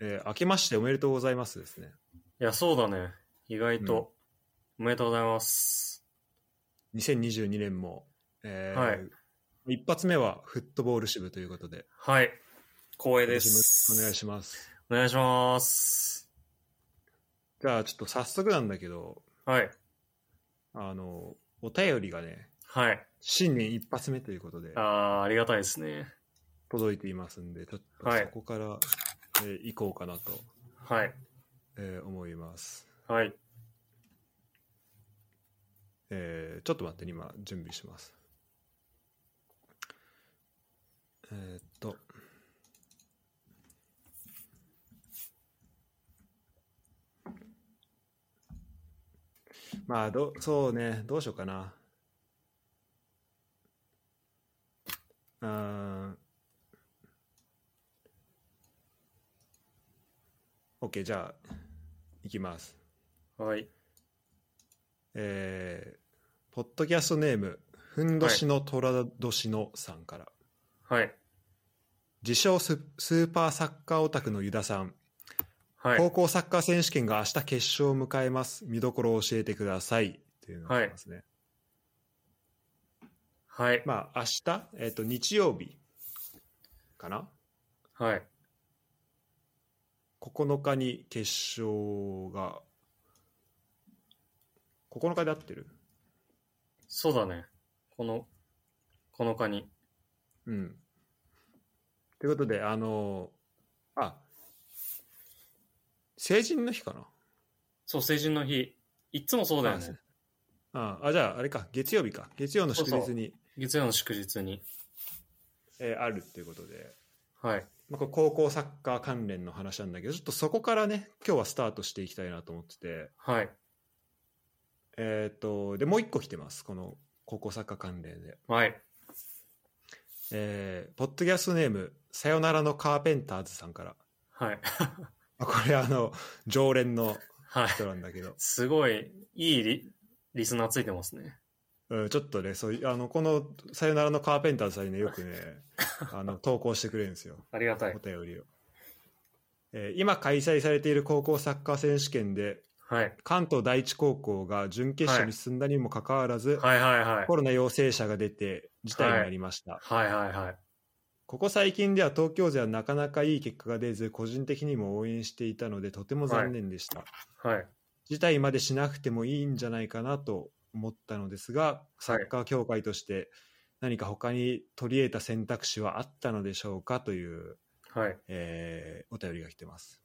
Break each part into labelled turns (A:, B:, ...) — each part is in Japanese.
A: えー明けましておめでとうございますですね。
B: いや、そうだね。意外と。おめでとうございます。
A: 2022年も、えー
B: はい
A: 一発目はフットボール支部ということで、
B: はい。光栄で
A: よろし
B: す。
A: くお願いします。
B: お願いします。
A: じゃあ、ちょっと早速なんだけど、
B: はい。
A: あの、お便りがね、
B: はい。
A: 新年一発目ということで
B: あーありがたいですね。
A: 届いていますんで、ちょっと
B: はい
A: そこから、えー行こうかなと、
B: はい。
A: えー思います。
B: はい。
A: えーちょっと待ってね、今、準備します。えーっと。まあ、ど、そうね、どうしようかな。うーん。OK、じゃあ、いきます。
B: はい。
A: えーポッドキャストネームふんどしのとらどしのさんから、
B: はい。
A: 自称ススーパーサッカーオタクのユダさん、
B: はい。
A: 高校サッカー選手権が明日決勝を迎えます見どころを教えてくださいっていうのがありますね、
B: はい。
A: まあ明日、えっと日曜日かな
B: はい。
A: 9日に決勝が9日で合ってる
B: そうだね。この、この蚊に。
A: うん。ということで、あのあ、成人の日かな
B: そう、成人の日。いっつもそうだよね。
A: ああ、じゃあ、あれか、月曜日か。月曜の祝
B: そうそ
A: 日
B: う
A: に
B: 月曜の祝日に。
A: えーあるっていうことで、
B: はい。
A: まあ、これ高校サッカー関連の話なんだけど、ちょっとそこからね、今日はスタートしていきたいなと思ってて、
B: はい。
A: えっ、と、で、もう一個来てます、この高校サッカー関連で。
B: はい。
A: えーポッドキャストネーム、さよならのカーペンターズさんから。
B: はい。
A: あこれ、あの、常連の
B: はい。
A: 人なんだけど、
B: すごい、いいリリスナーついてますね。
A: うん、ちょっとね、そういあのこの「さよならのカーペンターズ」さんにねよ くねあの投稿してくれるんですよ
B: ありがたい
A: お。便りを、えー今開催されている高校サッカー選手権で
B: はい。
A: 関東第一高校が準決勝に進んだにもかかわらず、
B: はいはいはい。
A: コロナ陽性者が出て事態になりました、
B: はいはいはい。
A: ここ最近では東京勢はなかなかいい結果が出ず個人的にも応援していたのでとても残念でした、
B: はい。
A: 事態までしなくてもいいんじゃないかなと思ったのですが、サッカー協会として何か他に取り入れた選択肢はあったのでしょうかという、
B: はい。
A: えーお便りが来てます。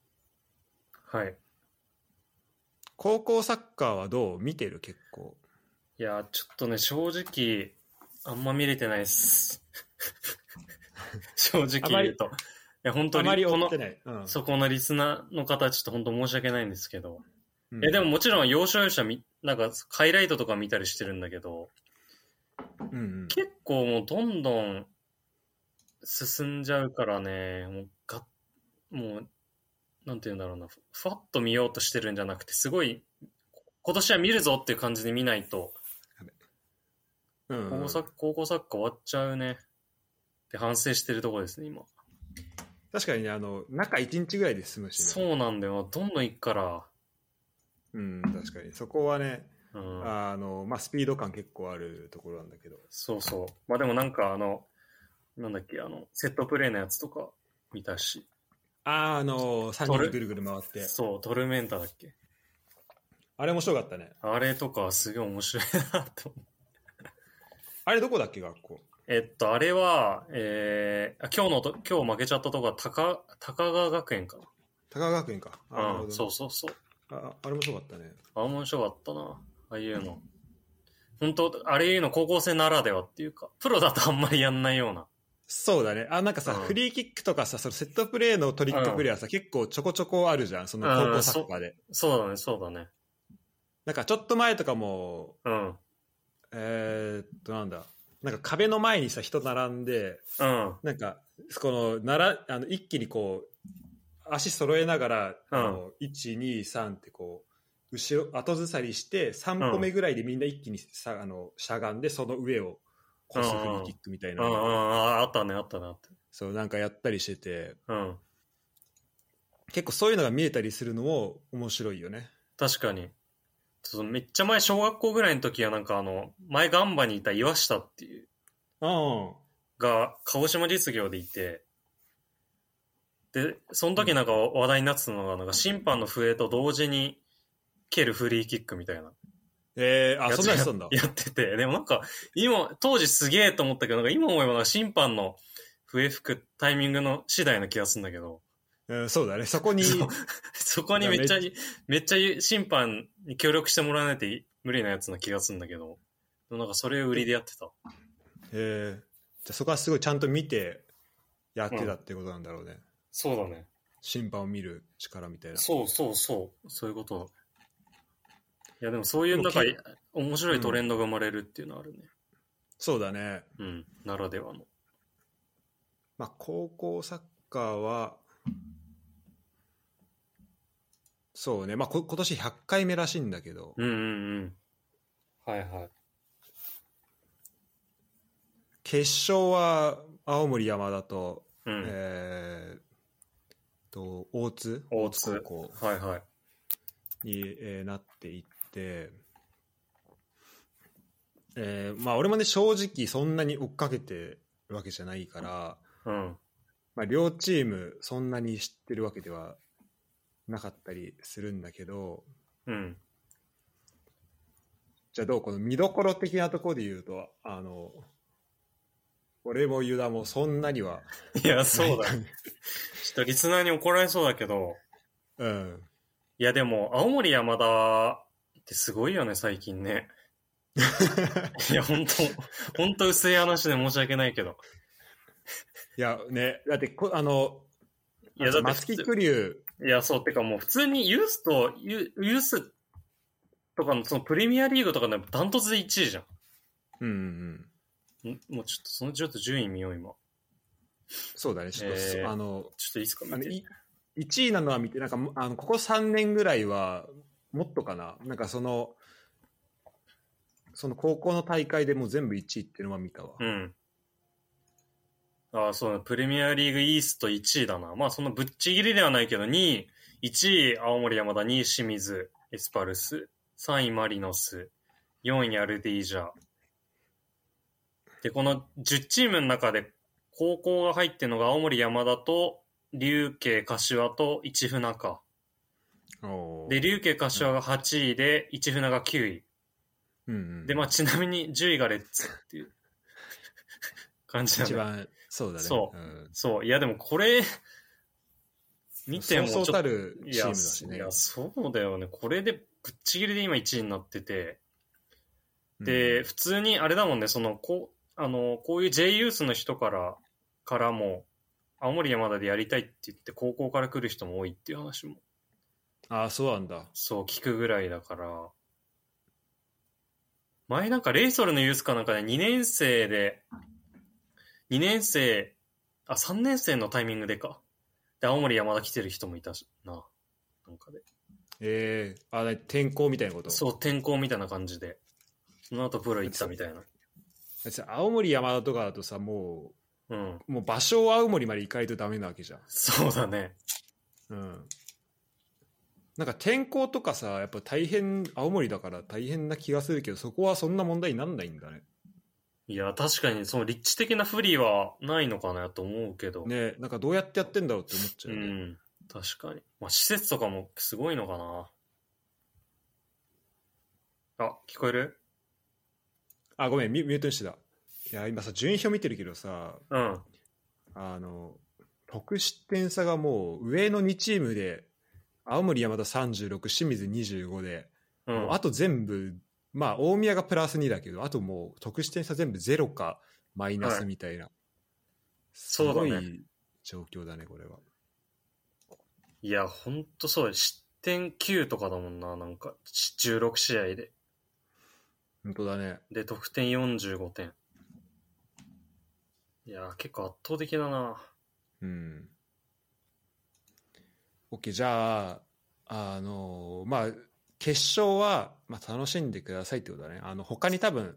B: はい。
A: 高校サッカーはどう見てる結構。
B: いやー、ちょっとね、正直、あんま見れてないっ す。正直言うと。いや、本当
A: あまり
B: に、こ
A: 追
B: の
A: って、ない。うん
B: そこのリスナーの方、ちょっと本当申し訳ないんですけど。
A: うん
B: え、でも、もちろん、要所要所み、なんか、ハイライトとか見たりしてるんだけど、
A: うんうん
B: 結構もうどんどん進んじゃうからね、もうが、もう、なんて言うんだろうな、ふふわっと見ようとしてるんじゃなくて、すごい、こ今年は見るぞっていう感じで見ないと、
A: うんうん
B: 高校サッ高校サッカー終わっちゃうね。って反省してるとこですね、今。
A: 確かにね、あの、中1日ぐらいで済むしね。
B: そうなんだよ。どんどん行くから。
A: うん、確かに。そこはね、
B: うん。
A: あの、まあ、スピード感結構あるところなんだけど。
B: そうそう。まあでもなんかあの、なんだっけ、あの、セットプレーのやつとか見たし。
A: あー、あの、3人でぐるぐる回って。
B: そう、トルメンタだっけ。
A: あれ面白かったね。
B: あれとかすげえ面白いなと思って。
A: あれどこだっけ、学校。
B: えっと、あれは、えー、あ今日のと、今日負けちゃったとこは高、高川学園か
A: 高川学園か。あーなる
B: な。
A: ほ
B: う
A: ど
B: ん、
A: ね
B: そうそうそう。
A: ああれ面白かったね。
B: あ、面白かったな。ああいうの。本当あれいうの高校生ならではっていうか、プロだとあんまりやんないような。
A: そうだね。あ、なんかさ、
B: うん
A: フリーキックとかさ、そのセットプレーのトリックプレーはさ、結構ちょこちょこあるじゃん、その高校サッカーで。
B: そうだね、そうだね。
A: なんかちょっと前とかも、
B: うん。
A: えーっと、なんだ、なんか壁の前にさ、人並んで、
B: うん。
A: なんか、この、なら、あの、一気にこう、足揃えながら、あの、1、2、3ってこう、後ろ、後ずさりして、3歩目ぐらいでみんな一気にさ、あの、しゃがんで、その上を越すフリーキックみたい
B: うん、うん、
A: な、
B: ああったね、あったね、あったね。
A: そう、なんかやったりしてて、
B: うん。
A: 結構そういうのが見えたりするのも面白いよね。
B: 確かに。ちょっとめっちゃ前、小学校ぐらいの時は、なんかあの、前ガンバにいた岩下っていう、
A: うん。
B: が、鹿児島実業でいて、で、その時なんか話題になってたのが、なんか審判の笛と同時に蹴るフリーキックみたいな。
A: えー、あ、
B: や
A: そ
B: つ
A: んなにしたんだ。
B: やってて、でもなんか、今、当時すげえと思ったけど、なんか今思えばなんか審判の笛吹くタイミングの次第な気がするんだけど、
A: うん、そうだね。そこに、
B: そうそこにめっちゃ、めっちゃ審判に協力してもらわないと無理なやつな気がするんだけど、でもなんかそれを売りでやってた。
A: えー、じゃあそこはすごいちゃんと見てやってたってことなんだろうね。
B: そうだね。
A: 審判を見る力みたいな。
B: そうそうそう。そういうこと。いやでもそういう、なんか
A: でも、
B: 面白いトレンドが生まれるっていうのはあるね。
A: そうだね。
B: うん。ならではの。
A: まあ、高校サッカーは、そうね、まあ、こ今年100回目らしいんだけど、
B: うんうんうん。はいはい。
A: 決勝は青森山田と、
B: うん。
A: えー、と大津
B: 大津
A: 高校
B: はいはい。
A: に、えーなっていって、えーまあ、俺もね正直そんなに追っかけてるわけじゃないから、
B: うん。
A: まあ、両チームそんなに知ってるわけではなかったりするんだけど
B: うん。
A: じゃあどうこの見どころ的なところで言うとあの俺もユダもそんなにはい
B: や、そうだ。ちょ
A: ね、
B: っとリスナーに怒られそうだけど、
A: うん、
B: いやでも、青森山田ってすごいよね、最近ね。 いや、本当本当薄い話で申し訳ないけど。
A: いやねだってこあの
B: いや、だって
A: 松木玖生
B: いや、そう、てかもう普通にユースと、ユユースとかのそのプレミアリーグとかでもダントツで1位じゃ
A: うんうん、
B: ん。んもうちょっと、そのちょっと順位見よう、今。
A: そうだねちょっと、
B: えー
A: あの
B: ちょっといいですか、
A: あ
B: 見
A: の
B: て
A: い。1位なのは見てなんかあのここ3年ぐらいはもっとかななんかそのその高校の大会でもう全部1位っていうのは見たわ、
B: うん。ああ、そうだ、プレミアリーグイースト1位だな。まあ、そんなぶっちぎりではないけど、2位、1位、青森山田、2位、清水、エスパルス、3位、マリノス、4位、アルディージャ。で、この10チームの中で、高校が入ってるのが青森山田と、琉慶柏と市船か。
A: おー
B: で、琉慶柏が8位で、市船が9位。
A: うんうん
B: で、まあ、ちなみに10位がレッツっていう感じだね
A: 一番そうだね
B: そ
A: ん
B: そう、いやでもこれ、 見てもち
A: そ
B: ょ
A: うそ
B: っ
A: う
B: と
A: た、る
B: い
A: チーム
B: や、
A: だし
B: い
A: ね
B: や、そうだよね。これでぶっちぎりで今1位になってて、で、
A: うん
B: 普通にあれだもんね、その、こう、あの、こういう J ユースの人から、からも、青森山田でやりたいって言って、高校から来る人も多いっていう話も、
A: ああそうなんだ
B: そう聞くぐらいだから、前なんかレイソルのユースかなんかで2年生で、2年生、あ、3年生のタイミングでか。で、青森山田来てる人もいたしな。なんかで。
A: ええあれ転校みたいなこと
B: そう、転校みたいな感じで。その後プロ行ったみたいな。
A: だって青森山田とかだとさも
B: うん。
A: うもう場所を青森まで行かないとダメなわけじゃん
B: そうだね。
A: うんなんか天候とかさやっぱ大変青森だから大変な気がするけどそこはそんな問題になんないんだね
B: いや、確かに、その立地的な不利はないのかなと思うけど。
A: ねなんかどうやってやってんだろうって思っちゃ
B: う
A: うね、
B: ん。確かに。まあ、施設とかもすごいのかな。あ、聞こえる
A: あごめんミュミュートにしてたいや今さ順位表見てるけどさ
B: うん。
A: あの得失点差がもう上の2チームで青森山田36清水25で、
B: う
A: もう。
B: ん
A: あと全部まあ大宮がプラス2だけどあともう得失点差全部ゼロかマイナスみたいな、す
B: そうだ
A: ご
B: ね
A: い状況だねこれは。
B: いや、ほんとそうだよ失点9とかだもんな、なんか、し16試合で。
A: 本当だね
B: で、得点45点。いや、結構圧倒的だな。
A: うん OK じゃああのまあ決勝は、まあ、楽しんでくださいってことだねあの他に多分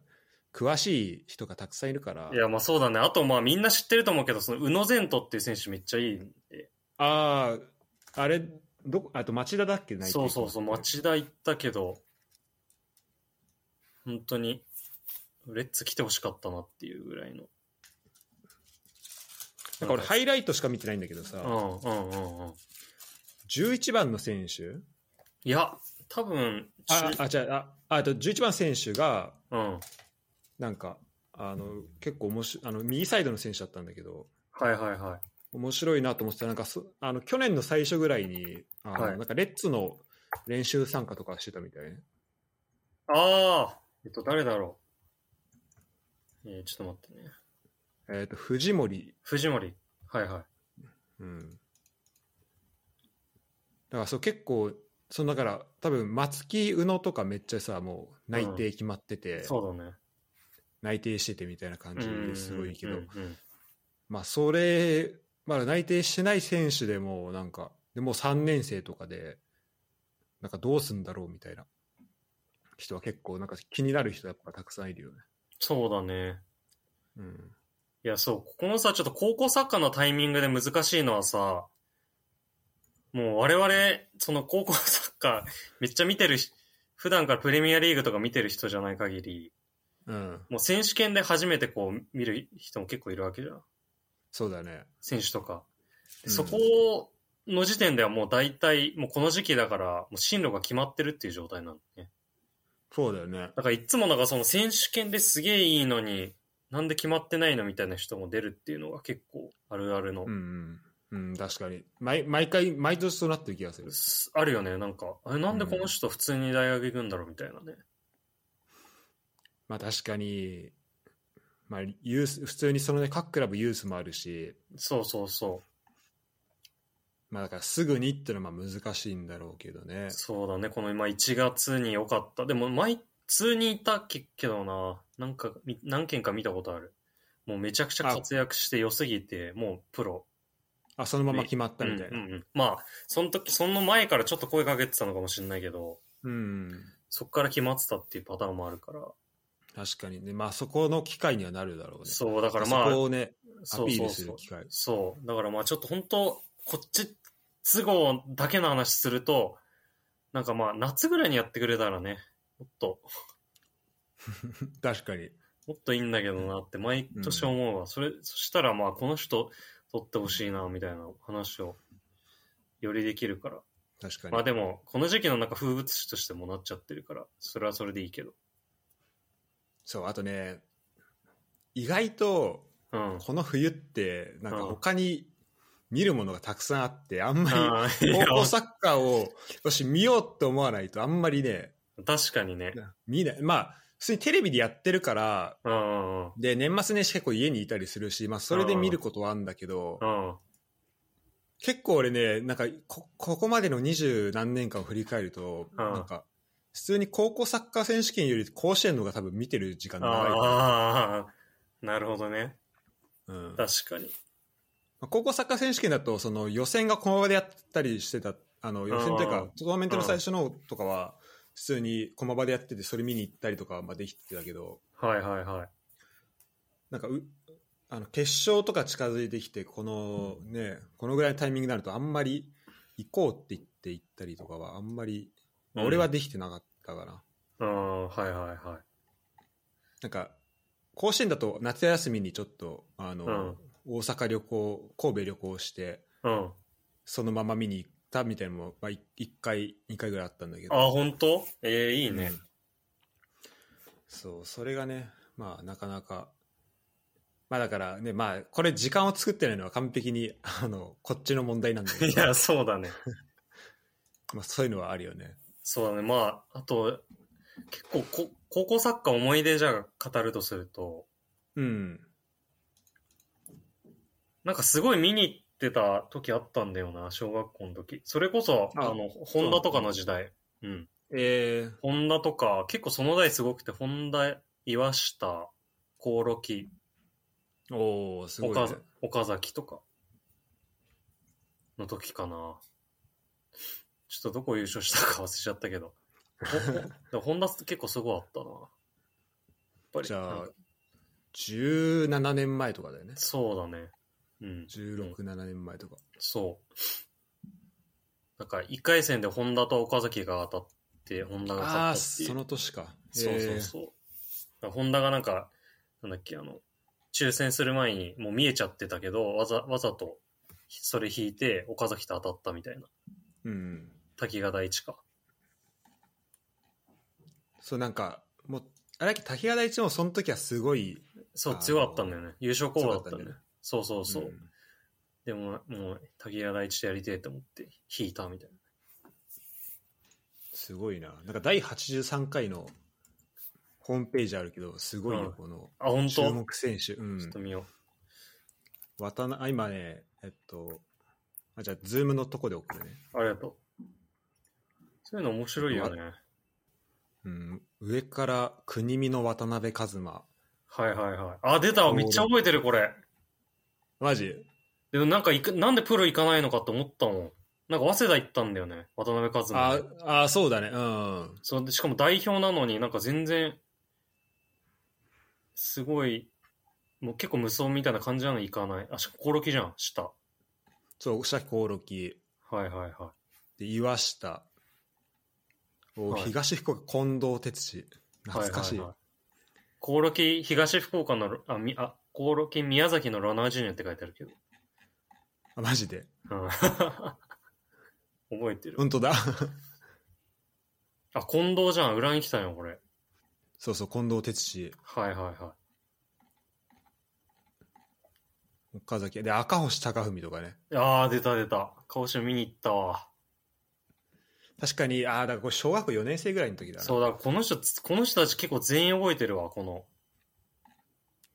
A: 詳しい人がたくさんいるから
B: いや、まあそうだね。あと、まあみんな知ってると思うけど、その、宇野善斗っていう選手めっちゃいいんで。
A: あああれ、どこ、あと町田だっけない
B: そうそうそう、町田行ったけど、本当に、レッツ来てほしかったなっていうぐらいの。
A: なんか俺、ハイライトしか見てないんだけどさ、
B: うんうんうんうん。
A: 11番の選手
B: いや、多分、
A: あ
B: ち、
A: あ、じゃあ、ああと11番選手が、
B: うん。
A: なんか、あの、結構面白い、あの、右サイドの選手だったんだけど、
B: はいはいはい。
A: 面白いなと思ってたなんかそあの去年の最初ぐらいにあの、
B: はい
A: なんかレッツの練習参加とかしてたみたいね
B: ああ、えっと、誰だろう。えー、ちょっと待ってね。
A: えっ、と藤森
B: 藤森。はいはい。
A: うんだからそう結構そのだから多分松木宇野とかめっちゃさもう内定決まってて、
B: そうだね。
A: 内定しててみたいな感じですごいけど、
B: うんうんうん
A: まあそれまだ内定してない選手でもなんかでもう3年生とかでなんかどうすんだろうみたいな人は結構なんか気になる人やっぱたくさんいるよね
B: そうだね。
A: うん
B: いや、そう、ここのさ、ちょっと高校サッカーのタイミングで難しいのはさ、もう我々、その高校サッカーめっちゃ見てるし、普段からプレミアリーグとか見てる人じゃない限り、
A: うん、
B: もう選手権で初めてこう見る人も結構いるわけじゃん。
A: そうだね。
B: 選手とか。で
A: うん
B: そこの時点ではもう大体、もうこの時期だから、もう進路が決まってるっていう状態なのね。
A: そうだよね。
B: だからいつもなんかその選手権ですげえいいのに、なんで決まってないのみたいな人も出るっていうのが結構あるあるの。
A: うん、うん、うん、確かに。毎毎回、毎年そうなってる気がする。
B: すあるよね、なんか。あれ、なんでこの人普通に大学行くんだろうみたいなね。
A: まあ確かに、まあユース、普通にそのね、各クラブユースもあるし、
B: そうそうそ
A: まあだからすぐにってのはまあ難しいんだろうけどね
B: う。。そうだね、この今1月に良かった。でも、毎通にいたけけどな、なんか、み何件か見たことある。もうめちゃくちゃ活躍して良すぎて、もうプロ。
A: あ、そのまま決まった
B: うん
A: みたいな。
B: うんうんまあ、その時、その前からちょっと声かけてたのかもしれないけど、
A: うん、
B: そっから決まってたっていうパターンもあるから。
A: 確かにね。まあそこの機会にはなるだろうね。
B: そう、だからまあ
A: そ、こをね、ア
B: そう
A: ピー
B: そう
A: ルす
B: そ
A: る
B: う。
A: 機会。
B: そう。だからまあちょっと本当、こっち都合だけの話すると、なんかまあ夏ぐらいにやってくれたらね、もっと、
A: 確かに。
B: もっといいんだけどなって毎年思うわ。それ、そしたらまあこの人取ってほしいなみたいな話をよりできるから。
A: 確かに。
B: まあでも、この時期のなんか風物詩としてもなっちゃってるから、それはそれでいいけど。
A: そう、あとね、意外と、
B: うん。
A: この冬ってなんか
B: うん
A: 他に見るものがたくさんあってあんま
B: あーい
A: り
B: や
A: 高校サッカーを私見ようと思わないとあんまりね
B: 確かにね。
A: 見ないまあ普通にテレビでやってるから
B: うん。うん。
A: で年末年始結構家にいたりするし、まあ、それで見ることはあるんだけど
B: うん
A: 結構俺ねなんかこここまでの二十何年間を振り返ると
B: ん
A: なんか普通に高校サッカー選手権より甲子園の方が多分見てる時間長い、
B: ああ、なるほどね。
A: うんま
B: 確かに。
A: あ高校サッカー選手権だとその予選がこの場でやったりしてたあの予選という
B: うん
A: かトーナメントの最初のとかは普通に駒場でやっててそれ見に行ったりとかはまあできてたけど
B: はいはいはい。
A: なんかうあの決勝とか近づいてきてこのねこのぐらいのタイミングになるとあんまり行こうって言って行ったりとかはあんまり、まあ俺はできてなかったかな、
B: うん、はいはいは
A: なんか甲子園だと夏休みにちょっとあの、
B: うん
A: 大阪旅行神戸旅行して
B: い。うん。
A: そのまま見に行ったみたいなのも、まあ、1回2回ぐらいあったんだけど
B: あ、本当？えー、いいね
A: う。んそうそれがねまあなかなかまあだからねまあこれ時間を作ってないのは完璧にあのこっちの問題なんだけ
B: い
A: ど、
B: や、そうだね。
A: まあ、そういうのはあるよね
B: そうだね。まあ、あと、結構こ、高校サッカー思い出じゃ語るとすると、
A: うん
B: なんかすごい見に行ってた時あったんだよな、小学校の時。それこそ、あ
A: あ
B: の、ホンダとかの時代。うん。
A: えー、
B: ホンダとか、結構その代すごくて、ホンダ、岩下、興梠、
A: おおすごい、
B: 岡
A: ね、
B: 岡崎とかの時かなちょっとどこ優勝したか忘れちゃった けどほでもホンダ結構すごいあったなやっぱり
A: じゃ
B: な
A: あ
B: んか
A: 17年前とかだよね
B: そうだねうん
A: 167年前とか、
B: そなんか1回戦で本田と岡崎が当たって、本田が
A: ああ
B: 勝ったっていう
A: そ。の年か
B: そうそうそう。だからホンダがなんか、なんだっけ、あの、抽選する前にもう見えちゃってたけど、わざわざとそれ引いて、岡崎と当たったみたいな。
A: えーうん
B: 滝が第一か。
A: そうなんかもうあれだっけ滝川大一もその時はすごい
B: そ
A: あ
B: う、
A: ー
B: 強かったんだよね。優勝候補だった
A: 強
B: んだよ
A: かったん
B: ね
A: だよ。
B: そうそうそう。
A: ん
B: でも、もう、滝が第一でやりてえと思って、引いたみたいな。
A: すごいななんか第83回のホームページあるけどすごいよ、
B: うん
A: この
B: あ、本当
A: 注目選手、う
B: ちょっ
A: ん
B: と、見よう。
A: 渡辺あ今ねえっとあじゃあズームのとこで送るね
B: ありがとう。そういうの面白いよね。
A: うん、上から国見の渡辺一馬
B: はいはいはい。あ、出ためっちゃ覚えてる、これ。
A: マジ
B: でもなんか行く、なんでプロ行かないのかって思ったもん。なんか早稲田行ったんだよね。渡辺和
A: あ
B: 馬。
A: あそうだねうん
B: そうでしかも代表なのになんか全然、すごい、もう結構無双みたいな感じなのに行かない。あ、しかも興梠じゃん、下。は
A: そう下興梠
B: いはいはい。
A: で岩下お、
B: はい
A: 東福岡近藤哲司懐かしい,、
B: ははは興梠、東福岡のロ、あ、み、あ、興梠宮崎のロナウジュニアって書いてあるけど。
A: あマジで
B: うん 覚えてる。
A: 本当だ
B: あ、近藤じゃん。裏に来たよ、これ。
A: そうそう近藤哲司
B: はいはいは
A: 岡崎で赤星貴文とかね
B: い。ああ、出た出た。顔して見に行ったわ。
A: 確かにああだからこれ小学4年生ぐらいの時だな
B: そうだ、この人、この人たち結構全員覚えてるわ、この。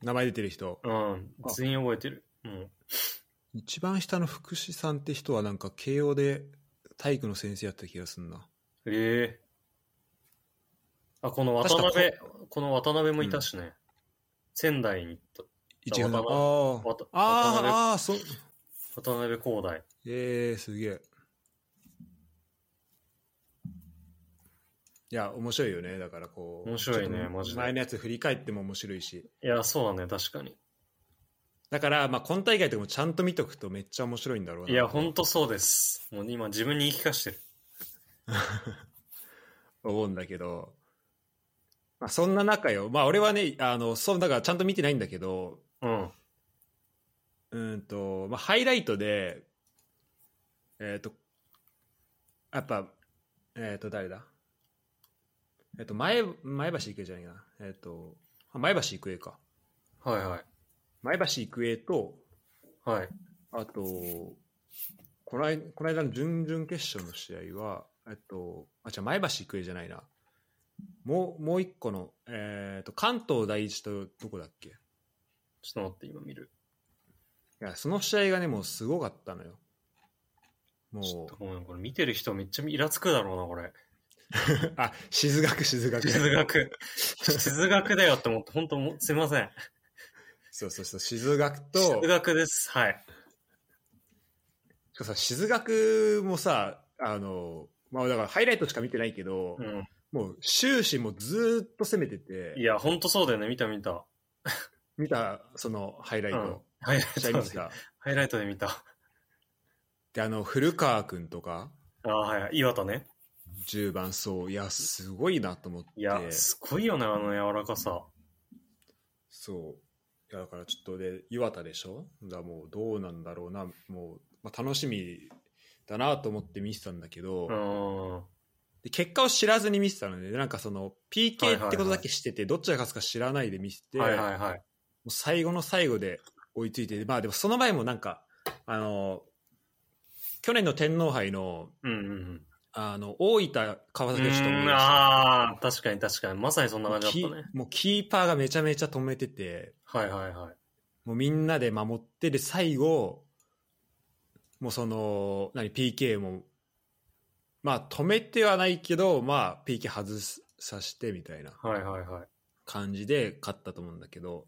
A: 名前出てる人
B: うん
A: あ、
B: 全員覚えてる。うん。
A: 一番下の福士さんって人はなんか慶応で体育の先生やってた気がすんな
B: ええあ、この渡辺、この渡辺もいたしね。仙台に行っ
A: 一軍のあ
B: 渡渡
A: ーあ
B: 渡辺
A: ーあーそう
B: た。渡辺光大。
A: えー、すげえいや面白いよねだからこう
B: 面白いね
A: ちょっと
B: マジで
A: 前のやつ振り返っても面白いし
B: いや、そうだね、確かに。
A: だから、まあ、今大会とかもちゃんと見とくとめっちゃ面白いんだろうない
B: や、ほんとそうです。もう今、自分に言い聞かしてる。
A: 思うんだけど、まあ、そんな中よまあ俺はねあのそうだからちゃんと見てないんだけど
B: うん。
A: うんと、まあ、ハイライトでえっ、とやっぱえっ、と誰だえっ、と前前橋育英じゃないなえっ、とあ前橋育英か
B: はいはい。
A: 前橋育英と
B: はい。
A: あとこの間この間の準々決勝の試合はえっとあじゃ前橋育英じゃないなもうもう一個の、えっと関東第一とどこだっけい
B: ちょっと待って、今見る。
A: やその試合がねもうすごかったのよ
B: ちょっ
A: も
B: とごめん、これ見てる人めっちゃイラつくだろうな、これ。
A: うあ静学静学
B: 静学。静学だよって思って、本当もうすいません。
A: そうそうそう静学と
B: 静学です。はい。
A: しかもさ静学もさあのまあだからハイライトしか見てないけど、
B: うん。
A: もう終始もうずーっと攻めてて
B: いや、本当そうだよね。見た見た。
A: 見たそのハイライ
B: う
A: ト、
B: ん。ハイライ
A: 試合
B: ト
A: 見
B: で
A: てた
B: ハイライトで見た。あ
A: であの古川君とか
B: あー、はい。岩田ね。
A: 10番そういやすごいなと思って
B: いや、すごいよね、あの柔らかさ。
A: そういやだからちょっとで岩田でしょだからもうどうなんだろうなもう、まあ、楽しみだなと思って見てたんだけど、
B: うん。
A: で結果を知らずに見てたのでなんかその PK ってことだけしてて、どっちが勝つか知らないで見てて、
B: はいはいはい。
A: もう最後の最後で追いついてまあでもその前もなんかあの去年の天皇杯の
B: うんうんうん。
A: あの大分川
B: う
A: 崎をちょっと思い
B: ーん
A: 出した
B: ああ、確かに確かに。まさにそんな感じだ
A: キ
B: ったね。
A: もうキーパーがめちゃめちゃ止めてて
B: はいはいはい。
A: もうみんなで守ってで最後もうその何 PK もまあ止めてはないけどまあ PK 外すさしてみたいな
B: はいはいはい。
A: 感じで勝ったと思うんだけど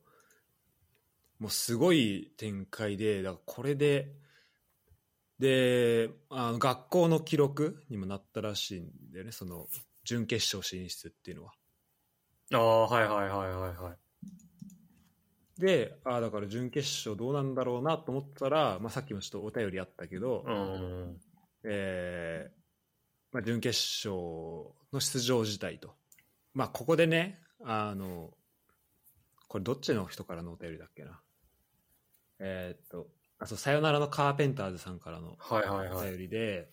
A: もうすごい展開でだからこれでであの学校の記録にもなったらしいんだよねその準決勝進出っていうのは。
B: ああ、はいはいはいはいはい。
A: でああだから準決勝どうなんだろうなと思ったら、まあ、さっきもちょっとお便りあったけど、
B: うん。
A: えまあ、準決勝の出場自体と、まあ、ここでねあのこれどっちの人からのお便りだっけなえーっとあそうさよならのカーペンターズさんからの
B: はいはい
A: お
B: はい。
A: 便りで、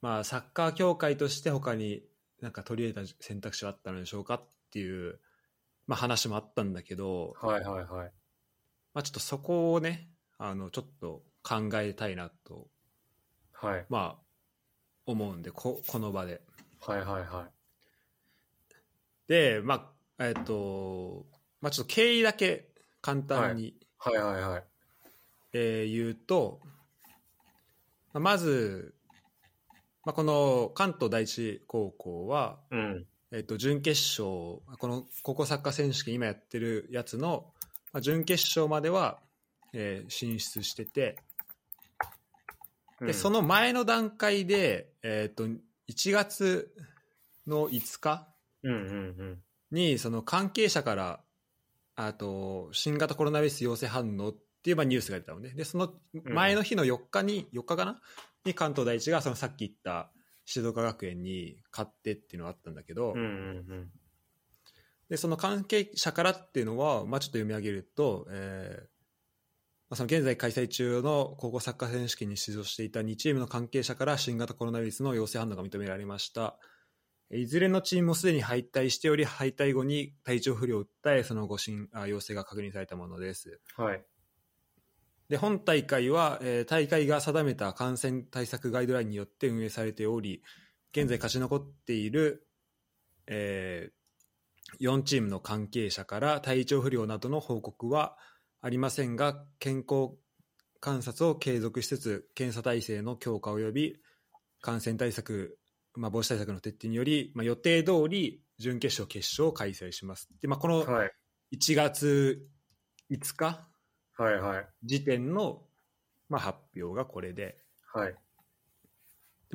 A: まあ、サッカー協会として他になんか取り入れた選択肢はあったのでしょうかっていう、まあ、話もあったんだけど、
B: はいはいはい。
A: まあ、ちょっとそこをねあのちょっと考えたいなと、
B: はい
A: まあ、思うんでここの場で。
B: はいはいはい。
A: で、まあえっとまあ、ちょっと経緯だけ簡単に、
B: はいはいはい。
A: えー言うと、まあまず、まあ、この関東第一高校は、
B: うん。
A: えっと、準決勝、この高校サッカー選手権今やってるやつの、まあ、準決勝までは、えー進出してて、
B: うん
A: で、そ、の前の段階で、えっと、1月の5日
B: うんうん
A: に、その関係者から、あと、新型コロナウイルス陽性反応っていうまあニュースが出たのね。で、その前の日の4日に、4日かなに関東第一が、そのさっき言った静岡学園に勝ってっていうのがあったんだけど、
B: うん。うんうんうん。
A: でその関係者からっていうのは、まあ、ちょっと読み上げると、えーまあ、その現在開催中の高校サッカー選手権に出場していた2チームの関係者から新型コロナウイルスの陽性反応が認められましたえいずれのチームもすでに敗退しており敗退後に体調不良を訴えその後新あ陽性が確認されたものです
B: はい。
A: で本大会は、えー大会が定めた感染対策ガイドラインによって運営されており現在勝ち残っている、え4チームの関係者から体調不良などの報告はありませんが健康観察を継続しつつ検査体制の強化及び感染対策、まあ、防止対策の徹底により、まあ、予定通り準決勝決勝を開催しますで、まあ、この
B: はい。
A: 1月5日
B: はいはい。
A: 時点の、まあ、発表がこれで、
B: はい。
A: で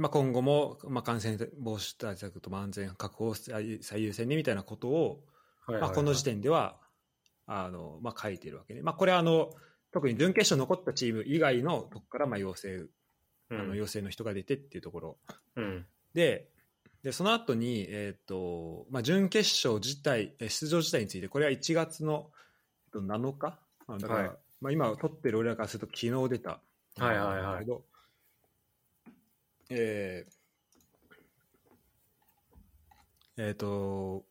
A: まあ、今後も、まあ、感染防止対策とまあ安全確保を最最優先にみたいなことを、
B: はい。
A: まあ、この時点ではあの、まあ、書いてるわけね、まあ、これはあの特に準決勝残ったチーム以外のとこからまあ陽性、
B: うん
A: あの陽性の人が出てっていうところ
B: うん。
A: ででその後に、えーとまあ、準決勝自体えー出場自体についてこれは1月のえっと7日まあだから、
B: はい
A: まあ、今撮ってる俺らからすると昨日出た
B: はいはいはい
A: なんだけどえーえーと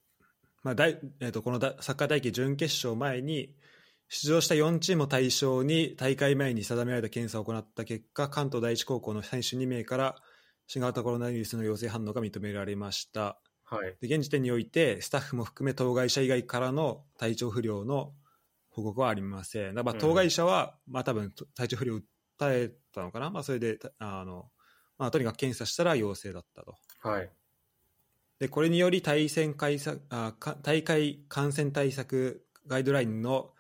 A: まあ大えー、とこのだサッカー大会準決勝前に出場した4チームを対象に大会前に定められた検査を行った結果関東第一高校の選手2名から新型コロナウイルスの陽性反応が認められました
B: はい。
A: で現時点においてスタッフも含め当該者以外からの体調不良の報告はありませんだからまあ
B: うん
A: 当該者は、まあ多分と体調不良を訴えたのかな、まあ、それでたあの、まあ、とにかく検査したら陽性だったと
B: はい。
A: でこれにより対戦開催あか大会感染対策ガイドラインの、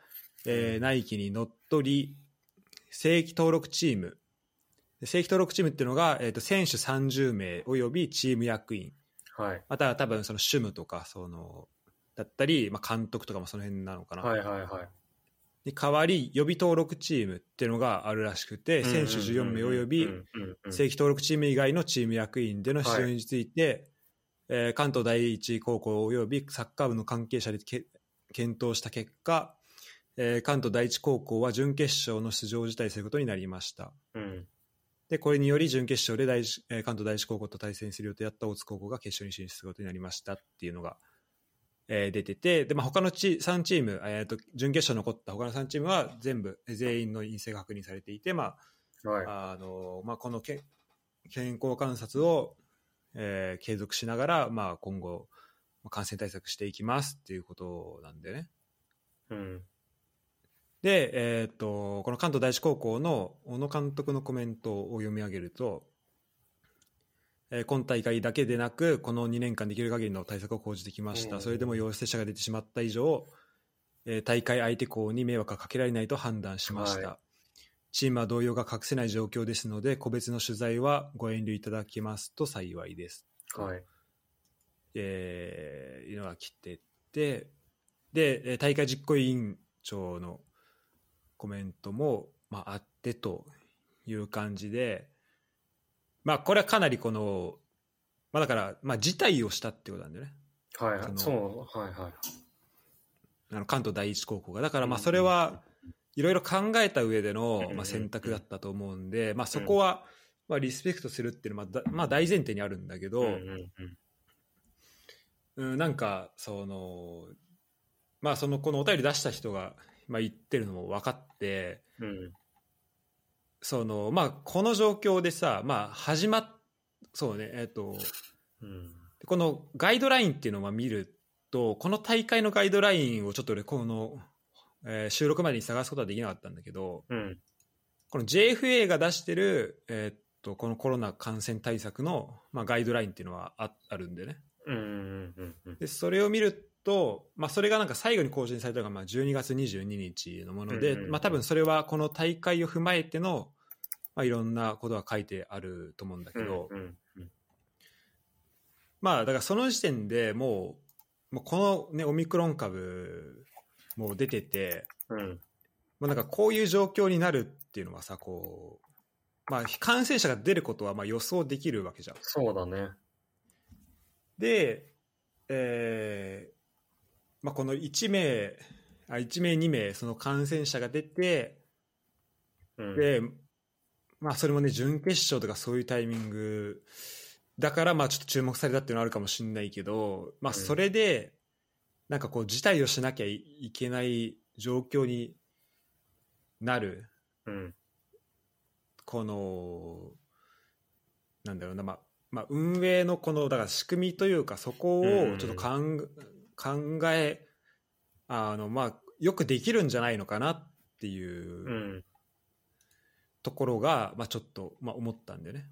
A: えー内規にのっとり正規登録チームで正規登録チームっていうのが、えー、と選手30名およびチーム役員
B: はい。
A: または多分その主務とかそのだったり、まあ、監督とかもその辺なのかな、
B: はいはいはい。
A: に代わり予備登録チームっていうのがあるらしくて、選手14名および
B: うんうんうん
A: 正規登録チーム以外のチーム役員での出場について、えー関東第一高校及びサッカー部の関係者でけ検討した結果、えー関東第一高校は準決勝の出場を辞退することになりました
B: うん
A: でこれにより準決勝で第一、えー関東第一高校と対戦する予定だった大津高校が決勝に進出することになりましたっていうのが、えー出ててで、まあ、他のチ3チーム、えーと準決勝残った他の3チームは全部えー全員の陰性が確認されていて、まあ、
B: はい。
A: あのまあ、このけ健康観察を、えー継続しながら、まあ、今後、まあ感染対策していきますっていうことなんでね。
B: うん。
A: で、えー、とこの関東第一高校の小野監督のコメントを読み上げると、えー今大会だけでなく、この2年間できる限りの対策を講じてきまし
B: う
A: た、
B: ん
A: それでも陽性者が出てしまった以上、えー大会相手校に迷惑がかけられないと判断しました、
B: は
A: チームは動揺が隠せない状況ですので、個別の取材はご遠慮いただけますと幸いです。
B: はい。
A: えーいうのが来ててでえー大会実行委員長のコメントも、まあ、あってという感じで、まあ、これはかなりこのまあだから、まあ辞退をしたってことなんだよね。
B: はい
A: あ
B: はい。
A: の
B: そう、はいはい。
A: あの関東第一高校が。だからまあ
B: うん
A: それはいろいろ考えた上で
B: うんうん
A: の
B: うん
A: まあ選択だったと思うんで、まあそこはまあリスペクトするっていうのはまあだまあ大前提にあるんだけど、
B: うんうんうん
A: うん、なんかそのまあそのこのお便り出した人が、まあ、言ってるのも分かって
B: うん
A: そのまあこの状況でさまあ始まっそうねえっ、と
B: うん
A: このガイドラインっていうのを見るとこの大会のガイドラインをちょっと俺この、えー収録までに探すことはできなかったんだけど
B: うん
A: この JFA が出してるえっとこのコロナ感染対策の、まあ、ガイドラインっていうのはああるんでね
B: うんうんうんうん
A: でそれを見ると、まあ、それがなんか最後に更新されたのがまあ12月22日のもので、
B: うんうんうん
A: まあ、多分それはこの大会を踏まえての、まあ、いろんなことが書いてあると思うんだけど、
B: うんうん
A: まあだからその時点でもうもうこの、ね、オミクロン株も出てて
B: うん
A: もうなんかこういう状況になるっていうのはさこう、まあ、感染者が出ることはまあ予想できるわけじゃん。
B: そうだね。
A: で、えーまあ、この1名あ1名2名その感染者が出て
B: うん
A: で、まあ、それもね準決勝とかそういうタイミングだからまあちょっと注目されたっていうのはあるかもしれないけど、まあ、
B: うん
A: それでなんかこう事態をしなきゃいいけない状況になる
B: うん
A: このなんだろうな、まあまあ、運営のこのだから仕組みというかそこをちょっとかん、考えあの、まあ、よくできるんじゃないのかなって
B: う
A: いうんところが、まあ、ちょっと、まあ、思ったんだよね。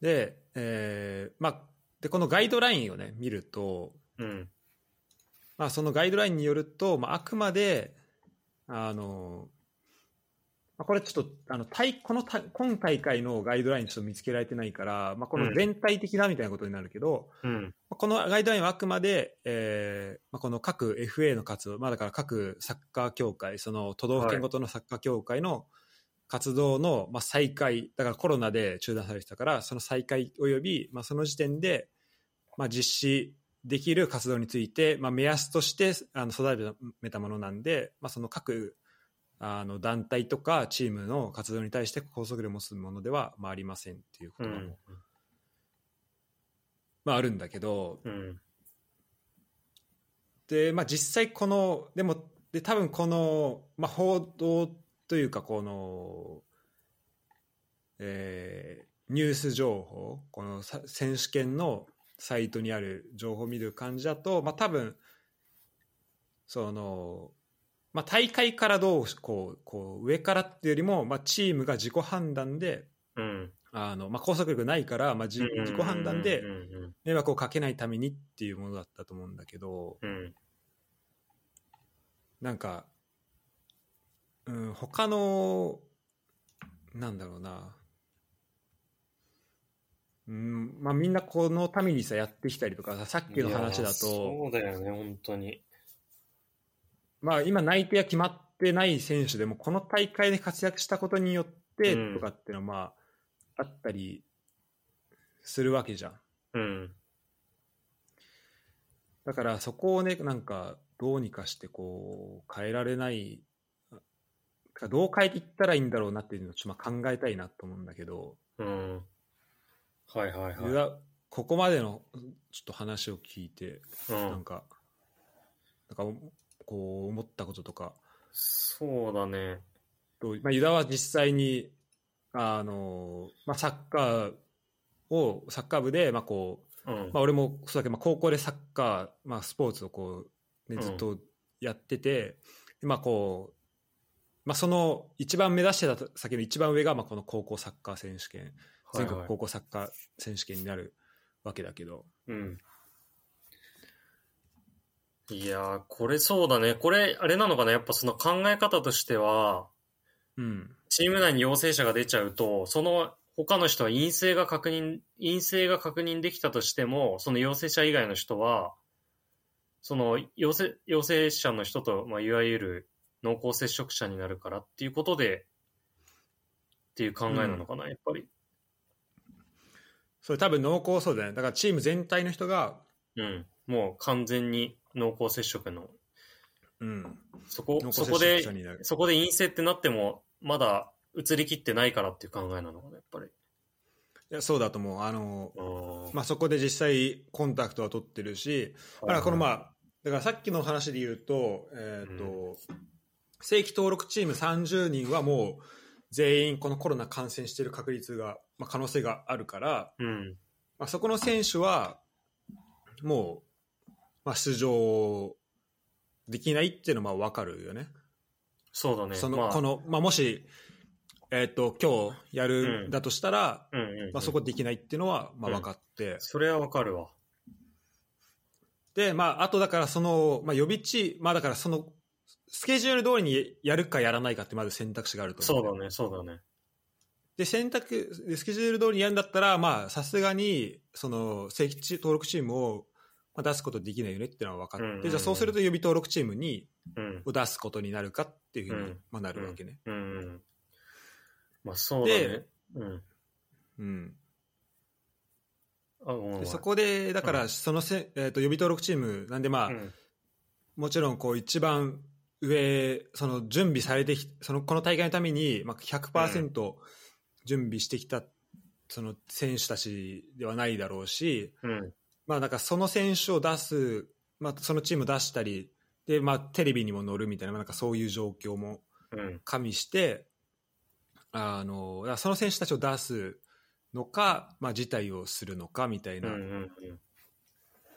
A: で,、えーまあ、でこのガイドラインをね見ると、
B: うん
A: まあ、そのガイドラインによると、まあ、あくまであの、まあ、これちょっとあの大この大今大会のガイドラインちょっと見つけられてないから、まあ、こ
B: う
A: の
B: ん
A: 全体的なみたいなことになるけど、
B: うん
A: まあこのガイドラインはあくまで、えーまあ、この各 FA の活動、まあ、だから各サッカー協会その都道府県ごとのサッカー協会の活動の、まあ、再開だからコロナで中断されてたからその再開および、まあ、その時点で、まあ、実施できる活動について、まあ、目安としてあの定めたものなんで、まあ、その各あの団体とかチームの活動に対して拘束力を持つものでは、まあ、ありませんっていうこ
B: う
A: とも、
B: ん
A: まあ、あるんだけど、
B: うん
A: で、まあ、実際このでもで多分この、まあ、報道というかこの、えーニュース情報このさ選手権のサイトにある情報を見る感じだと、まあ、多分その、まあ、大会からどうこうこう上からっていうよりも、まあ、チームが自己判断で
B: うん
A: あの、まあ、拘束力ないから、まあ、自自己判断で
B: うんうん
A: 迷惑をかけないためにっていうものだったと思うんだけど。
B: うん
A: なんか、うん、他の、なんだろうな、うん、まあみんなこのためにさ、やってきたりとかさ、さっきの話だ
B: いや
A: と、
B: そうだよね、本当に。
A: まあ今内定は決まってない選手でも、この大会で活躍したことによって
B: うん
A: とかっていうのは、まあ、あったりするわけじゃん。
B: うん
A: だからそこをね、なんかどうにかしてこう変えられない、あどう変えていったらいいんだろうなっていうのをちょっとまあ考えたいなと思うんだけど、
B: うん。はいはいはい。
A: うわここまでのちょっと話を聞いて、
B: う
A: なん
B: ん、
A: か、なんかおこう思ったこととか、
B: そうだね。
A: どうまあ、ユダは実際にあの、まあ、サッカーを、サッカー部で、まあこう、
B: うん
A: まあ、俺もそうだけど、まあ、高校でサッカー、まあ、スポーツをこう、
B: う
A: ね、
B: ん
A: ずっとやってて、でまあこうまあ、その一番目指してた先の一番上がまあこの高校サッカー選手権全国
B: はいは
A: 高校サッカー選手権になるわけだけど、
B: いうんいやー、これそうだね。これ、あれなのかなやっぱその考え方としては、
A: うん
B: チーム内に陽性者が出ちゃうと、その他の人は陰性が確認、陰性が確認できたとしても、その陽性者以外の人は、その陽性陽性者の人と、まあ、いわゆる濃厚接触者になるからっていうことで、っていう考えなのかな、やっぱり。
A: それ多分濃厚そうだね。だからチーム全体の人が、
B: うん。もう完全に濃厚接触の。
A: うん、
B: そこ
A: 濃、厚
B: そ
A: 接
B: こ
A: 触
B: で
A: 者、になる。
B: そこで陰性ってなっても、まだ移りきってないからっていう考えなのかな、やっぱり。
A: いやそうだと思う。あの、
B: あ
A: まあ、そこで実際コンタクトは取ってるし、だ
B: あ
A: からこのまあ、だからさっきの話で言うと、えっ、と、正規登録チーム30人はもう全員このコロナ感染している確率が、まあ、可能性があるから、
B: うん。
A: まあ、そこの選手はもう、まあ、出場できないっていうのはまあ分かるよね。
B: そうだね。
A: その、
B: まあ、
A: この、まあ、もし、えっ、と、今日やる
B: うん
A: んだとしたら、
B: うんうんうん
A: まあ、そこできないっていうのは、まあ、
B: うん
A: 分かって、
B: それはわかるわ。
A: で、まあ、あとだからその、まあ、予備地、まあ、だからその、スケジュール通りにやるかやらないかってまず選択肢があると
B: そ
A: 思
B: うだね、そうだね。
A: で、選択、でスケジュール通りにやるんだったら、まあ、さすがに、その、正規チ登録チームをまあ出すことできないよねっていうのは分かって、
B: うんうんうん
A: じゃあそうすると予備登録チームに
B: うん。
A: を出すことになるかっていうふうに、
B: うん
A: まあ、なるわけね。
B: うんうん。まあ、そうだね
A: で。
B: うん。
A: うん。
B: あ、ごめんごめん
A: でそこで、だか
B: う
A: ら、そのせ、えっ、と、予備登録チームなんで、まあ、
B: うん
A: もちろんこう一番上その準備されてきそのこの大会のためにまあ100%準備してきたその選手たちではないだろうし、
B: うん。
A: まあ、なんかその選手を出す、まあ、そのチームを出したりで、まあ、テレビにも載るみたいなまあなんかそういう状況も
B: うん。
A: 加味してあのだからその選手たちを出すのか、まあ、辞退をするのかみたい
B: うん。う。
A: なん
B: うん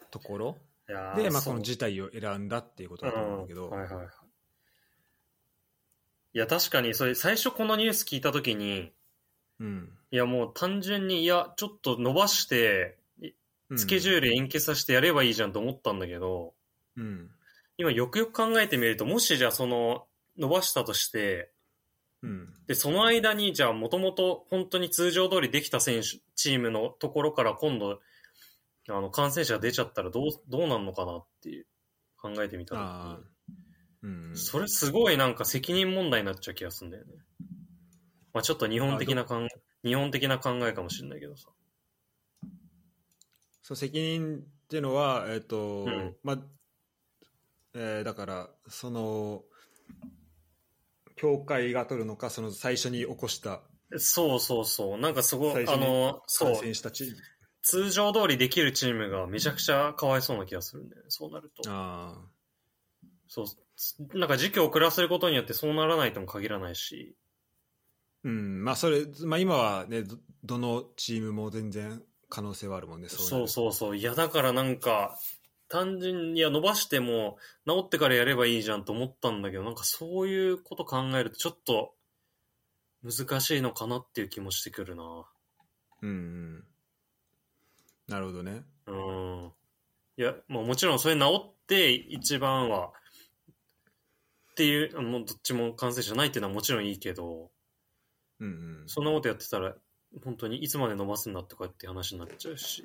A: ところ、
B: いやー
A: で、まあ、
B: そ
A: こ
B: う
A: の辞退を選んだっていうことだと思うんだけど。
B: はいはいはい。いや、確かに、それ、最初このニュース聞いたときに、
A: うん
B: いや、もう単純に、いや、ちょっと伸ばして、
A: うん
B: スケジュール延期させてやればいいじゃんと思ったんだけど、
A: うん
B: 今よくよく考えてみると、もしじゃあその、伸ばしたとして、
A: うん
B: で、その間に、じゃあもともと本当に通常通りできた選手、チームのところから今度、あの、感染者が出ちゃったらどう、どうなんのかなっていう、考えてみた時に
A: ああうん、
B: それすごいなんか責任問題になっちゃう気がするんだよね。まあちょっと日本的な考え、日本的な考えかもしれないけどさ。
A: そう責任っていうのは、えっと
B: うん
A: まあえーだからその協会が取るのかその最初に起こした
B: そうそうそう。なんかすご
A: 最
B: い、
A: 初
B: あ
A: に
B: の、そ
A: 感
B: う、
A: 染したチーム
B: 通常通りできるチームがめちゃくちゃかわいそうな気がするんだよね。そうなると。
A: ああ
B: そう。なんか時期を遅らせることによってそうならないとも限らないし。
A: うんまあそれ、まあ、今はねどどのチームも全然可能性はあるもんねな
B: そ
A: る
B: うそうそう。いや、だからなんか、単純に、いや、伸ばしても、治ってからやればいいじゃんと思ったんだけど、なんかそういうこと考えると、ちょっと、難しいのかなっていう気もしてくるな。
A: うんうんなるほどね
B: うん。いや、まあもちろんそれ治って、一番は、っていう、もうどっちも感染者ないっていうのはもちろんいいけど、
A: うんうん
B: そんなことやってたら、本当にいつまで伸ばすんだとかって話になっちゃうし。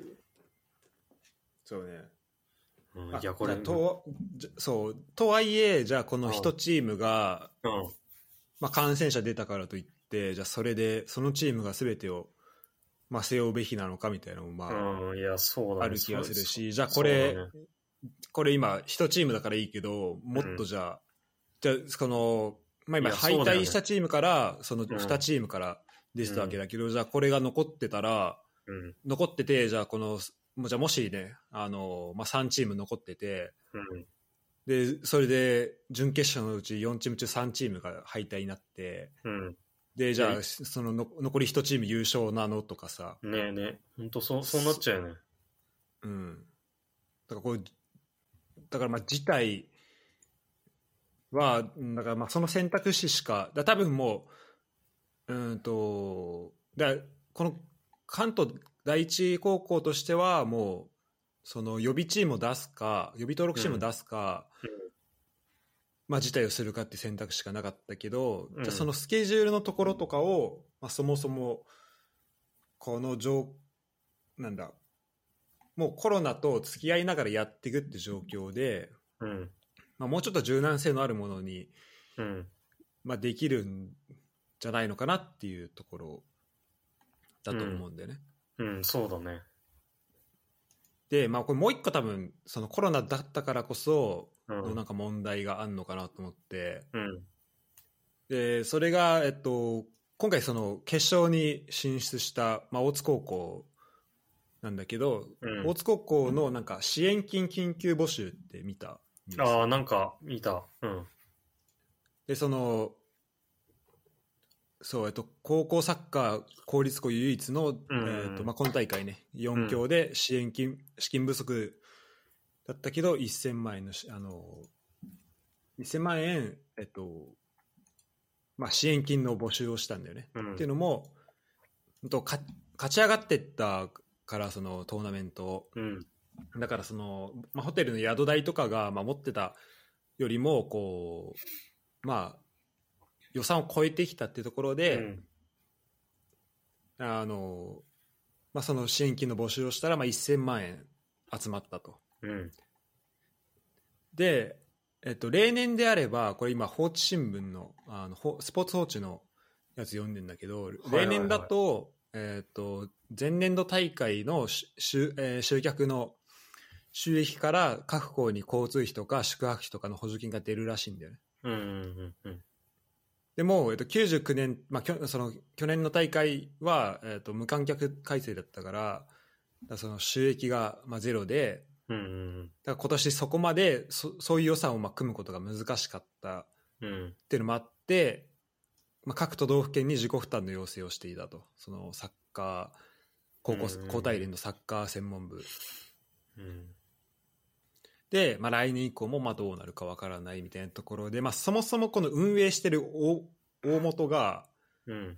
A: そうね
B: うん、
A: あ
B: いや、これ、
A: じゃあとじゃそうとはいえじゃあこの一チームが、
B: うん。
A: まあ、感染者出たからといってじゃあそれでそのチームが全てを、まあ、背負うべきなのかみたいなのもまあ、
B: うん、いや、そうだね
A: ある気がする
B: そう
A: しじゃあ
B: そ
A: こ
B: う
A: れ、
B: だね
A: これ今一チームだからいいけどもっとじゃあ、じゃあこの、まあ、今
B: いや
A: 敗
B: そうだよね
A: 退したチームからそ,、
B: ん
A: の2チームから出てたわけだけど、じゃあこれが残ってたら
B: うん。
A: 残っててじゃあこのもうじゃあもしねあの、まあ、3チーム残ってて
B: うん。
A: でそれで準決勝のうち4チーム中3チームが敗退になって。
B: うん。
A: でじゃ
B: う
A: あそのの残り1チーム優勝なのとかさ、
B: ねえねえ。ほんと、そう、そうなっちゃうよね。
A: うん、だからこうだからまあ事態はうんだからまあその選択肢しかだから多分もううーんとだからこの関東第一高校としてはもうその予備チームを出すか予備登録チームを出すか、
B: うん
A: まあ、事態をするかって選択肢しかなかったけど、
B: うん
A: じゃあそのスケジュールのところとかを、まあ、そもそもこの状なんだもうコロナと付き合いながらやっていくって状況で、
B: うん。
A: まあ、もうちょっと柔軟性のあるものに、
B: うん。
A: まあ、できるんじゃないのかなっていうところだと思うんでね。
B: うん、そうだね。
A: で、まあ、これもう一個多分そのコロナだったからこそ
B: うん
A: のなんか問題があるのかなと思って
B: うん
A: でそれが、えっと、今回その決勝に進出した、まあ、大津高校なんだけど、
B: うん
A: 大津高校のなんか支援金緊急募集って見たんですよ
B: ああなんか見たうん
A: でそのそう、えっと、高校サッカー公立校唯一の、
B: うん
A: えっとまあ、今大会ね4強で支援金、資金不足だったけど1000万円のしあの1000万円、えっとまあ、支援金の募集をしたんだよね。
B: うん
A: っていうのも、うんと、か勝ち上がってったからそのトーナメントを
B: うん
A: だからその、まあ、ホテルの宿代とかが、まあ、持ってたよりもこう、まあ、予算を超えてきたっていうところ
B: う
A: で、
B: ん
A: あのまあ、その支援金の募集をしたら、まあ、1000万円集まったと。
B: うん
A: で、えっと、例年であればこれ今放置新聞のあのほスポーツ報知のやつ読んでんだけど
B: はいは
A: 例
B: い
A: 年だと,、えっと前年度大会のし集,、えー集客の収益から各校に交通費とか宿泊費とかの補助金が出るらしいんだよね。
B: うんうんうん
A: でも、えっと、99年、まあ、きょその去年の大会は、えっと、無観客開催だったからだからその収益が、まあ、ゼロで
B: うんうん
A: だから今年そこまでそそういう予算をまあ組むことが難しかった
B: うん
A: っていうのもあって、まあ、各都道府県に自己負担の要請をしていたとそのサッカー高校
B: うん
A: 高体連のサッカー専門部
B: うん
A: で、まあ、来年以降もまあどうなるかわからないみたいなところで、まあ、そもそもこの運営してる大大元が、
B: うん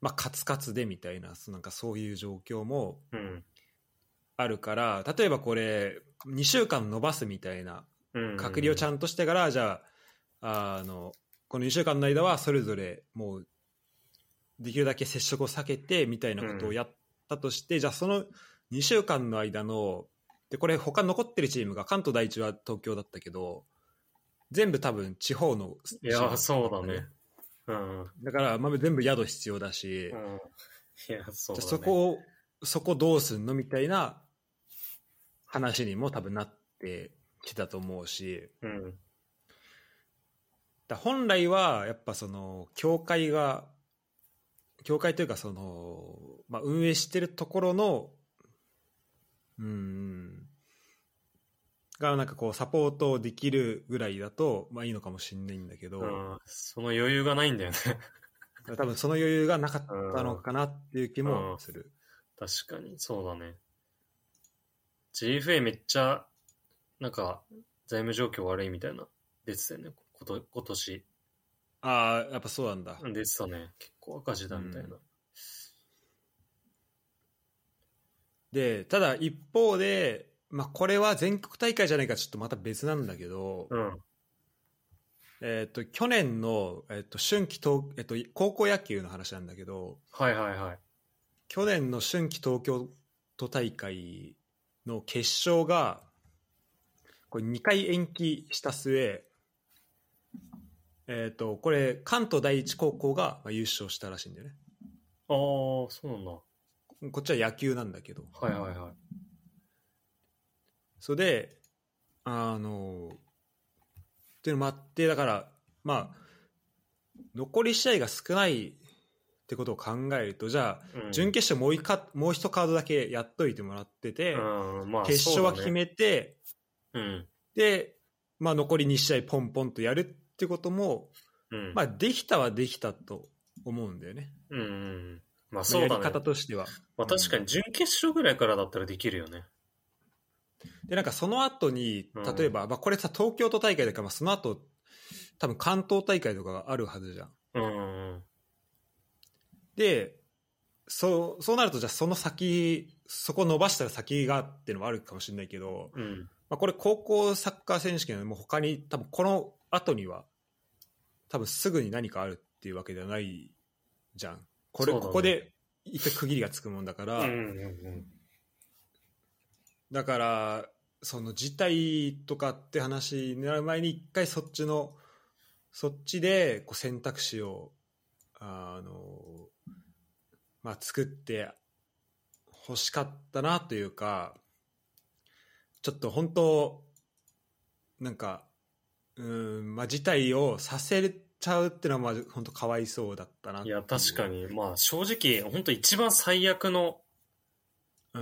A: まあ、カツカツでみたいなそなんかそういう状況も
B: うん
A: あるから例えばこれ2週間延ばすみたいな
B: うん
A: 隔離をちゃ
B: ん
A: んとしてから、じゃああのこの2週間の間はそれぞれもうできるだけ接触を避けてみたいなことをやったとして、じゃあその2週間の間のでこれ他残ってるチームが関東第一は東京だったけど全部多分地方の
B: いやそうだねうんうん
A: だから、まあ、全部宿必要だし、
B: いやそ
A: じゃ
B: うだね
A: あそこをそこどうすんのみたいな話にも多分なってきたと思うし。
B: うん
A: だ本来はやっぱその教会が教会というかその、まあ、運営してるところのうんがなんかこうサポートできるぐらいだと、まあ、いいのかもしれないんだけど、
B: うんその余裕がないんだよね
A: 多分その余裕がなかったのかなっていう気もする。
B: 確かにそうだね GFA めっちゃなんか財務状況悪いみたいな出てたよねこと今年
A: ああやっぱそうなんだ。
B: 出てたね結構赤字だみたいな
A: でただ一方で、まあ、これは全国大会じゃないからちょっとまた別なんだけど。
B: うん
A: えっと去年の、えっと春季東、えっと高校野球の話なんだけど
B: はいはいはい
A: 去年の春季東京都大会の決勝がこれ2回延期した末、えっとこれ関東第一高校がまあ優勝したらしいんだよね
B: ああそうなんだ
A: こっちは野球なんだけど
B: はいはいはい
A: それであのっていうのもあってだからまあ残り試合が少ないってことを考えるとじゃあ
B: うん
A: 準決勝もう一かもう一カードだけやっといてもらってて、
B: うんまあ
A: 決勝は
B: そうだ
A: 決
B: ね
A: めて、
B: うん
A: で、まあ、残り2試合ポンポンとやるってことも、
B: うん
A: まあ、できたはできたと思うんだよね、
B: うんうん
A: ま
B: まあ
A: あ
B: そう
A: や
B: だ
A: り
B: ね
A: 方としては。
B: まあ確かに準決勝ぐらいからだったらできるよね
A: でなんかその後に
B: うん
A: 例えば、まあ、これさ東京都大会だから、まあ、その後多分関東大会とかがあるはずじゃん。
B: うんうん
A: でそうそうなるとじゃあその先そこ伸ばしたら先がっていうのもあるかもしれないけど、
B: うん
A: まあ、これ高校サッカー選手権はもう他に多分この後には多分すぐに何かあるっていうわけではないじゃんこれ、
B: そうだね
A: ここで一回区切りがつくもんだから、
B: うんうんうん
A: だからその事態とかって話になる前に一回そっちのそっちでこう選択肢をあの、まあ、作って欲しかったなというかちょっと本当なんかうんまあ事態をさせちゃうっていうのはまあ本当かわいそうだったなって
B: いうや、確かに。まあ、正直、本当一番最悪の、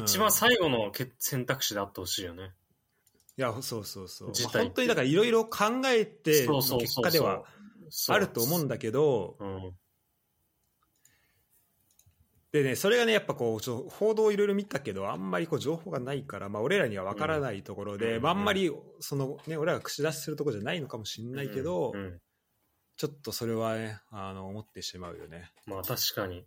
B: 一番最後の決選択肢であってほしいよね。
A: いやそうそうそう、まあ
B: 事態って
A: 本当にだからいろいろ考えての結果ではあると思うん
B: だ
A: だけど
B: うん。
A: でねそれがねやっぱこうちょっと報道いろいろ見たけどあんまりこう情報がないから、まあ、俺らには分からないところで、
B: うん
A: まあ、あんまりその、ね、俺らが口出しするところじゃないのかもしれないけど、
B: うんうん
A: ちょっとそれはねあの思ってしまうよね。
B: まあ、確かに。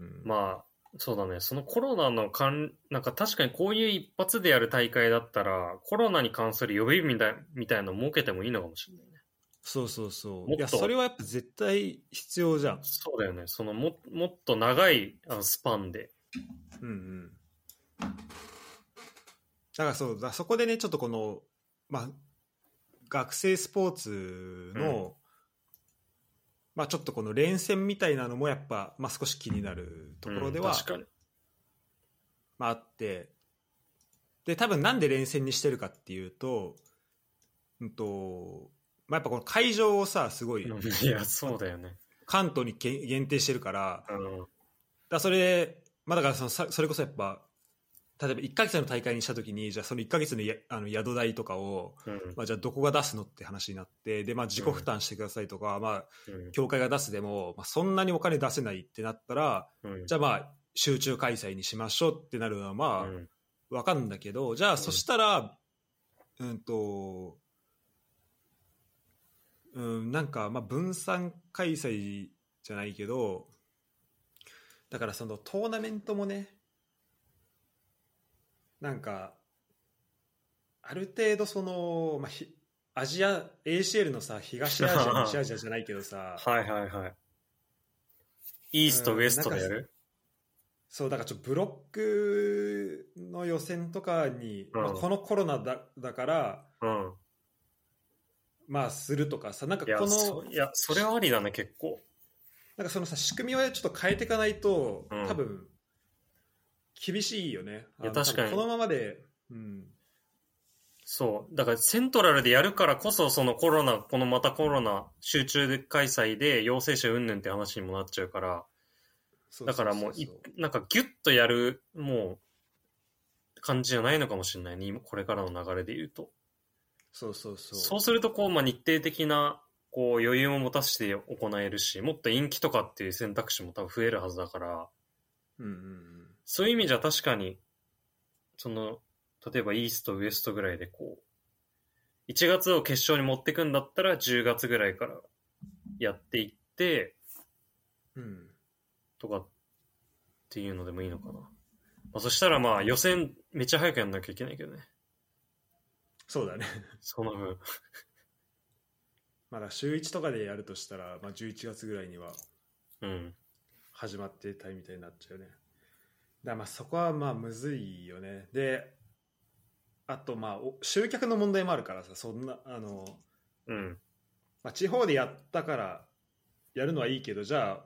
A: うん
B: まあ、そうだね。そのコロナの関、なんか確かにこういう一発でやる大会だったら、コロナに関する予備日みたいみたいなの設けてもいいのかもしれないね。
A: そうそうそう
B: もっと
A: いやそれはやっぱ絶対必要じゃん
B: そうだよね。そのも、もっと長いあのスパンで。
A: うんうんだからそうだそこでねちょっとこのまあ学生スポーツの、まあちょっとこの連戦みたいなのもやっぱ、まあ、少し気になるところでは、
B: うん確かに。
A: まあ、あってで多分なんで連戦にしてるかっていうとうんとまあやっぱこの会場をさすごい
B: いや、そうだよね。
A: 関東にけ限定してるから、
B: うん。
A: だからそれ、まあ、だからそのさそれこそやっぱ例えば1ヶ月の大会にした時にじゃあその1ヶ月のやあの宿代とかを、
B: うん。
A: まあ、じゃあどこが出すのって話になってで、まあ、自己負担してくださいとか、まあ、
B: うん
A: 協会が出すでも、まあ、そんなにお金出せないってなったら
B: うん。
A: じゃあまあ集中開催にしましょうってなるのはま
B: うん
A: あわかるんだけどじゃあそしたら、うんとうん、なんかまあ分散開催じゃないけどだからそのトーナメントもねなんかある程度その、まあ、ひアジア ACL のさ東アジ ア西アジアじゃないけどさ
B: はいはいはい。イースト、
A: うん
B: ウエストでやる
A: そうだからちょっとブロックの予選とかに、
B: うん
A: まあ、このコロナだだから
B: うん。
A: まあするとかさなんか
B: いや、
A: この
B: そいや、それはありだね、結構。
A: なんかそのさ仕組みはちょっと変えていかないと、
B: うん
A: 多分厳しいよね。
B: いや
A: あの
B: 確かに
A: 多分このままで、うん、
B: そう。だからセントラルでやるからこそ、そのコロナ、このまたコロナ集中で開催で陽性者云々って話にもなっちゃうから、
A: そうそうそうそう
B: だからもうい、なんかギュッとやる、もう、感じじゃないのかもしれないね、今これからの流れで言うと。
A: そうそうそう
B: そうすると、こう、まあ、日程的な、こう、余裕も持たせて行えるし、もっと延期とかっていう選択肢も多分増えるはずだから、
A: うんうんうん、
B: そういう意味じゃ確かに、その、例えばイースト、ウエストぐらいでこう、1月を決勝に持ってくんだったら10月ぐらいからやっていって、
A: うん、
B: とかっていうのでもいいのかな。まあ、そしたらまあ予選めっちゃ早くやんなきゃいけないけどね。
A: そうだね
B: その分。
A: まだ週1とかでやるとしたら、まあ、11月ぐらいには
B: うん。
A: 始まってたいみたいになっちゃうねだからまあそこはまあむずいよねであとまあお集客の問題もあるからさそんなあの、
B: うん。
A: まあ、地方でやったからやるのはいいけどじゃあ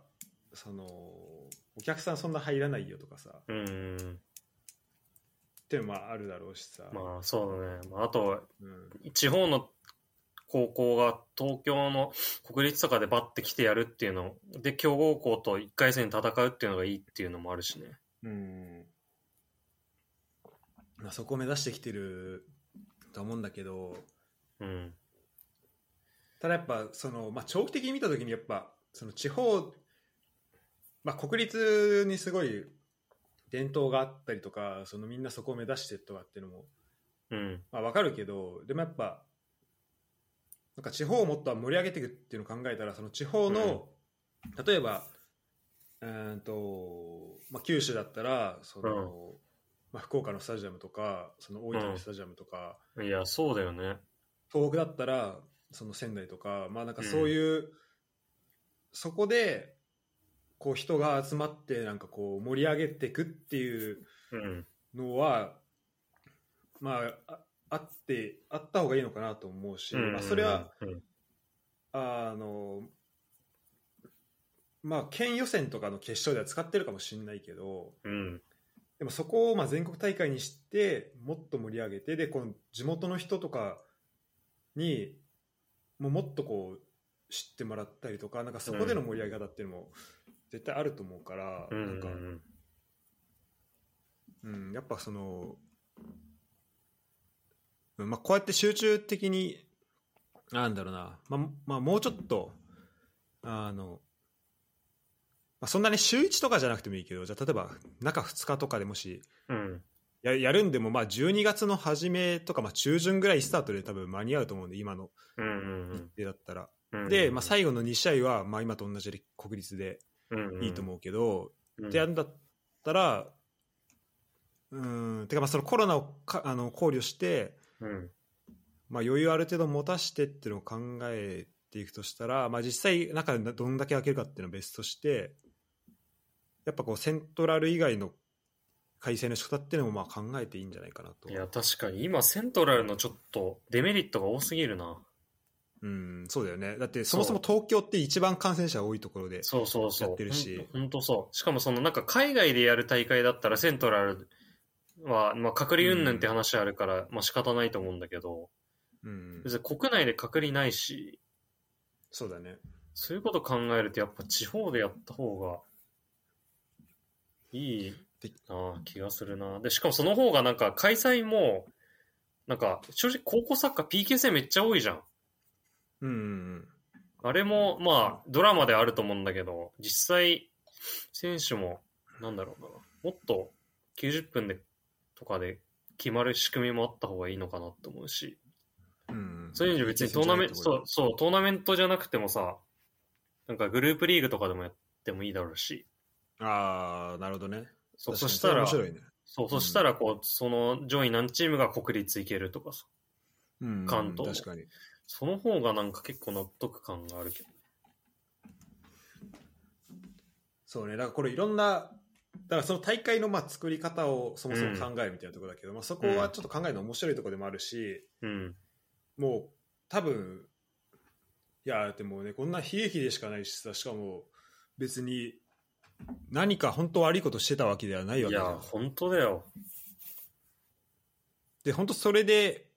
A: そのお客さんそんな入らないよとかさ
B: うん。
A: っていうのもあるだろうしさ、
B: まあそうだね。まああと、
A: うん、
B: 地方の高校が東京の国立とかでバッて来てやるっていうので強豪校と1回戦戦うっていうのがいいっていうのもあるしね
A: うんまあ、そこを目指してきてると思うんだけど
B: うん
A: ただやっぱその、まあ、長期的に見た時にやっぱその地方、まあ、国立にすごい伝統があったりとかそのみんなそこを目指してとかっていうのも、
B: うん
A: まあ、分かるけどでもやっぱなんか地方をもっと盛り上げていくっていうのを考えたらその地方の、例えばうーんと、まあ、九州だったらその、まあ、福岡のスタジアムとかその大分のスタジアムとか。
B: いやそうだよね
A: 東北だったらその仙台とかまあなんかそういう、そこでこう人が集まってなんかこう盛り上げていくっていう
B: うん
A: のはまあああってあった方がいいのかなと思うし、まあ、それは、
B: うん
A: あのまあ県予選とかの決勝では使ってるかもしれないけど
B: うん
A: でもそこをまあ全国大会にしてもっと盛り上げてでこの地元の人とかにもうもっとこう知ってもらったりとかなんかそこでの盛り上げ方っていうのも絶対あると思うから、
B: うん
A: なんか、うん、やっぱその、うんまあ、こうやって集中的になんだろうな、まあまあ、もうちょっとあの、まあ、そんなに週1とかじゃなくてもいいけどじゃあ例えば中2日とかでもし
B: うん
A: ややるんでもまあ12月の初めとかまあ中旬ぐらいスタートで多分間に合うと思うんで今の
B: うん
A: 日程だったら、
B: うん
A: で、まあ、最後の2試合はまあ今と同じで国立でいいと思うけど、
B: うん。
A: ってやるんだったら、うん、てかまあそのコロナをかあの考慮して、
B: うん
A: まあ、余裕ある程度持たしてっていうのを考えていくとしたら、まあ、実際、中でどんだけ開けるかっていうのは別として、やっぱこうセントラル以外の開催の仕方っていうのもまあ考えていいんじゃないかなと
B: い。や、確かに今、セントラルのちょっとデメリットが多すぎるな。
A: うん、そうだよね。だってそもそも東京って一番感染者多いところで、
B: そうそうそう。
A: やってるし
B: ほん本当そう。しかもそのなんか海外でやる大会だったらセントラルは、まあ隔離云々って話あるから、まあ仕方ないと思うんだけど、
A: うん、
B: 別に国内で隔離ないし、
A: そうだね。
B: そういうこと考えるとやっぱ地方でやった方がいいなあ気がするな。で、しかもその方がなんか開催も、なんか正直高校サッカー PK 戦めっちゃ多いじゃん。
A: うんうん
B: あれも、まあ、ドラマであると思うんだけど、実際、選手も、なんだろうな、もっと90分で、とかで決まる仕組みもあった方がいいのかなと思うし、
A: うん、うんうん。
B: そういう意味で別にトーナメント、そう、そう、トーナメントじゃなくてもさ、なんかグループリーグとかでもやってもいいだろうし、
A: ああ、なるほどね。
B: そ
A: 確
B: う、
A: か
B: そ
A: に
B: したら、
A: 面
B: そ
A: 白
B: う
A: いね。、
B: そしたら、こう、その上位何チームが国立行けるとかさ、
A: うん、
B: 関東
A: 確かに。
B: その方がなんか結構納得感があるけど。
A: そうね、だからこれいろんな、だからその大会のまあ作り方をそもそも考えるみたいなところだけど、まあ、そこはちょっと考えるの面白いところでもあるし、
B: うん。
A: もう多分、いや、でもね、こんな悲劇でしかないしさ、しかも別に何か本当悪いことしてたわけではないわ
B: い
A: けじ
B: や
A: ゃん、
B: 本当だよ。
A: で、本当それで、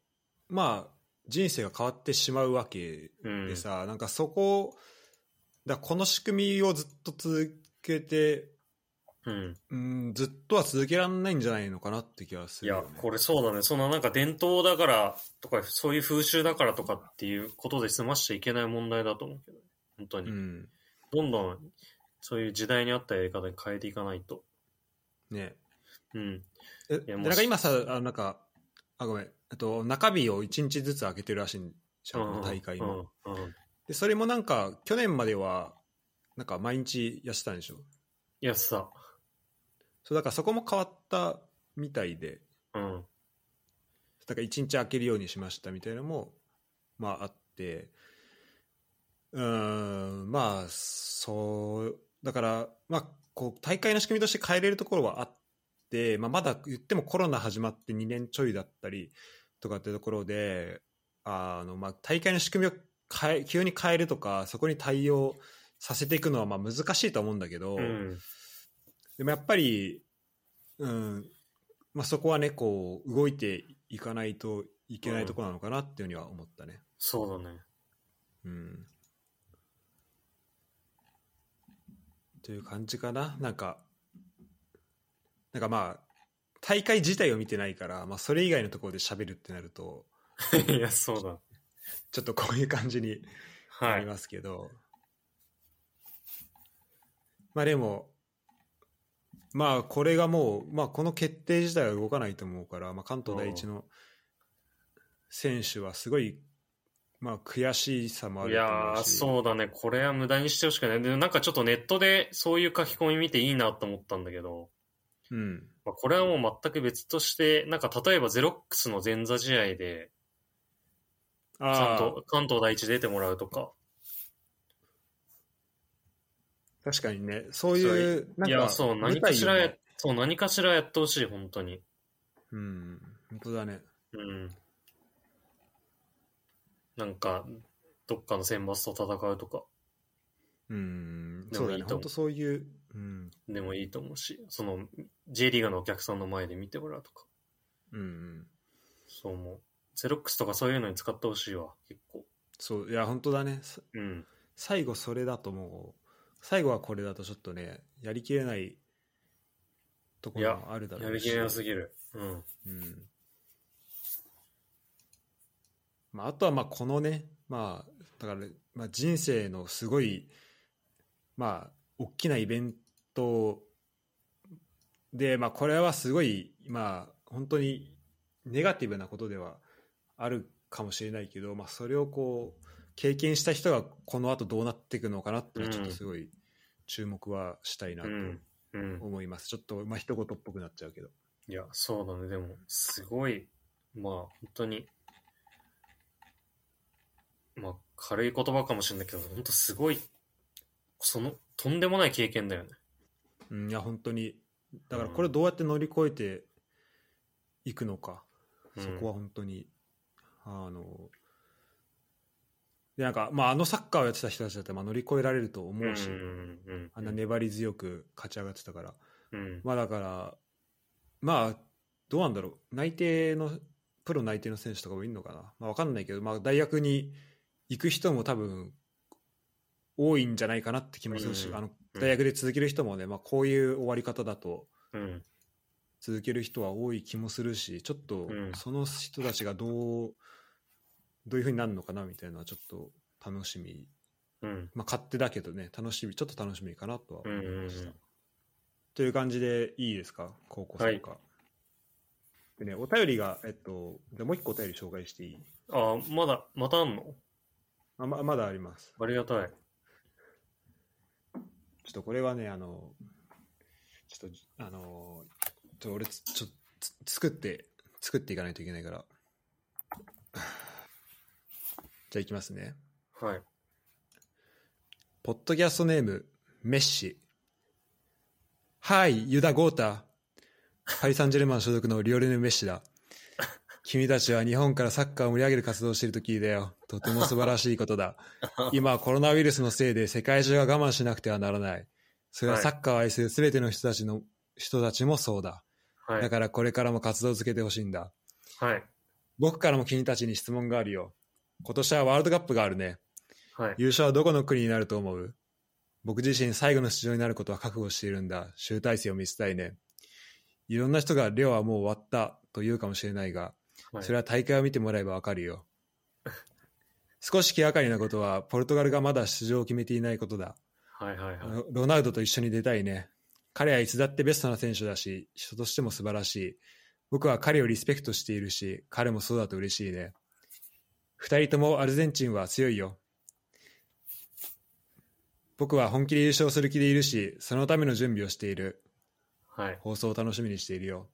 A: まあ、人生が変わってしまうわけ
B: うん。
A: でさ、なんかそこ、だからこの仕組みをずっと続けて、
B: うん。
A: うん、ずっとは続けられないんじゃないのかなって気がす
B: い
A: る
B: や
A: よ、ね。
B: これそうだね。そんななんか伝統だからとか、そういう風習だからとかっていうことで済ましちゃいけない問題だと思うけど、本当に。
A: うん、
B: どんどん、そういう時代に合ったやり方に変えていかないと。
A: ね
B: うん。
A: え
B: や
A: で
B: もし
A: なんか今さあなんかあごめんえっと中日を1日ずつ開けてるらしいんじゃん、この大会も、
B: うん。うん。い
A: でそれもなんか去年まではなんか毎日やってたんでしょ
B: や、さ、
A: そうだからそこも変わったみたいで
B: うん。
A: だから1日開けるようにしましたみたいなのもまああってうーんまあそうだからまあこう大会の仕組みとして変えれるところはあって、まあ、まだ言ってもコロナ始まって2年ちょいだったりとかってところであの、まあ、大会の仕組みを変え急に変えるとかそこに対応させていくのはまあ難しいとは思うんだけど、
B: うん。
A: でもやっぱり、うんまあ、そこはねこう動いていかないといけないところなのかなっていうふうには思ったね。
B: そうだね。
A: うん、という感じかななんかなんかまあ大会自体を見てないから、まあ、それ以外のところで喋るってなると
B: いや、そうだ。
A: ちょっとこういう感じに
B: は
A: ないり。ますけど、まあでもまあこれがもう、まあ、この決定自体は動かないと思うから、まあ、関東第一の選手はすごい、まあ、悔しさもあ
B: い
A: ると
B: や
A: 思
B: ー
A: うし
B: そうだね。これは無駄にしてほしくない。で、なんかちょっとネットでそういう書き込み見ていいなと思ったんだけど、
A: うん
B: まあ、これはもう全く別として、なんか例えばゼロックスの前座試合で、関
A: ああ
B: 東関東第一出てもらうとか。
A: 確かにねそういうなん
B: い
A: か
B: や、そう、何かしら
A: 舞台
B: や
A: をね、
B: そう、何かしらやってほしい、本当に。
A: うん本当だね
B: うん。なんか、どっかの選抜と戦うとか
A: うん
B: で
A: そ
B: も
A: うだ
B: いい
A: ね
B: と思
A: 本
B: う
A: 当そういう、うん、
B: でもいいと思うし、その、 J リーガーのお客さんの前で見てもらうとか。
A: うんうん。
B: そう思う。ゼロックスとかそういうのに使ってほしいわ、結構。
A: そう、いや、本当だね。さ
B: うん。
A: 最後それだともう、最後はこれだとちょっとね、やりきれないところもあるだろ
B: や
A: う
B: り
A: し。
B: きれなすぎる。うん。
A: うん。まあ、あとはまあこのね、まあ、だから、まあ、人生のすごい、まあ、大きなイベントで、まあ、これはすごい、まあ、本当にネガティブなことではあるかもしれないけど、まあ、それをこう、経験した人がこの後どうなっていくのかなっていうのは、ちょっとすごい注目はしたいなと
B: うん。うん。
A: 思います。ちょっと、まあ、一言っぽくなっちゃうけど。
B: いや、そうだね。でも、すごい、まあ、本当に、まあ、軽い言葉かもしれないけど、本当すごい、その、とんでもない経験だよね。
A: うん、いや本当にだから
B: うん
A: これどうやって乗り越えていくのか、
B: うん
A: そこは本当にあのでなんか、まあ、あのサッカーをやってた人たちだってまあ乗り越えられると思うし、
B: うんうんうん、
A: あんな粘り強く勝ち上がってたから、
B: うん、
A: まあだからまあどうなんだろう内定のプロ内定の選手とかもいるのかな、まあ、分かんないけど、まあ、大学に行く人も多分多いんじゃないかなって気もするし、
B: うん
A: あの
B: うん
A: 大学で続ける人もね、まあ、こういう終わり方だと
B: うん、
A: 続ける人は多い気もするしちょっと
B: うん
A: その人たちがどう、どういうふうになるのかなみたいなのはちょっと楽しみ、
B: うん、
A: まあ、勝手だけどね楽しみちょっと楽しみかなとは
B: う
A: 思
B: ん
A: いま
B: う
A: した。
B: ん。
A: という感じでいいですか高校生か、でねお便りがえっとでもう一個お便り紹介していい
B: あ、まだ、またあんの
A: あままだあります
B: ありがたい。
A: ちょっとこれはねあのちょっとあのちょっと俺つちょつ作って作っていかないといけないから じゃあいきますね
B: はい。
A: ポッドキャストネーム、メッシ。はい、ユダ・ゴータ。パリ・サンジェルマン所属のリオレネル・メッシだ。君たちは日本からサッカーを盛り上げる活動をしていると聞いたよ。とても素晴らしいことだ。今はコロナウイルスのせいで世界中が我慢しなくてはならない。それはサッカーを愛する全ての人たちの、人たちもそうだ。
B: は
A: だ
B: い。
A: からこれからも活動を続けてほしいんだ。
B: はい。
A: 僕からも君たちに質問があるよ。今年はワールドカップがあるね。
B: はい。
A: 優勝はどこの国になると思う僕自身最後の出場になることは覚悟しているんだ。集大成を見せたいね。いろんな人がレオはもう終わったと言うかもしれないが、
B: はい
A: それは大会を見てもらえばわかるよ。少し気がかりなことは、ポルトガルがまだ出場を決めていないことだ。
B: はいはいはい。
A: ロロナウドと一緒に出たいね。彼はいつだってベストな選手だし、人としても素晴らしい。僕は彼をリスペクトしているし、彼もそうだと嬉しいね。二人ともアルゼンチンは強いよ。僕は本気で優勝する気でいるし、そのための準備をしている。
B: はい。
A: 放送を楽しみにしているよ。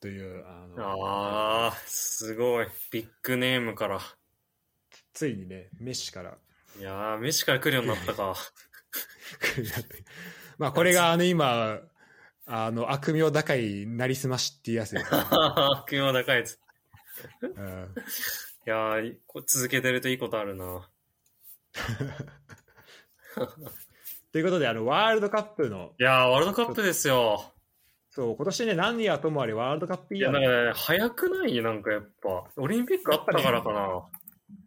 A: という、あの、
B: ああ、すごい。ビッグネームから。
A: ついにね、メッシから
B: いやー、飯から来るようになったか。
A: 来るなってまあ、これがあの今、あの、悪名高いなりすましっていうやつですね。
B: 君は高いやつ。
A: うん
B: いやー、こ続けてるといいことあるな。
A: ということで、あの、ワールドカップの、
B: いやー、ワールドカップですよ。
A: そう、今年ね、何やともあれ、ワールドカップイ
B: い
A: ヤ
B: や、
A: ー
B: なんか
A: で、
B: ね、早くないなんかやっぱ。オリンピックあったからかな。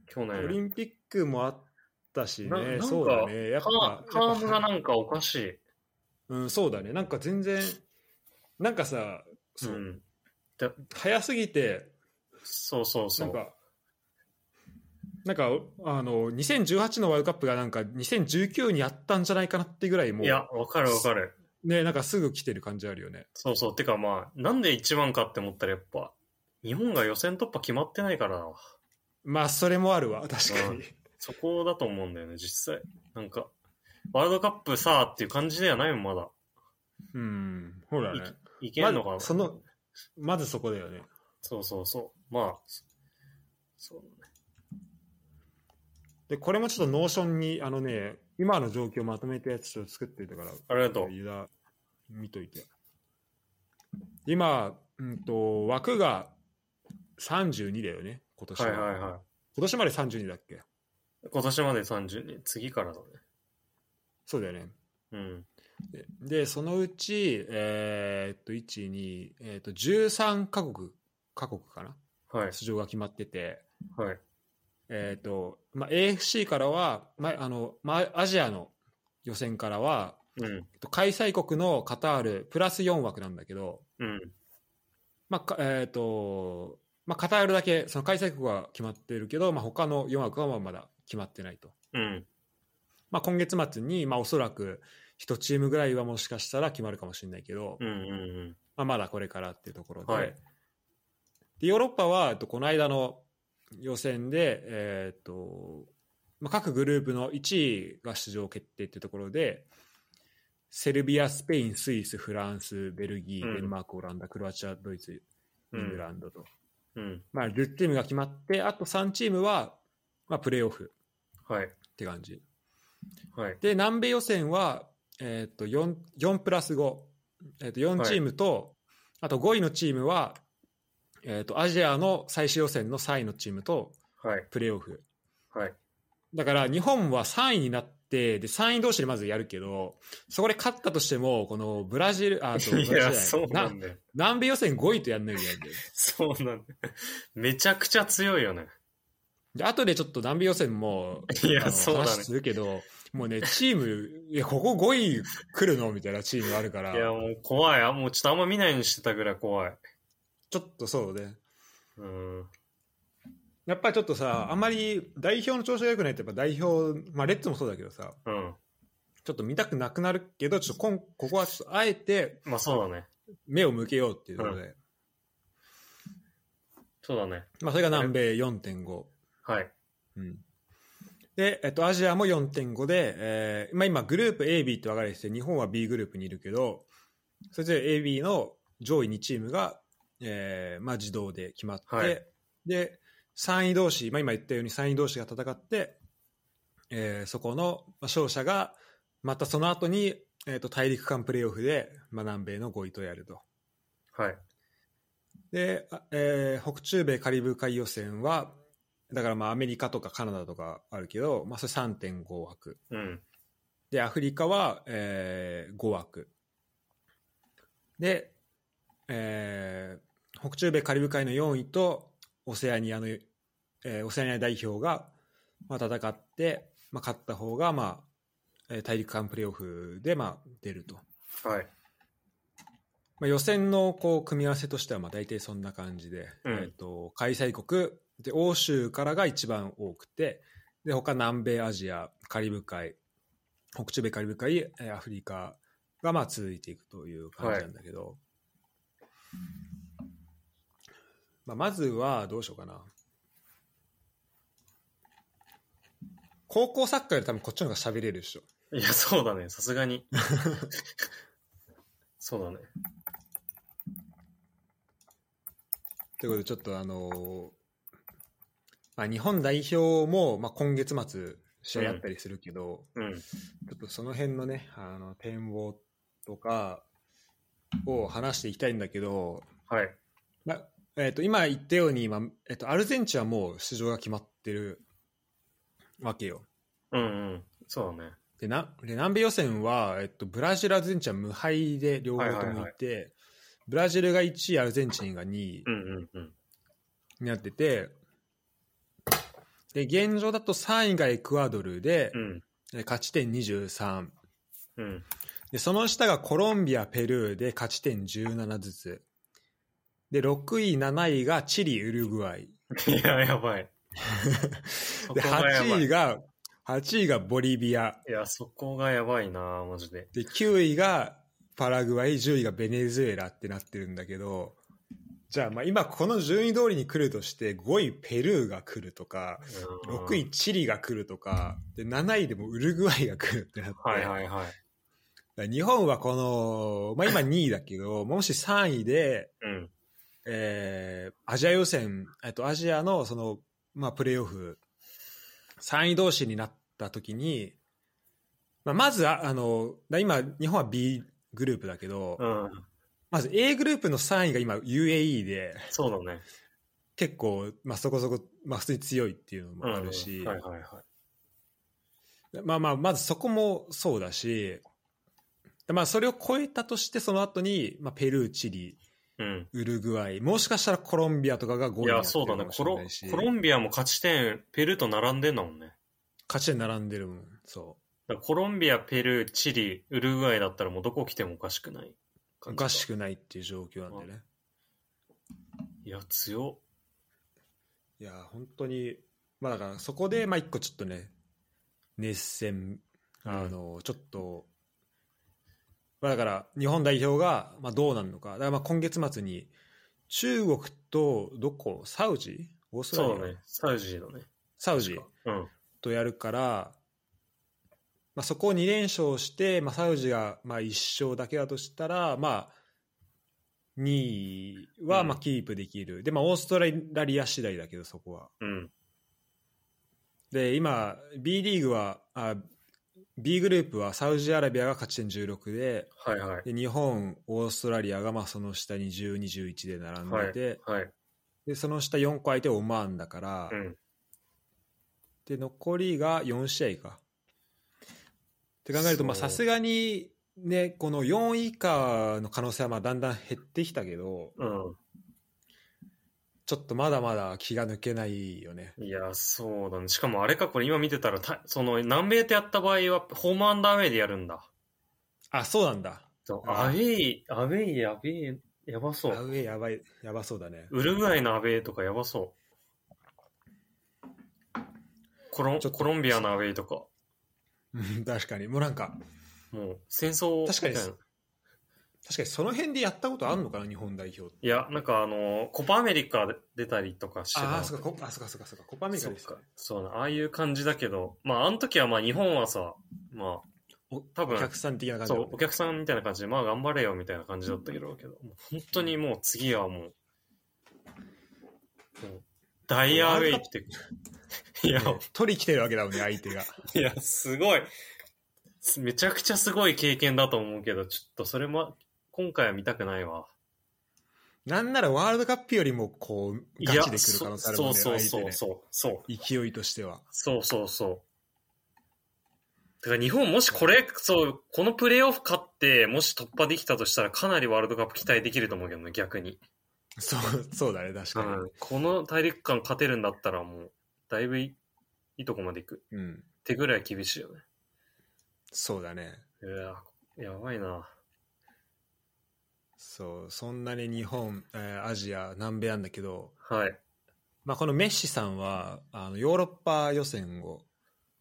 B: 去
A: オリ
B: 年。
A: ンピックもあったし
B: ななん
A: ね、
B: か
A: そうだね。やっ
B: カ
A: ぱ
B: ー、カームが
A: やっぱ
B: なんかおかしい。
A: うん、そうだね。なんか全然、なんかさ、
B: う
A: そう、
B: ん。
A: 早すぎて、
B: そうそうそ
A: なん
B: う。
A: か、なんか、あの、2018のワールドカップがなんか2019にやったんじゃないかなってぐらいも、
B: いうや、わかるわかる。
A: ね、なんかすぐ来てる感じあるよね。
B: そうそう。てかまあ、なんで一番かって思ったらやっぱ、日本が予選突破決まってないからだわ
A: まあ、それもあるわ、確か
B: う
A: に
B: ん。そこだと思うんだよね、実際。なんか、ワールドカップさあっていう感じではないもん、まだ。
A: うん、ほらね。
B: いけんのかな、
A: まずそのまずそこだよね。
B: そうそうそう。まあ、そそうだね。
A: で、これもちょっとノーションに、あのね、今の状況をまとめたやつを作ってるから、
B: ありがとう。
A: ユダ、見といて。今、うんと、枠が32だよね、今年
B: は
A: は。
B: いはいは
A: 今年まで32だっけ
B: い。今年まで30人、次からだね。
A: そうだよね。
B: うん。
A: ででそのうち、えーっと1、2、えーっと13カ国カ国かな
B: はい。
A: 出場が決まってて、
B: はい。
A: えーっとまあ、AFC からは、まああのまあ、アジアの予選からは、
B: うん。
A: えっと開催国のカタールプラス4枠なんだけど、
B: うん。
A: まあかえーっとまあ、カタールだけその開催国は決まってるけど、まあ他の4枠はまだ決まってないと。
B: うん。
A: まあ、今月末に、まあ、おそらく1チームぐらいはもしかしたら決まるかもしれないけど、
B: うん。うん。
A: まあ、まだこれからっていうところで,、
B: はい
A: でヨーロッパはえっとこの間の予選で、えーっとまあ、各グループの1位が出場決定っていうところでセルビア、スペイン、スイス、フランス、ベルギー、
B: うん
A: デンマーク、オランダ、クロアチア、ドイツ、イ
B: うん
A: ングランドと、
B: うん。
A: まあ、10チームが決まってあと3チームは、まあ、プレーオフ
B: はい。
A: って感じ。
B: はい。
A: で南米予選は、えー、と 4, 4プラス5、えー、と4チームと、あと5位のチームは、えー、とアジアの最終予選の3位のチームと
B: はい。
A: プレーオフ
B: はい。
A: だから日本は3位になってで3位同士でまずやるけどそこで勝ったとしてもこのブラジルあとブラ
B: い
A: ジルじゃ
B: や、
A: ない
B: そうな
A: なん
B: だよ。
A: 南米予選5位とやんなきゃいけないんだよ
B: そうなんだよ。めちゃくちゃ強いよね。
A: で後でちょっと南米予選も
B: いや
A: あの
B: そうだね
A: 話するけどもうねチームいやここ5位来るのみたいなチームあるから
B: いや、もう怖い。あ、もうちょっとあんま見ないようにしてたぐらい怖い。
A: ちょっとそうね
B: うん。
A: やっぱりちょっとさ、あんまり代表の調子が良くないと、やっぱ代表、まあ、レッツもそうだけどさ、
B: うん。
A: ちょっと見たくなくなるけど、ちょっと今ここはちょっとあえて
B: まあそうだね。
A: 目を向けようっていうことで、
B: そうだね。
A: まあ、それが南米4.5、
B: はい。
A: うん、で、えっと、アジアも4.5で、えーまあ、今、グループ A、B って分かれてて、日本は B グループにいるけど、それぞれ A、B の上位2チームが、えーまあ、自動で決まって、
B: はい
A: で、3位同士、まあ、今言ったように3位同士が戦って、えーそこのまあ勝者が、またその後に、えっと大陸間プレーオフで、まあ、南米の5位とやると。
B: はい。
A: で、あえー北中米カリブ海予選は、だからまあアメリカとかカナダとかあるけど、まあ、それ3.5枠。
B: うん。
A: で、アフリカは、えー5枠。で、えー北中米カリブ海の4位と、オセアニアの、えーオセアニア代表が、まあ、戦って、まあ、勝った方が、まあ、えー大陸間プレーオフで、まあ、出ると。
B: はい。
A: まあ、予選のこう組み合わせとしてはまあ大体そんな感じで、
B: うん
A: えー、と開催国で欧州からが一番多くてで他南米アジアカリブ海北中米カリブ海えーアフリカがまあ続いていくという感じなんだけど、まあ、まずはどうしようかな高校サッカーより多分こっちの方が喋れるでしょ
B: いや、そうだね。さすが に。そうだね。
A: ということで、ちょっとあのーまあ、日本代表も、まあ、今月末、試合あったりするけど、
B: うん。
A: ちょっとその辺のね、あの展望とかを話していきたいんだけど、
B: はい。
A: まあえー、と今言ったように、まあえっとアルゼンチンはもう出場が決まってるわけよ。
B: うんうん。そうだね。
A: でなで南米予選は、えっと、ブラジル、アルゼンチンは無敗で両方ともいて、ブラジルが1位、アルゼンチンが2位。
B: うんうんうん。
A: になってて、で、現状だと3位がエクアドルで、
B: うん。
A: え勝ち点23。
B: うん。
A: で、その下がコロンビア、ペルーで勝ち点17ずつ。で、6位、7位がチリ、ウルグアイ。
B: いや、やば い。そこ
A: で、
B: がやば
A: 8
B: い。
A: 位
B: い
A: が、8位がボリビア。
B: や、そこがやばいな、マジで。
A: で、9位がパラグアイ、10位がベネズエラってなってるんだけど、じゃあ、まあ今この順位通りに来るとして、5位ペルーが来るとか、
B: うん
A: 6位。チリが来るとかで7位でもウルグアイが来るってなって、
B: はいはいはい。
A: だから日本はこの、まあ、今2位だけど もし3位で、
B: うん。
A: えーアジア予選、えっと、アジアのその、まあ、プレーオフ3位同士になった時に、まあ、まずああのだ今日本は B グループだけど、
B: うん。
A: まず A グループの3位が今 UAE で
B: そうだね。
A: 結構、まあ、そこそこ、まあ、普通に強いっていうの
B: うん
A: もあるし。
B: はいはいはい。
A: まあまあ、まずそこもそうだし、でまあ、それを超えたとして、その後に、まあ、ペルー、チリ、
B: うん。
A: ウルグアイ、もしかしたらコロンビアとかが5位
B: い
A: にな
B: や、
A: って
B: そう
A: る
B: だ
A: か
B: ね。
A: もし
B: コ
A: れ
B: ロ
A: ないし、
B: コロンビアも勝ち点、ペルーと並んでんだもんね。
A: 勝ち点並んでるもん。そ。
B: だからコロンビア、ペルー、チリ、ウルグアイだったらもうどこ来てもおかしくないう感
A: お
B: じだ
A: かしくないっていう状況なんでね。
B: いや、強っ。
A: いや、本当に、まあだからそこで、まあ一個ちょっとね、熱戦、あの、ちょっと、まあだから日本代表が、まあどうなるのか。だからまあ今月末に、中国とどこサウジオーストラリア
B: そうだね。サウジーだね。
A: サウジ
B: うん。
A: とやるから、まあ、そこを2連勝して、まあ、サウジがまあ1勝だけだとしたら、まあ、2位は
B: うん
A: まあキープできる、でまあ、オーストラリア次第だけど、そこは。
B: うん。
A: で、今、B リーグはあ、B グループはサウジアラビアが勝ち点16で、
B: はいはい。
A: で日本、オーストラリアがまあその下に12、11で並んでて、
B: はい。
A: でその下4個相手オマーンだから。
B: うん。
A: で残りが4試合か。って考えるとまあ
B: そう
A: さすがに、ね、この4位以下の可能性はまあだんだん減ってきたけど
B: う
A: ちょっとまだまだ気が抜けないよね。
B: ん。いや、そうだね。しかもあれか、これ今見てたら、たその、南米とやった場合は、ホームアンダーウェイでやるんだ。
A: あそうなんだ。
B: そう
A: あー
B: アウェイ、アウェイ、やべえ、やばそ
A: ア
B: う。
A: ウェイやばいやばそうだね。
B: ウルグアイのアウェイとかやばそう。コロン
A: ちょっと
B: コロンビアのアウェイとか。
A: うん確かにもうなんか
B: もう、戦争
A: 確かに
B: みたいな
A: 確かにその辺でやったことあるのかな、日本代表って。
B: いや、なんかあの、コパアメリカ出たりとかしてた
A: ああそうかコあそうかそうかそうかコパアメリカです
B: そ
A: よ
B: うか
A: ね。
B: そうなああいう感じだけど、まあ、あの時はまあ、日本はさ、ま
A: お
B: あ、多
A: お
B: 分、
A: 客さん的な感じだ
B: そ
A: もん
B: う
A: ね、
B: お客さんみたいな感じで、まあ、頑張れよみたいな感じだったけど、けどもう本当にもう次はもう、もうダイヤーウェイ って、いや、
A: ね取り来てるわけだもんね、相手が。
B: いや、すごい。めちゃくちゃすごい経験だと思うけど、ちょっとそれも、今回は見たくないわ。
A: なんならワールドカップよりもこう
B: い
A: ガ
B: や、
A: チで来る可能性あるもんね、
B: そうそう
A: 相手
B: そう
A: ね
B: そう、そう。
A: 勢いとしては。
B: そうそうそう。だから日本もしこれ、そう、このプレーオフ勝って、もし突破できたとしたらかなりワールドカップ期待できると思うけどね、逆に。
A: そう、そうだね、確
B: う
A: か
B: ん。この大陸間勝てるんだったらもう、だいぶいいいいとこまで行く。っ
A: に。うん。
B: てぐらい厳しいよね。
A: そうだね。
B: いや、やばいな。
A: そう、そんなに日本、えーアジア、南米なんだけど、
B: はい。
A: まあ、このメッシさんは、あの、ヨーロッパ予選を、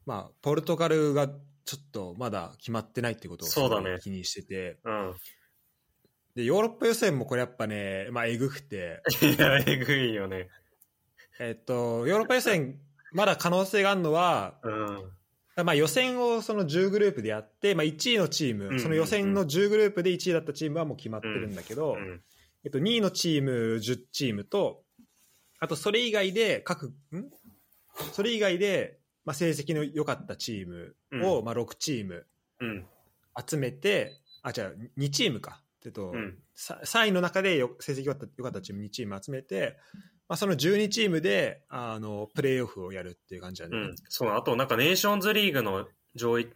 A: まあ、ポルトガルがちょっとまだ決まってないってことを
B: そうだね
A: すごい気にしてて、
B: うん。
A: で、ヨーロッパ予選もこれやっぱね、まあ、えぐく て、
B: いや、えぐいよね。
A: えっと、ヨーロッパ予選、まだ可能性があるのは、
B: うん。
A: まあ、予選をその10グループでやって、まあ、1位のチーム、
B: うん
A: その予選の10グループで1位だったチームはもう決まってるんだけど、
B: うん。
A: えっと、2位のチーム10チームと、あとそれ以外で各、んそれ以外で、まあ、成績の良かったチームを、まあ、6チーム
B: うん。
A: 集めて、あ、違う、2チームか。えっと、
B: うん。
A: さ3位の中でよ成績良かった良かったチーム2チーム集めて、まあ、その12チームで、あの、プレーオフをやるっていう感じだね。
B: うん。そう、あとなんかネーションズリーグの上位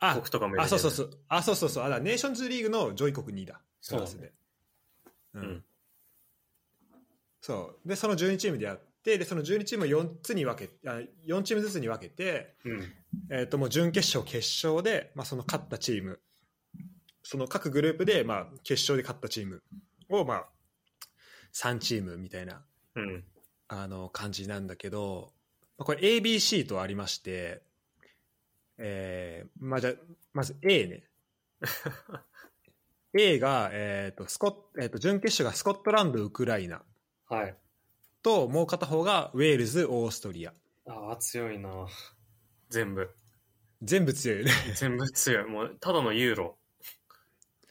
A: あ
B: 国、とかもいる
A: あ、
B: ね
A: そうそうそう。あ、そうそうそう。あだからネーションズリーグの上位国2位だ。
B: そうだね
A: フランスで。う
B: うん
A: ん。そう。で、その12チームでやって、で、その12チームを4つに分け、あ4チームずつに分けて、
B: うん。
A: えっ、と、もう準決勝、決勝で、まあ、その勝ったチーム、その各グループで、まあ、決勝で勝ったチームを、まあ、3チームみたいな、
B: うん。
A: あの、感じなんだけど、まあこれ ABC とありまして、えー、まあ、じゃあ、まず A ね。A が、えっ、と、スコッ、えっ、と、準決勝がスコットランド、ウクライナ
B: はい。
A: と、もう片方がウェールズ、オーストリア。
B: ああ、強いな。全部。
A: 全部強いよね。
B: 全部強い。もう、ただのユーロ。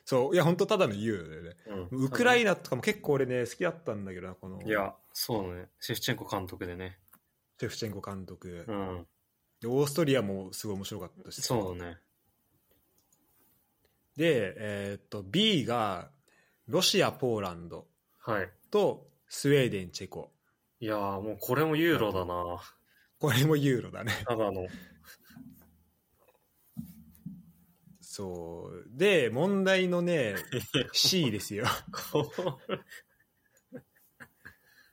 A: そう、いや、本当ただの言うよね。
B: うん
A: ウクライナとかも結構俺ね、好きだったんだけどな、この、
B: いや、そうだね。シェフチェンコ監督でね。
A: シェフチェンコ監督
B: う。ん。
A: でオーストリアもすごい面白かったし。
B: そうだね。
A: で、えっ、と、B が、ロシア、ポーランド。
B: はい。
A: とスウェーデン、チェコ。
B: いやー、もうこれもユーロだな。
A: これもユーロだね。
B: ただの。
A: そう。で、問題のね、C ですよ。
B: こ う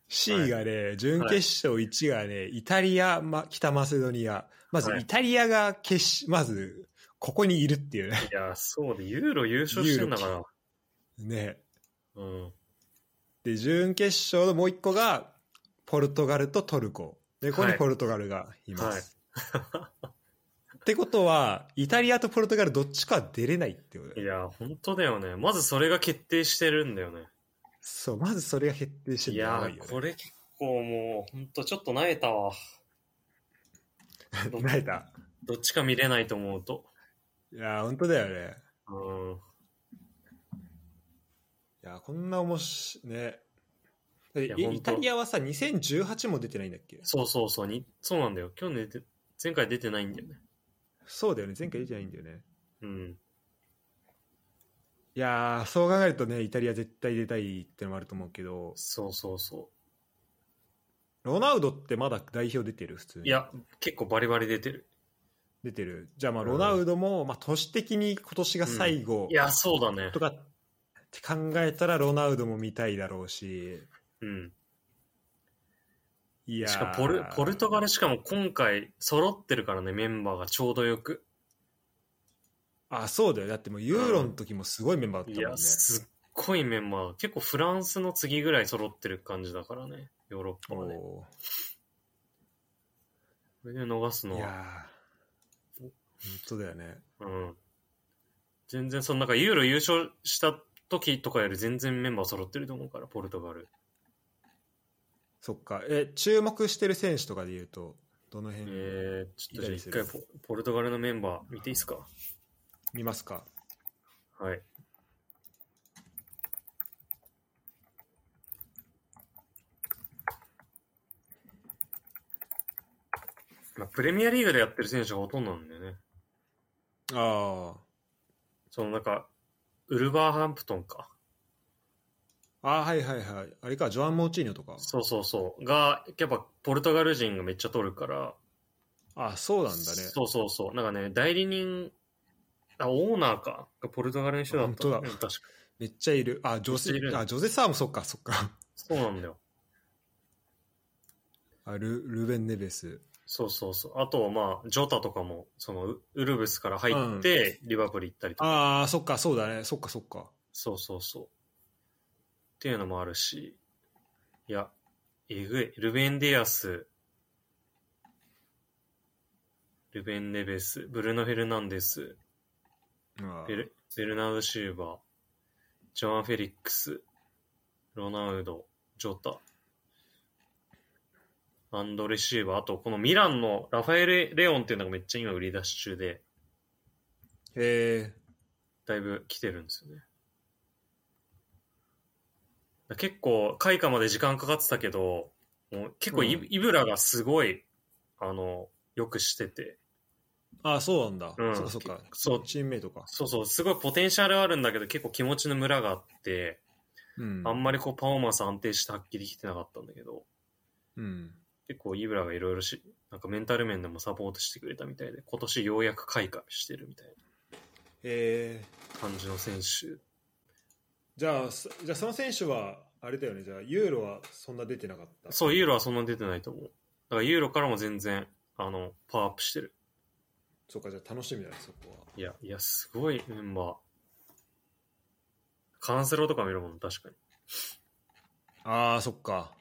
A: C がね、準決勝1がね、イタリア、ま、北マセドニア。まず、イタリアが決し、まず、ここにいるっていうね。
B: いや、そうで、ユーロ優勝してんだから。
A: ね。
B: うん。
A: で、準決勝のもう一個が、ポルトガルとトルコ。で、ここ
B: は
A: に
B: い
A: ポルトガルがいます。
B: はい
A: ってことは、イタリアとポルトガルどっちかは出れないってことだ
B: い
A: よ
B: や、本当だよね。まずそれが決定してるんだよね。
A: そう、まずそれが決定して
B: い
A: るのがや
B: や
A: ばいよ、ね。
B: これ結構もう、本当ちょっと萎えたわ。 れ
A: 泣いた。
B: どっちか見れないと思うと。
A: いやー、本当だよね。
B: うん。
A: いやー、こんな面白い、ね。え
B: いや本当
A: イタリアはさ、2018も出てないんだっけ
B: そうそうそう。にそうなんだよ。今日出て、前回出てないんだよね。
A: そうだよね、前回出てないんだよね。
B: うん。
A: いやー、そう考えるとね、イタリア絶対出たいってのもあると思うけど、
B: そうそうそ
A: ロナウドってまだ代表出てる普通
B: う。
A: に。
B: いや、結構バリバリ出てる。
A: 出てる。じゃあ、まあ、
B: うん
A: ロナウドも、まあ、都市的に今年が最後
B: いや、そうだね
A: と。かって考えたら、ロナウドも見たいだろうし、
B: うん。
A: いやー
B: しかもポル、ポルトガルしかも今回揃ってるからね、メンバーがちょうどよく。
A: あ、そうだよ。だってもう、ユーロの時もすごいメンバーだっ
B: い
A: たもん
B: や、
A: ね。
B: すっごいメンバー。結構フランスの次ぐらい揃ってる感じだからね、ヨーロッパはね。こ
A: お
B: れで逃す
A: ー
B: の
A: いやー
B: は。
A: 本当だよね。
B: うん。全然、そのなんかユーロ優勝した時とかより全然メンバー揃ってると思うから、ポルトガル。
A: そっか。え、注目してる選手とかで言うと、どの辺
B: えー、ちょっとじゃあ
A: い
B: 一
A: た
B: 回
A: りす
B: ポ
A: る
B: ポルトガルのメンバー見ていいですか
A: 見ますか
B: はい。まあ、プレミアリーグでやってる選手がほとんどなんだよね。
A: あ
B: そのなんか、ウルバーハンプトンか。
A: あ。あーはいはいはい。あれか、ジョアン・モーチーニョとか。
B: そうそうそう。が、やっぱポルトガル人がめっちゃ取るから。
A: あそうなんだね。
B: そうそうそう。なんかね、代理人、あ、オーナーか。がポルトガルの人だった。
A: あ本当だ
B: うん確か。
A: めっちゃいる。あ、ジョ
B: めっちゃ
A: ゼ、
B: いる
A: あ、ジョゼサーもそっか、そっか。
B: そうなんだよ。
A: あルルベン・ネベス。
B: そうそうそう。あと、まあ、ジョタとかも、その、ウウルブスから入って、リバプール行ったりとか、
A: ああ、そっか、そうだね。そっか、そっか。
B: そうそうそう。っていうのもあるし、いや、えぐい。ルベン・ディアス、ルベン・ネベス、ブルーノ・フェルナンデス、
A: あ
B: ベルベルナード・シルバー、ジョアン・フェリックス、ロナウド、ジョタ、アンドレ・シーバー、あと、このミランのラファエル・レオンっていうのがめっちゃ今売り出し中で、
A: え
B: だいぶ来てるんですよね。だ結構、開花まで時間かかってたけど、もう結構イ、
A: うん
B: イブラがすごい、あの、よくしてて、
A: ー、あそうなんだ。
B: うん
A: そっか、そっか。
B: そう
A: チームメイトか。
B: そうそう、すごいポテンシャルあるんだけど、結構気持ちのムラがあって、
A: うん。
B: あんまりこうパフォーマンス安定してはっきりきてなかったんだけど、
A: うん。
B: 結構イブラがいろいろし、なんかメンタル面でもサポートしてくれたみたいで、今年ようやく開花してるみたい
A: えー、
B: な感じの選手。
A: じゃあ、そじゃあその選手は、あれだよね。じゃあ、ユーロはそんな出てなかった。
B: そう、ユーロはそんな出てないと思う。だからユーロからも全然、あの、パワーアップしてる。
A: そっか、じゃあ楽しみだね、そこは。
B: いや、いや、すごいメンバー。カンセロとか見るもん、確かに。
A: ああそっか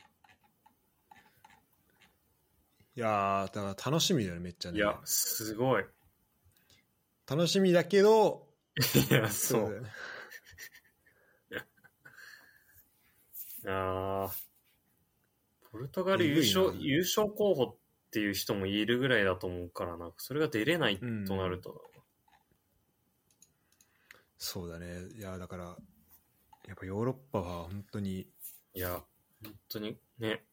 A: いやーだから楽しみだよねめっちゃね
B: いや、すごい。
A: 楽しみだけど
B: いや、そ
A: だ
B: う。
A: よね
B: あーポルトガル優勝
A: えぐい、な
B: 優勝候補っていう人もいるぐらいだと思うからな。それが出れないとなると、
A: そうだねいやだからやっぱヨーロッパは本当に
B: いや、本当にね、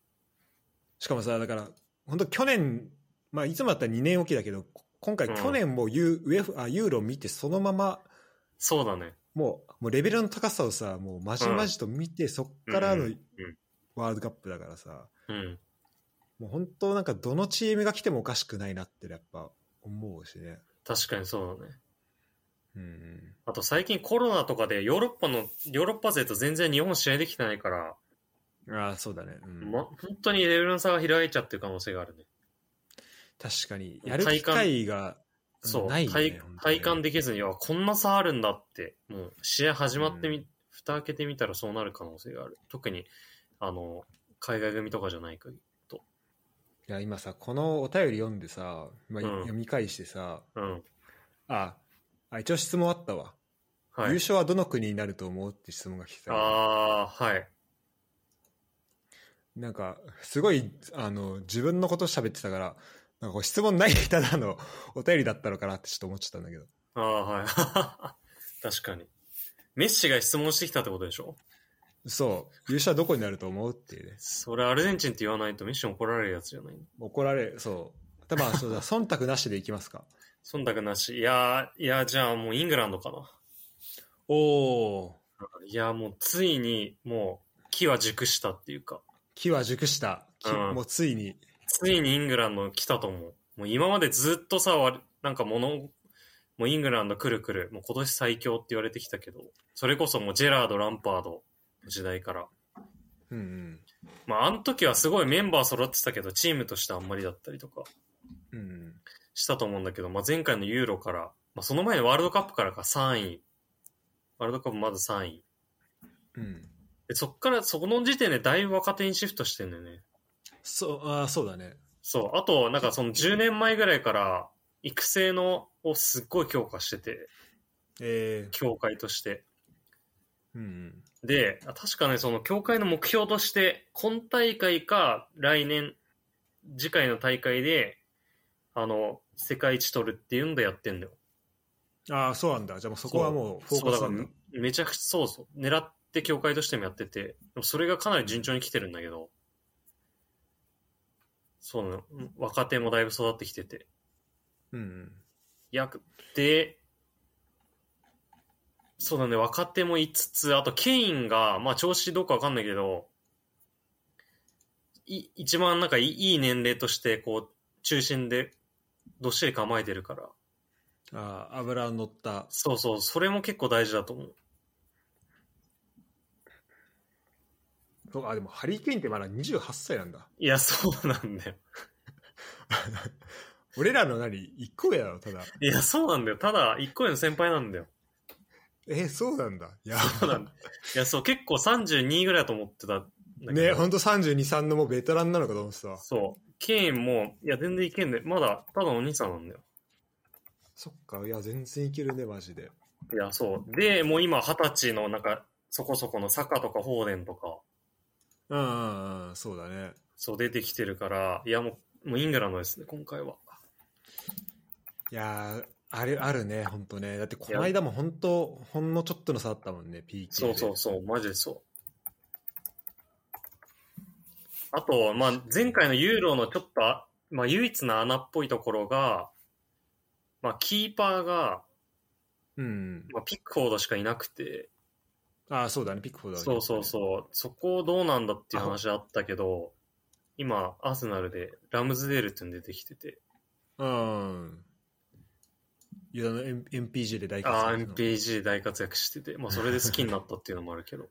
A: しかもさだから本当去年まあいつもだったら2年おきだけどこ今回
B: うん
A: 去年もユ,、うあユーロ見てそのまま
B: そうだね。
A: もうもうレベルの高さをさもうまじまじと見て、そっからの
B: うんうん
A: ワールドカップだからさ、
B: うん。
A: もう本当なんかどのチームが来てもおかしくないなってやっぱ思うしね。
B: 確かにそうだね。
A: うん
B: あと最近コロナとかでヨーロッパの、ヨーロッパ勢と全然日本試合できてないから、
A: ああそうだね、うん
B: ま、本当にレベルの差が開いちゃってる可能性があるね。
A: 確かにやる機会が
B: そう、
A: ないよね
B: 体
A: 本当ね
B: 体感できずに、あ、こんな差あるんだって、もう試合始まってみ、蓋開けてみたらそうなる可能性がある。特に、あの、海外組とかじゃない限り。
A: いや今さこのお便り読んでさ、まあ
B: うん
A: 読み返してさ
B: うん。
A: ああ一応質問あったわ、
B: は
A: 優
B: い。
A: 勝はどの国になると思うって質問が来てさ
B: ああー、はい。
A: なんかすごいあの自分のこと喋ってたからなんかこう質問ないただのお便りだったのかなってちょっと思っちゃったんだけど
B: ああ、はい。 確かに。メッシが質問してきたってことでしょ
A: そう優勝はどこになると思うっていうね
B: それアルゼンチンって言わないとメッシ怒られるやつじゃない
A: 怒られるそうた まあそうだ忖度なしでいきますか
B: 忖度なし。いやー、いやー、じゃあもうイングランドかな。
A: おお
B: いやー、もうついに、もう、木は熟したっていうか、
A: 木は熟した、木
B: うん
A: もうついに
B: ついにイングランド来たと思う。もう今までずっとさ、わなんか物、もうイングランドくるくる、もう今年最強って言われてきたけど、それこそもうジェラード、ランパードの時代から。
A: うんうん
B: まあ、あの時はすごいメンバー揃ってたけど、チームとしてあんまりだったりとか
A: うんうん
B: したと思うんだけど、まあ、前回のユーロから、まあ、その前のワールドカップからか3位。ワールドカップまず3位。
A: うん
B: でそっから、そこの時点でだいぶ若手にシフトしてんだよね。
A: そうあーそうだね
B: そう。あと、なんかその10年前ぐらいから、育成の、をすっごい強化してて、
A: え
B: 協会として。
A: ー、うんうん
B: で、あ確かね、その協会の目標として、今大会か来年、次回の大会で、あの、世界一取るっていうんでやってんだよ。
A: ああそうなんだじゃあもうそこはもうフォーカスなんだ
B: そうからめちゃくちゃ、そうそう。狙って協会としてもやってて、でもそれがかなり順調に来てるんだけど、そうなの。若手もだいぶ育ってきてて。
A: うんうん
B: いや、で、そうだね、若手も5つ、あとケインが、まあ調子どうかわかんないけど、い一番なんかいいいい年齢として、こう、中心でどっしり構えてるから、
A: ああ油乗った
B: そうそう、それも結構大事だと思う。
A: そうあでもハリー・ケインってまだ28歳なんだ
B: いや、そうなんだよ。
A: 俺らの何一個上だろただ
B: いや、そうなんだよ。ただ、一個上の先輩なんだよ。
A: えー、そうなんだいや
B: そうなんだいや、そう、結構32ぐらいだと思ってたんだけど。
A: ねほんと323のもうベテランなのかと思ってたわ
B: そう。ケインも、いや、全然いけんで、まだ、ただお兄さんなんだよ。
A: そっかいや全然いけるねマジで
B: いや、そう。で、もう今、二十歳の、なんか、そこそこの坂とか放電とか、
A: うんうんうんそうだね
B: そう出てきてるから、いや、もう、もうイングランドですね、今回は。
A: いやーあれあるね本当ねだってこの間も本当ほんのちょっとの差だったもんね PK で
B: そうそうそう、マジでそう。あと、まあ、前回のユーロのちょっとあ、まあ、唯一の穴っぽいところが、まあ、キーパーが、
A: うん
B: まあ、ピックフォードしかいなくて、
A: ああそうだねピックフォードだね
B: そうそうそう、そこどうなんだっていう話あったけど、今、アーセナルでラムズデールっていうの出てきてて、
A: うんユダの M- MPG で大活
B: ああ、
A: 躍の
B: MPG 大活躍してて、まあ、それで好きになったっていうのもあるけど。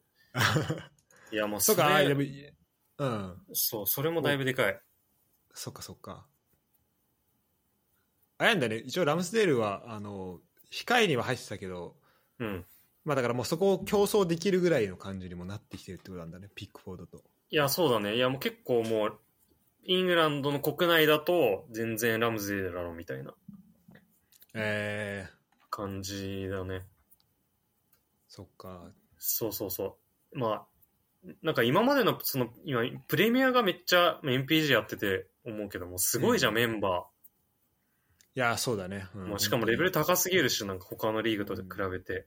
B: いや、も う
A: そ
B: そう
A: かあーでも
B: れ、
A: うん
B: そう、それもだいぶでかい。
A: そっかそっかあれなんだね一応ラムスデールはあの控えには入ってたけど
B: うん。
A: まあだからもうそこを競争できるぐらいの感じにもなってきてるってことなんだねピックフォードと
B: いや、そうだね。いや、もう結構もう、イングランドの国内だと、全然ラムズデーだろみたいな
A: ええ
B: 感じだね。
A: そっか
B: そうそうそう。まあ、なんか今までの、その、今、プレミアがめっちゃ MPG やってて思うけども、すごいじゃ
A: う
B: ん、
A: ん
B: メンバ
A: いやそうだね、う
B: ー。
A: ん
B: もうしかもレベル高すぎるし、なんか他のリーグと比べて。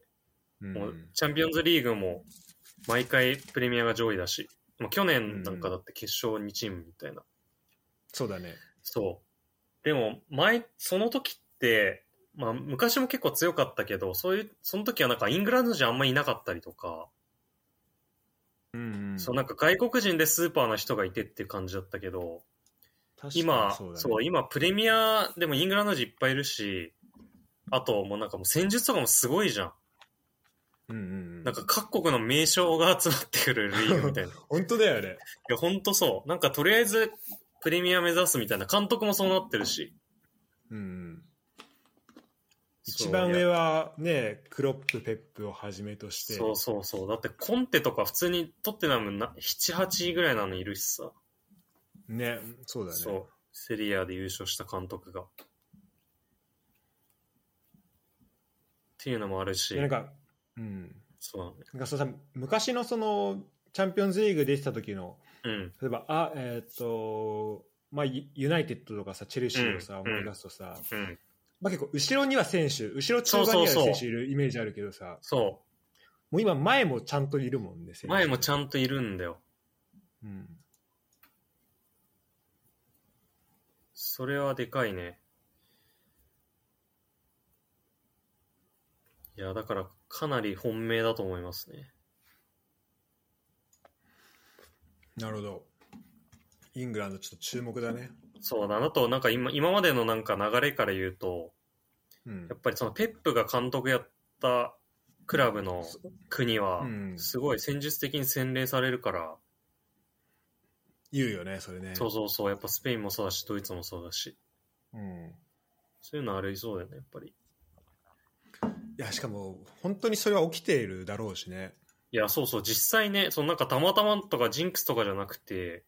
A: うん
B: もうチャンピオンズリーグも毎回プレミアが上位だし、もう去年なんかだって決勝2チームみたいな。
A: そうだね
B: そう。でも前、その時って、まあ昔も結構強かったけど、そういう、その時はなんかイングランド人あんまりいなかったりとか、
A: うん、うん、
B: そうなんか外国人でスーパーな人がいてっていう感じだったけど、今、そう,、
A: そうだね
B: 今プレミアでもイングランド人いっぱいいるし、あと、もうなんかもう戦術とかもすごいじゃん。
A: うんうんうん、
B: なんか各国の名称が集まってくるリーグみたいな。い
A: 本当だよね。
B: や、ほんとそう。なんかとりあえずプレミア目指すみたいな。監督もそうなってるし。
A: うんうん、
B: そ
A: 一
B: う
A: 番上
B: いや
A: はね、クロップ、ペップをはじめとして、
B: そうそうそう。だってコンテとか普通にトッテナムな7、8位ぐらいなのいるしさ。
A: ね、そうだね。
B: そう。セリアで優勝した監督が。っていうのもあるし。
A: でなんか、うん、
B: そうだね。
A: なんかそのさ昔のそのチャンピオンズリーグ出てた時の、
B: うん。
A: 例えば、あえーっと、まあ、ユユナイテッドとかさ、チェルシーをさ、
B: うん
A: 思い出すとさ、
B: うん。
A: まあ、結構、後ろには選手、後ろ中盤には
B: そうそうそ
A: 選
B: う
A: 手いるイメージあるけどさ、
B: そ
A: もう今、前もちゃんといるもんね、
B: う。前もちゃ
A: んと。
B: んといるんだよ。
A: うん
B: それはでかいね。いや、だからかなり本命だと思いますね。
A: なるほど。イングランド、ちょっと注目だね。
B: そうだなあと、なんか今今までのなんか流れから言うと、
A: うん
B: やっぱりそのペップが監督やったクラブの国は
A: う、ん、
B: すごい戦術的に洗練されるから、
A: 言うよね、それね。
B: そうそうそう、やっぱスペインもそうだし、ドイツもそうだし、
A: うん、い
B: そういうのありそうだよね、やっぱり。
A: や、しかも、本当にそれは起きているだろうしね。
B: いや、そうそう、実際ね、そのなんかたまたまとかジンクスとかじゃなくて、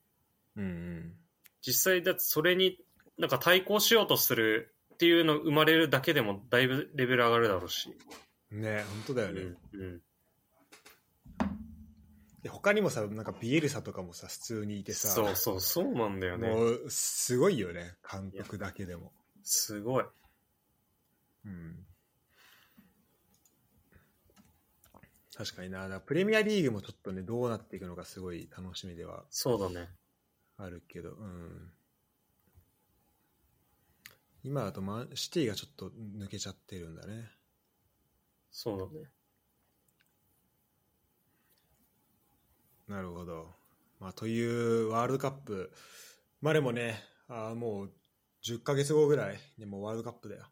A: うんうん。
B: 実際だってそれになんか対抗しようとするっていうの生まれるだけでもだいぶレベル上がるだろうし、
A: ね、本当だ
B: う
A: よね。
B: んうん、
A: で他にもさ、なんかビエルサとかもさ、普通にいてさ、
B: そうそうそうなんだよね
A: もうすごいよね、監督だけでも。
B: すごい
A: うん、確かにな、だからプレミアリーグもちょっとね、どうなっていくのかすごい楽しみでは
B: そうだね
A: あるけど、うん、今だとマンシティがちょっと抜けちゃってるんだね。
B: そうだね
A: なるほど。まあ、というワールドカップ、まあでもね、あーもう10ヶ月後ぐらいでもうワールドカップだよ。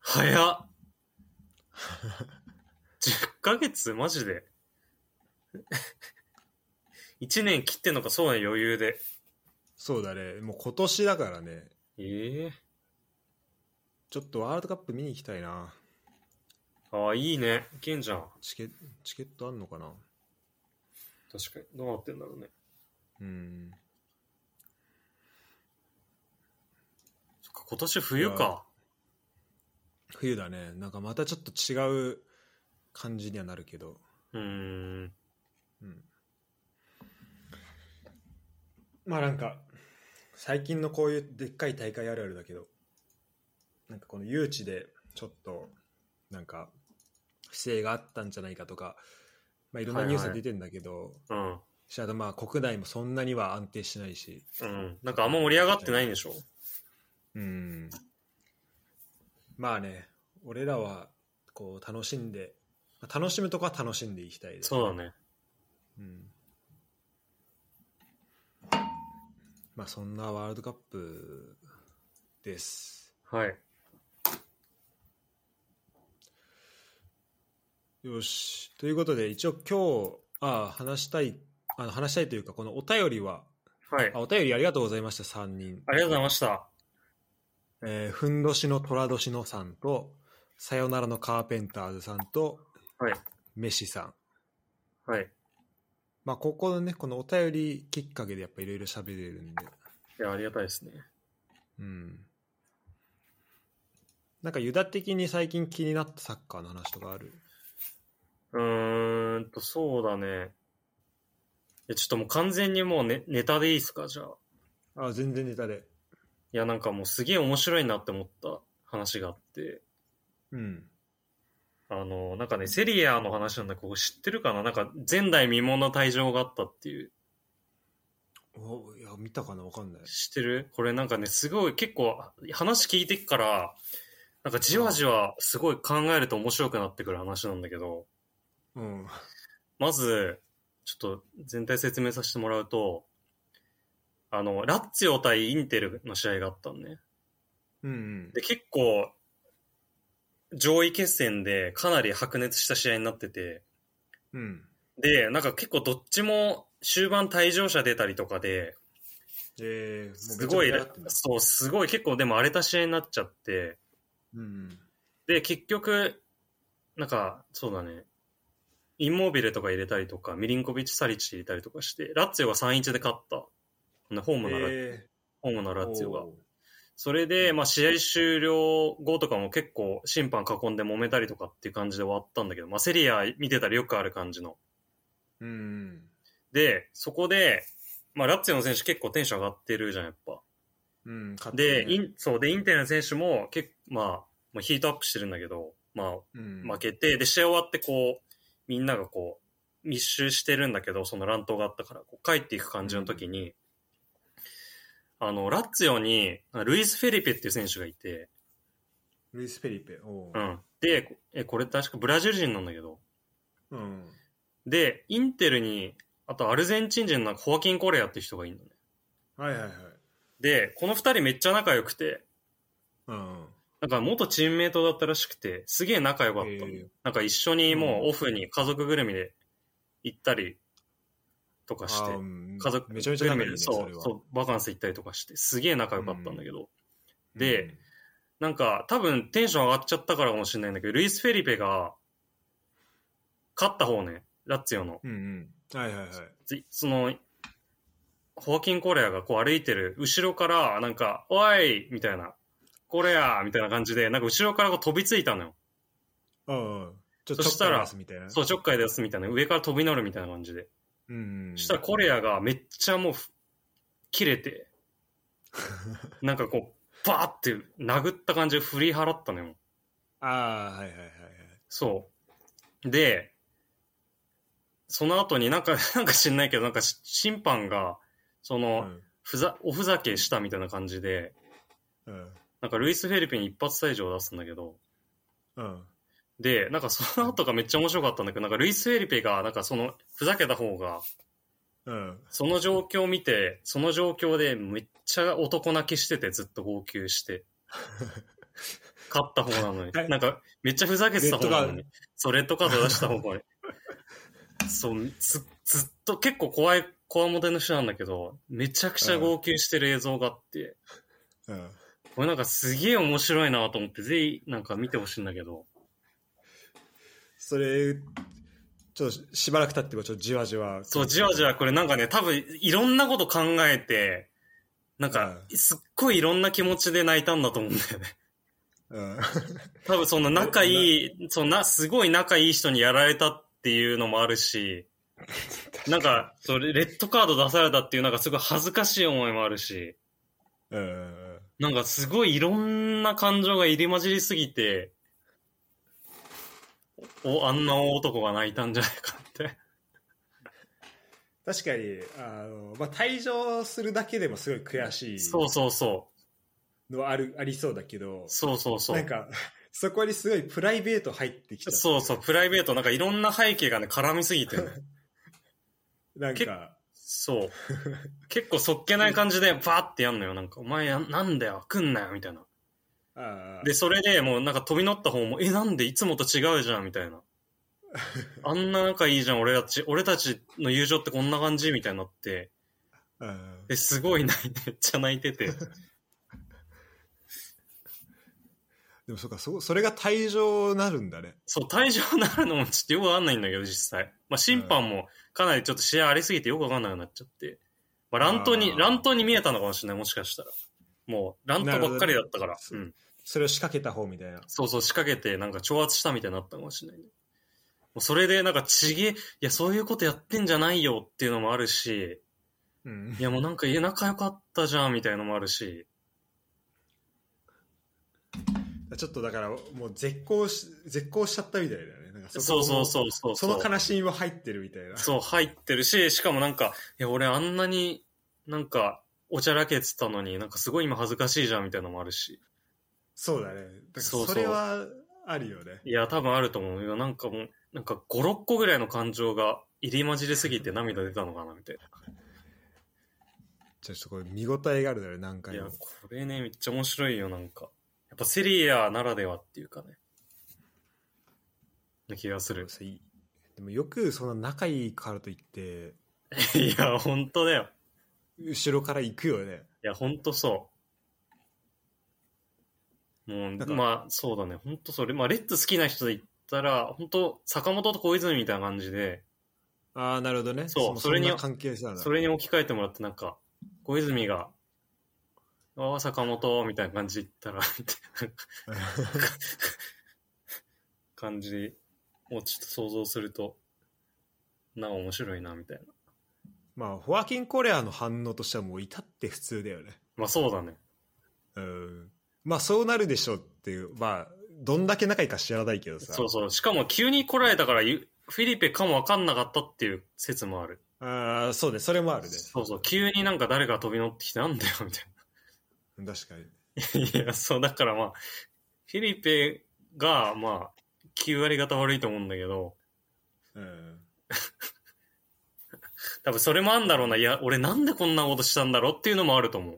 B: 早っ 10ヶ月マジで1年切ってんのかそうね余裕で
A: そうだね、もう今年だからね、
B: ええ
A: ちょっとワールドカップ見に行きたいな。
B: ああいいねいけんじゃん
A: チケチケットあんのかな
B: 確かにどうなってんだろうね
A: うん。
B: そっか今年冬
A: いや
B: か
A: 冬だね、なんかまたちょっと違う感じにはなるけど。
B: うーん
A: うん。まあなんか、最近のこういうでっかい大会あるあるだけど、なんかこの誘致でちょっと、なんか、不正があったんじゃないかとか、まあいろんなニュースが出てんだけど、
B: うん
A: しかもまあ国内もそんなには安定しないし、
B: うん、なんかあんま盛り上がってないんでしょ
A: うんまあね俺らはこう楽しんでまあ楽しむとこは楽しんでいきたいです
B: そうだね。
A: うんまあそんなワールドカップです
B: はい。
A: よしということで一応今日あ話したいあの話したいというかこのお便りは
B: はい。
A: あお便りありがとうございました3人
B: ありがとうございました。
A: えーふんどしのとらどしのさんと、さよならのカーペンターズさんと、
B: はい
A: メシさん。
B: はい。
A: まあ、ここのね、このお便りきっかけでやっぱいろいろ喋れるんで、
B: いや、ありがたいですね。
A: うん。なんか、ユダ的に最近気になったサッカーの話とかある
B: うーんと、そうだね。いや、ちょっともう完全にもうネネタでいいですか、じゃあ。
A: あ、全然ネタで。
B: いや、なんかもうすげえ面白いなって思った話があって。
A: うん。
B: あの、なんかね、セリアの話なんだけど、これ知ってるかななんか前代未聞の退場があったっていう。
A: おいや、見たかなわかんない。
B: 知ってるこれなんかね、すごい結構話聞いてくから、なんかじわじわすごい考えると面白くなってくる話なんだけど、
A: うん。
B: まず、ちょっと全体説明させてもらうと、あの、ラッツィオ対インテルの試合があったのね。
A: うんうん。
B: で、結構、上位決戦でかなり白熱した試合になってて、
A: うん。
B: で、なんか結構どっちも終盤退場者出たりとかで、
A: えー、
B: すごい
A: もうめっちゃ盛り上がってん、だ
B: そう、すごい結構でも荒れた試合になっちゃって、
A: うん。
B: で、結局、なんか、そうだね、インモービルとか入れたりとか、ミリンコビッチ・サリッチ入れたりとかして、ラッツィオが3-1で勝った。ねホームなラ、
A: え
B: ホームな
A: ー
B: ラッツィオが
A: お。ー
B: それで、まあ、試合終了後とかも結構審判囲んで揉めたりとかっていう感じで終わったんだけど、まあ、セリア見てたらよくある感じの。
A: うん。
B: で、そこで、まあ、ラッツィオの選手結構テンション上がってるじゃん、やっぱ。
A: うん、勝ったね
B: で、イン、そう、で、インテルの選手も結構、まあ、もうヒートアップしてるんだけど、まあ、
A: うん、
B: 負けて、で、試合終わってこう、みんながこう、密集してるんだけど、その乱闘があったから、こう帰っていく感じの時に、あの、ラッツィオに、ルイス・フェリペっていう選手がいて、
A: ルイス・フェリペ。お
B: う
A: ー
B: ん。で、え、これ確かブラジル人なんだけど、
A: うん。
B: で、インテルに、あとアルゼンチン人のホアキン・コレアっていう人がいるのね。
A: はいはいはい。
B: で、この二人めっちゃ仲良くて、
A: うん。
B: なんか元チームメイトだったらしくて、すげえ仲良かったの。
A: えー
B: なんか一緒にもうオフに家族ぐるみで行ったりとかして
A: あー、うん
B: 家族
A: めちゃめちゃ仲いいね、
B: そ
A: れ
B: う
A: は
B: そうバカンス行ったりとかしてすげえ仲良かったんだけ
A: う
B: ど、
A: ん
B: でなんか多分テンション上がっちゃったからかもしれないんだけどルイス・フェリペが勝った方ねラッツィオの
A: うんうん。はいはいはい。
B: つそのホアキン・コレアがこう歩いてる後ろからなんか「おい!」みたいな「コレア!」みたいな感じでなんか後ろからこう飛びついたのよ
A: うんうん。ちょっと
B: そしたら
A: ちょっと話すみたいな。
B: そうちょっかいですみたいな上から飛び乗るみたいな感じで
A: うん。
B: そしたらコレアがめっちゃもうふ切れて なんかこうバーって殴った感じで振り払ったのよ
A: ああ、はいはいはいはい。
B: そうでその後になんか なんか知んないけどなんかし審判がその、ふざおふざけしたみたいな感じで
A: うん。うん。
B: なんかルイス・フェリペに一発退場を出すんだけど
A: うん。
B: でなんかその後がめっちゃ面白かったんだけどなんかルイス・フェリペがなんかそのふざけた方が
A: うん。
B: その状況を見て、その状況でめっちゃ男泣きしてて、ずっと号泣して。勝った方なのに。
A: はい
B: なんか、めっちゃふざけてた方な
A: レッドカ
B: の
A: ー
B: に。そう、レッドカード出した方がそう、ずずっと、結構怖い、怖もての人なんだけど、めちゃくちゃ号泣してる映像があって、
A: うん。
B: これなんかすげえ面白いなと思って、ぜひなんか見てほしいんだけど。
A: それ、ちょっとしばらく経っても、ちょっとじわじわ。
B: そう、じわじわこれなんかね、多分いろんなこと考えて、なんか、すっごいいろんな気持ちで泣いたんだと思うんだよね。
A: うん。
B: 多分その仲いい、そんな、すごい仲いい人にやられたっていうのもあ るし、なんか、それ、レッドカード出されたっていう、なんかすごい恥ずかしい思いもあるし、
A: うんうんうん。
B: なんかすごいいろんな感情が入り混じりすぎて、お、あんな大男が泣いたんじゃないかって。
A: 確かに、あの、まあ、退場するだけでもすごい悔し
B: そう
A: い
B: そうそ
A: のはある、ありそうだけど
B: う。、そうそうそう。
A: なんか、そこにすごいプライベート入ってきた。
B: そうそう、プライベート、なんかいろんな背景がね、絡みすぎ てね。
A: なん
B: け
A: か、
B: そう。結構そっけない感じで、バーってやんのよ。なんか、お前や、なんだよ、来んなよ、みたいな。
A: ああ。
B: で、それでもうなんか飛び乗った方も、え、なんでいつもと違うじゃんみ たいな。あんな仲いいじゃん、俺たち、俺たちの友情ってこんな感じみたいになって、
A: うん
B: で、すごい泣いて、めっちゃ泣いてて。
A: でもそうか、そ、それが退場になるんだね。
B: そう、退場になるのもちょっとよくわかんないんだけど、実際。まあ、審判もかなりちょっと試合ありすぎてよくわかんなくなっちゃって。まあ、乱闘
A: あ
B: に、
A: ー
B: 乱闘に見えたのかもしれない、もしかしたら。もう、乱闘ばっかりだったから。
A: なるほ
B: う
A: どね
B: ん。
A: それを仕掛けた方みたいな。
B: そうそう、仕掛けて、なんか挑発したみたいになったかもしれないね。もうそれで、なんか、ちげえ、いや、そういうことやってんじゃないよっていうのもあるし、
A: うん
B: い。や、もうなんか、家仲良かったじゃんみたいなのもあるし、
A: ちょっとだから、もう絶好し、絶好しちゃったみたいだよね。なんかこ
B: そうそうそうそう。
A: その悲しみも入ってるみたいな。
B: そう、入ってるし、しかもなんか、いや、俺あんなになんか、おちゃらけてたのに、なんかすごい今恥ずかしいじゃんみたいなのもあるし。
A: そうだね。だか
B: そ
A: ら
B: うそ
A: そ
B: う
A: れはあるよね。
B: いや、多分あると思うよ。なんかもう、なんか5、6個ぐらいの感情が入り混じりすぎて涙出たのかなみたい
A: ちょっとこれ見応えがあるだろうね、何
B: な。
A: 回
B: いや、
A: も。
B: これね、めっちゃ面白いよ、なんか。やっぱセリアならではっていうかね。な気が する。
A: そういでもよくそんな仲いいからといって、
B: いや、本当だよ。
A: 後ろから行くよね。
B: いや、ほんとそう。もう、
A: なんか
B: まあ、そうだね。ほんとそれ。まあ、レッツ好きな人で言ったら、ほんと、坂本と小泉みたいな感じで、
A: ああ、なるほどね。
B: そう
A: も
B: それに
A: んな関係性なんだ
B: それに置き換えてもらって、なんか、小泉が、ああ、坂本、みたいな感じで言ったら、みたいな感じをちょっと想像すると、なあ、面白いな、みたいな。
A: まあ、ホアキン・コレアの反応としてはもう至って普通だよね。
B: まあ、そうだね。
A: うん。まあ、そうなるでしょうっていう、まあ、どんだけ仲いいか知らないけどさ。
B: そうそう。しかも、急に来られたから、ゆフィリペかもわかんなかったっていう説もある。
A: ああ、そうね、それもあるね。
B: そうそう、急になんか誰か飛び乗ってきてなんだよ、みた
A: 確かに。
B: いな。いや、そう、だからまあ、フィリペが、まあ、9割方悪いと思うんだけど、
A: うん。
B: 多分それもあんだろうな。いや、俺なんでこんなことしたんだろうっていうのもあると思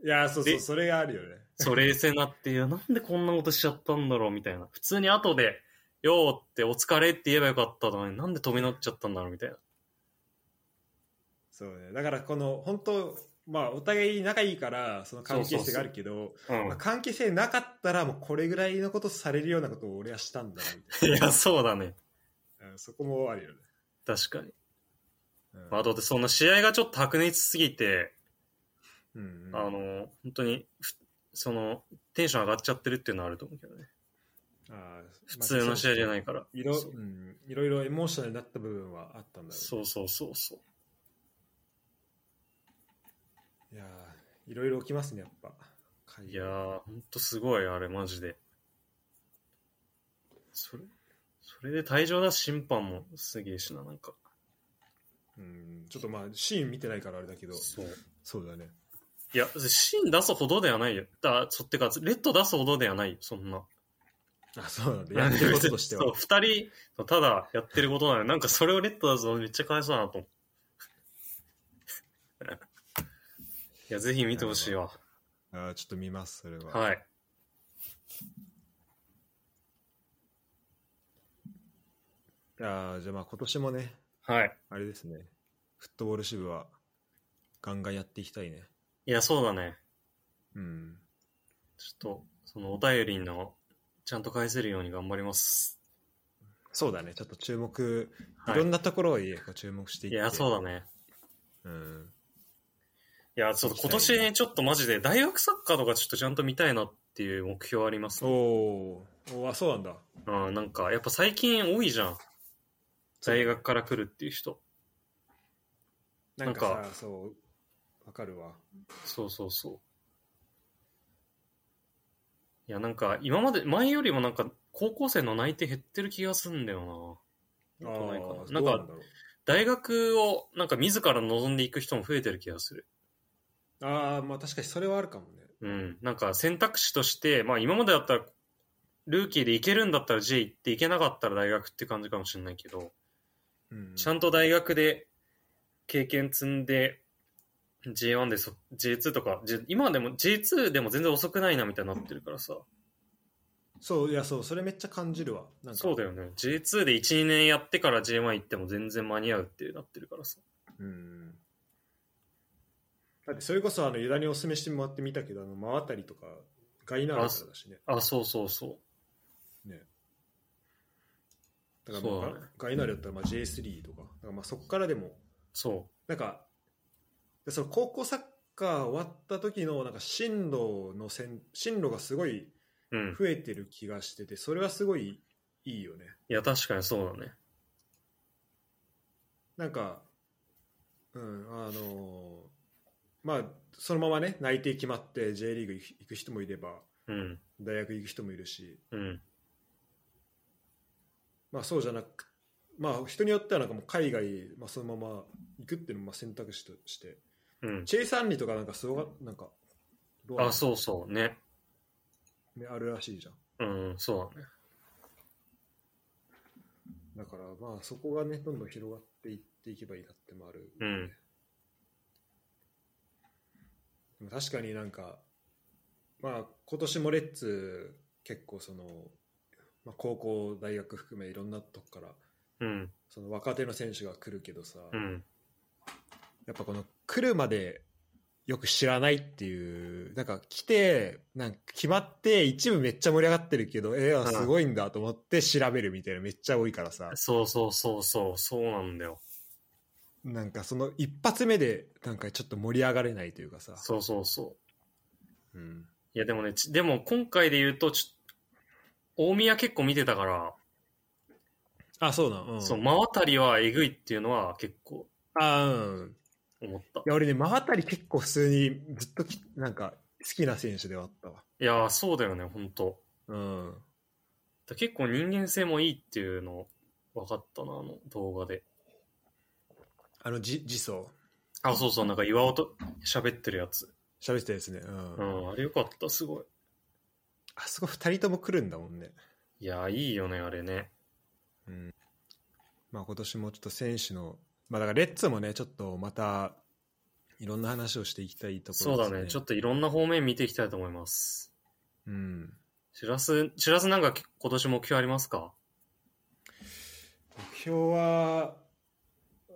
B: う。
A: いやー、そうそう、
B: で
A: それがあるよね。
B: そう、 冷静になって、いや、なんでこんなことしちゃったんだろう、みたいな。普通に後で、よーってお疲れって言えばよかったのに、なんで飛び乗っちゃったんだろう、みたいな。
A: そうね。だから、この、本当まあ、お互い仲いいから、その関係性があるけど、
B: うん
A: まあ、。関係性なかったら、もうこれぐらいのことされるようなことを俺はしたんだな、みたい
B: いや、そうだね。
A: な。うんそこもあるよね。
B: 確かに。
A: うん
B: まあ、だってその試合がちょっと白熱しすぎて、
A: うんうん
B: あの本当にふそのテンション上がっちゃってるっていうのはあると思うけどね
A: あー
B: 普通の試合じゃないから、
A: いろ,、
B: そう
A: うん、いろいろエモーショナルになった部分はあったんだろ
B: そうそうそうそう
A: ういやーいろいろ起きますねやっぱ海
B: いやーほんとすごいあれマジでそれそれで退場だし審判もすげえしななんか
A: うんちょっとまあシーン見てないからあれだけど
B: そう
A: そうだね
B: いやシーン出すほどではないよだそってかレッド出すほどではないよそんな
A: あそうなんだやってることとしては
B: そう2人ただやってることなのになんかそれをレッド出すのめっちゃかわいそうだなと思う いやぜひ見てほしいわ
A: あーちょっと見ますそれは、
B: はい。
A: あーじゃあまあ今年もね
B: はい。
A: あれですねフットボール支部はガンガンやっていきたいね
B: いや、そうだね。
A: うん
B: ちょっと、そのお便りの、ちゃんと返せるように頑張ります。
A: そうだねちょっと注目い
B: は
A: ろん
B: い。
A: なところにこう注目していっ
B: い
A: て、
B: や、そうだね。
A: うん
B: いや、ちょっと今年ね、ちょっとマジで、大学サッカーとかちょっとちゃんと見たいなっていう目標あります
A: お
B: ね。
A: おーあそうなんだ
B: うん、なんか、やっぱ最近多いじゃん。大学から来るっていう人。
A: なんか
B: なん
A: さそうわかるわ
B: そうそうそう。いや、なんか、今まで、前よりもなんか、高校生の内定減ってる気がすんだよな。なんかないか
A: ー
B: な。な
A: どう
B: んか
A: な、んだろう
B: 大学をなんか自ら望んでいく人も増えてる気がする。
A: ああまあ確かにそれはあるかもね
B: うん。なんか選択肢として、まあ今までだったら、ルーキーで行けるんだったら J 行って行けなかったら大学って感じかもしれないけど、
A: うん
B: ちゃんと大学で経験積んで、J1 でそ、J2 とか、J- 今でも J2 でも全然遅くないなみたいになってるからさ。
A: そういやそうそれめっちゃ感じるわなんか
B: そうだよね。J2 で1、2年やってから J1 行っても全然間に合うってなってるからさ。
A: うんだってそれこそあのユダにおすすめしてもらってみたけどあの真渡りとかガイナールからだしね
B: あ、そうそうそう。
A: ねだからもう
B: そうだね
A: ガイナールだったらまあ J3 とかだからまあそこからでも
B: そ。
A: なんかでその高校サッカー終わった時のなんか進路のせん進路がすごいう
B: うん。
A: 増えてる気がしててそれはすごいいいよね
B: いや、確かにそうだね。
A: なんか、うん、あのーまあ、そのままね、内定決まって J リーグ行く行く人もいれば、
B: うん。
A: 大学行く人もいるし、
B: うん。
A: まあそうじゃなく、まあ人によってはなんかもう海外、まあ、そのまま行くっていうのもまあ選択肢として、
B: うん。
A: チェイサンリとかなんかすごかなんか、ど
B: あ、そうそう。ね。
A: うねあるらしいじゃん。
B: うん、そうだね。
A: だからまあそこがね、どんどん広がっていっていけばいいなってもある、
B: うん
A: でも確かになんか、まあ今年もレッツ結構その、まあ、高校大学含めいろんなとこから
B: うん。
A: その若手の選手が来るけどさ、
B: うん。
A: やっぱこの来るまでよく知らないっていうなんか来てなんか決まって一部めっちゃ盛り上がってるけどえー、あ
B: うん
A: すごいんだと思って調べるみたいなめっちゃ多いからさ
B: そうそうそうそう、そうなんだよ。
A: なんかその一発目でなんかちょっと盛り上がれないというかさ、
B: そうそうそ
A: う
B: う。
A: ん、
B: いや、でもね、ちでも今回で言うと、ちょ大宮結構見てたから、
A: あそうなん、うん、
B: そう、真渡りはえぐいっていうのは結構
A: あうん
B: 思った。
A: いや俺ね真渡り結構普通にずっときなんか好きな選手ではあったわ
B: いやー、そうだよね、ほんと。
A: うん
B: だ結構人間性もいいっていうの分かったな、あの動画で。
A: あのじジソ
B: あ、そうそう、なんか岩尾と喋ってるやつ。
A: 喋ってたですねうん、
B: う
A: あ
B: ん、あれよかった、すごい。
A: そこ2人とも来るんだもんね
B: いやー、いいよね、あれね。
A: まあ今年もちょっと選手のまあだからレッツもねちょっとまたいろんな話をしていきたいとこ
B: そ
A: ろ
B: う
A: ですね
B: だね、ちょっといろんな方面見ていきたいと思います。
A: うん
B: しらす、しらすなんかき今年目標ありますか
A: 目標は、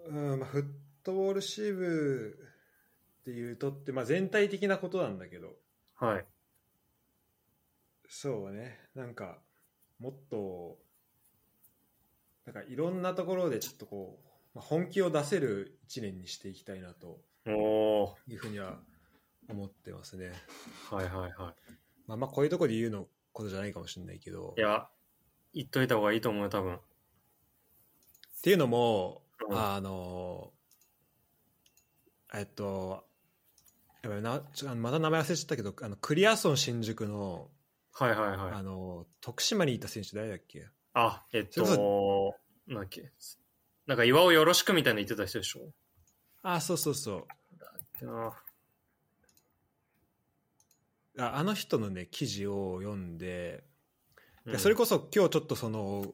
A: うんまあ、フットボール支部っていうとって、まあ、全体的なことなんだけど
B: はい。
A: そうねなんかもっとなんかいろんなところでちょっとこう、まあ、本気を出せる1年にしていきたいなと
B: おー、
A: いうふうには思ってますね。
B: はいはいはい。
A: まあ、まあこういうところで言うのことじゃないかもしれないけど
B: いや、言っといた方がいいと思うよ、多分。
A: っていうのも、
B: うん
A: あのえっとやばいなちょあのまた名前忘れちゃったけどあのクリアソン新宿の,、
B: はいはいはい
A: あ。の徳島にいた選手誰だっけ
B: あ、えっ
A: それ
B: と、なんだっけ。なんか岩尾よろしくみたいな言ってた人でしょ
A: あそうそうそう
B: あ
A: ああの人のね記事を読んで、
B: ー
A: でそれこそ今日ちょっとその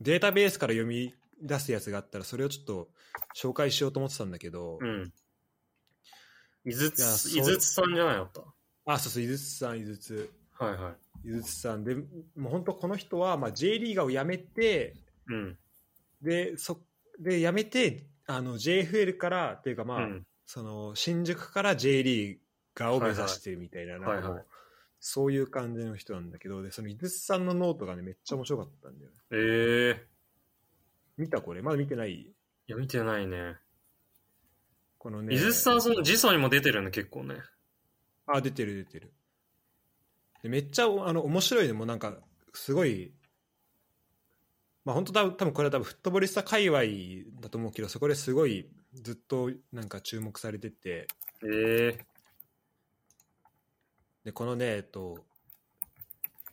A: データベースから読み出すやつがあったらそれをちょっと紹介しようと思ってたんだけど、
B: うん。井筒
A: いやそう
B: 井筒さんじゃないだった。
A: あそうそう井筒さん井筒
B: はいはい。
A: 井筒さんでもう本当この人は、まあ、J リーガーを辞めて
B: うん。
A: でそで辞めてあの JFL からっていうかまあ、
B: うん
A: その新宿から J リーガーを目指してるみたいな,、
B: はいはい
A: なんかもう
B: はい
A: そういう感じの人なんだけどでその井筒さんのノートがねめっちゃ面白かったんだよね
B: ええい
A: 見たこれまだ見てない
B: や、見てないね。
A: このね
B: 井筒さん、その、ジソにも出てるね、結構ね。
A: あ出てる出てるでめっちゃおあの面白いのもなんかすごいまあ本当多分多分これは多分フットボリスタ界隈だと思うけどそこですごいずっとなんか注目されてて
B: ええ
A: でこのねえっと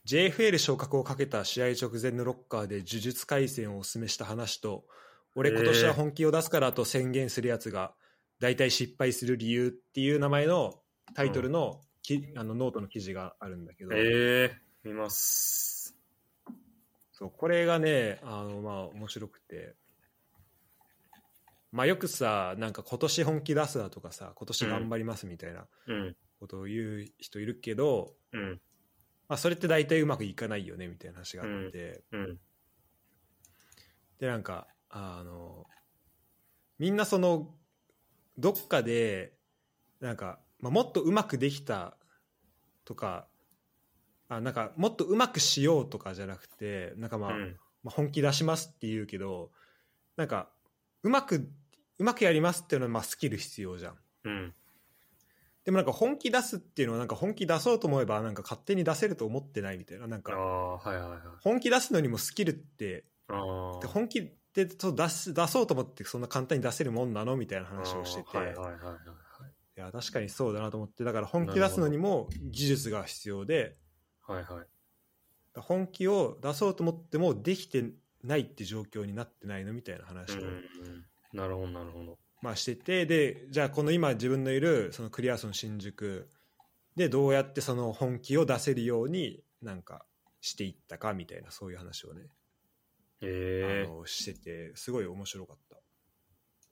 A: JFL 昇格をかけた試合直前のロッカーで呪術廻戦をお勧めした話と俺今年は本気を出すからと宣言するやつが大体失敗する理由っていう名前のタイトルの,、きあのノートの記事があるんだけど、
B: ええ見ます。
A: そうこれがねあのまあ面白くて、まあ、よくさなんか今年本気出すだとかさ今年頑張りますみたいな
B: うん。
A: ことを言う人いるけど、
B: うん。
A: まあ、それって大体うまくいかないよねみたいな話があって、
B: うん。
A: でなんかあのみんなそのどっかでなんか、まあ、もっとうまくできたとかあなんかもっとうまくしようとかじゃなくてなんかまあ、
B: うん。
A: まあ、本気出しますって言うけどなんかうまくうまくやりますっていうのはまあスキル必要じゃん
B: うん。
A: でもなんか本気出すっていうのはなんか本気出そうと思えばなんか勝手に出せると思ってないみたいななん
B: あ
A: か
B: あ、はいはいはい。
A: 本気出すのにもスキルって
B: ああ。
A: で本気でそう出す出そうと思ってそんな簡単に出せるもんなのみたいな話をしてて、
B: はい
A: い
B: はいはいはい。
A: や確かにそうだなと思ってだから本気出すのにも技術が必要で
B: はいはい。
A: 本気を出そうと思ってもできてないって状況になってないのみたいな話を、
B: うん。なるほど、なるほど。
A: まあ、しててでじゃあこの今自分のいるそのクリアソン新宿でどうやってその本気を出せるようになんかしていったかみたいなそういう話をね、
B: ええ
A: あのしててすごい面白かっ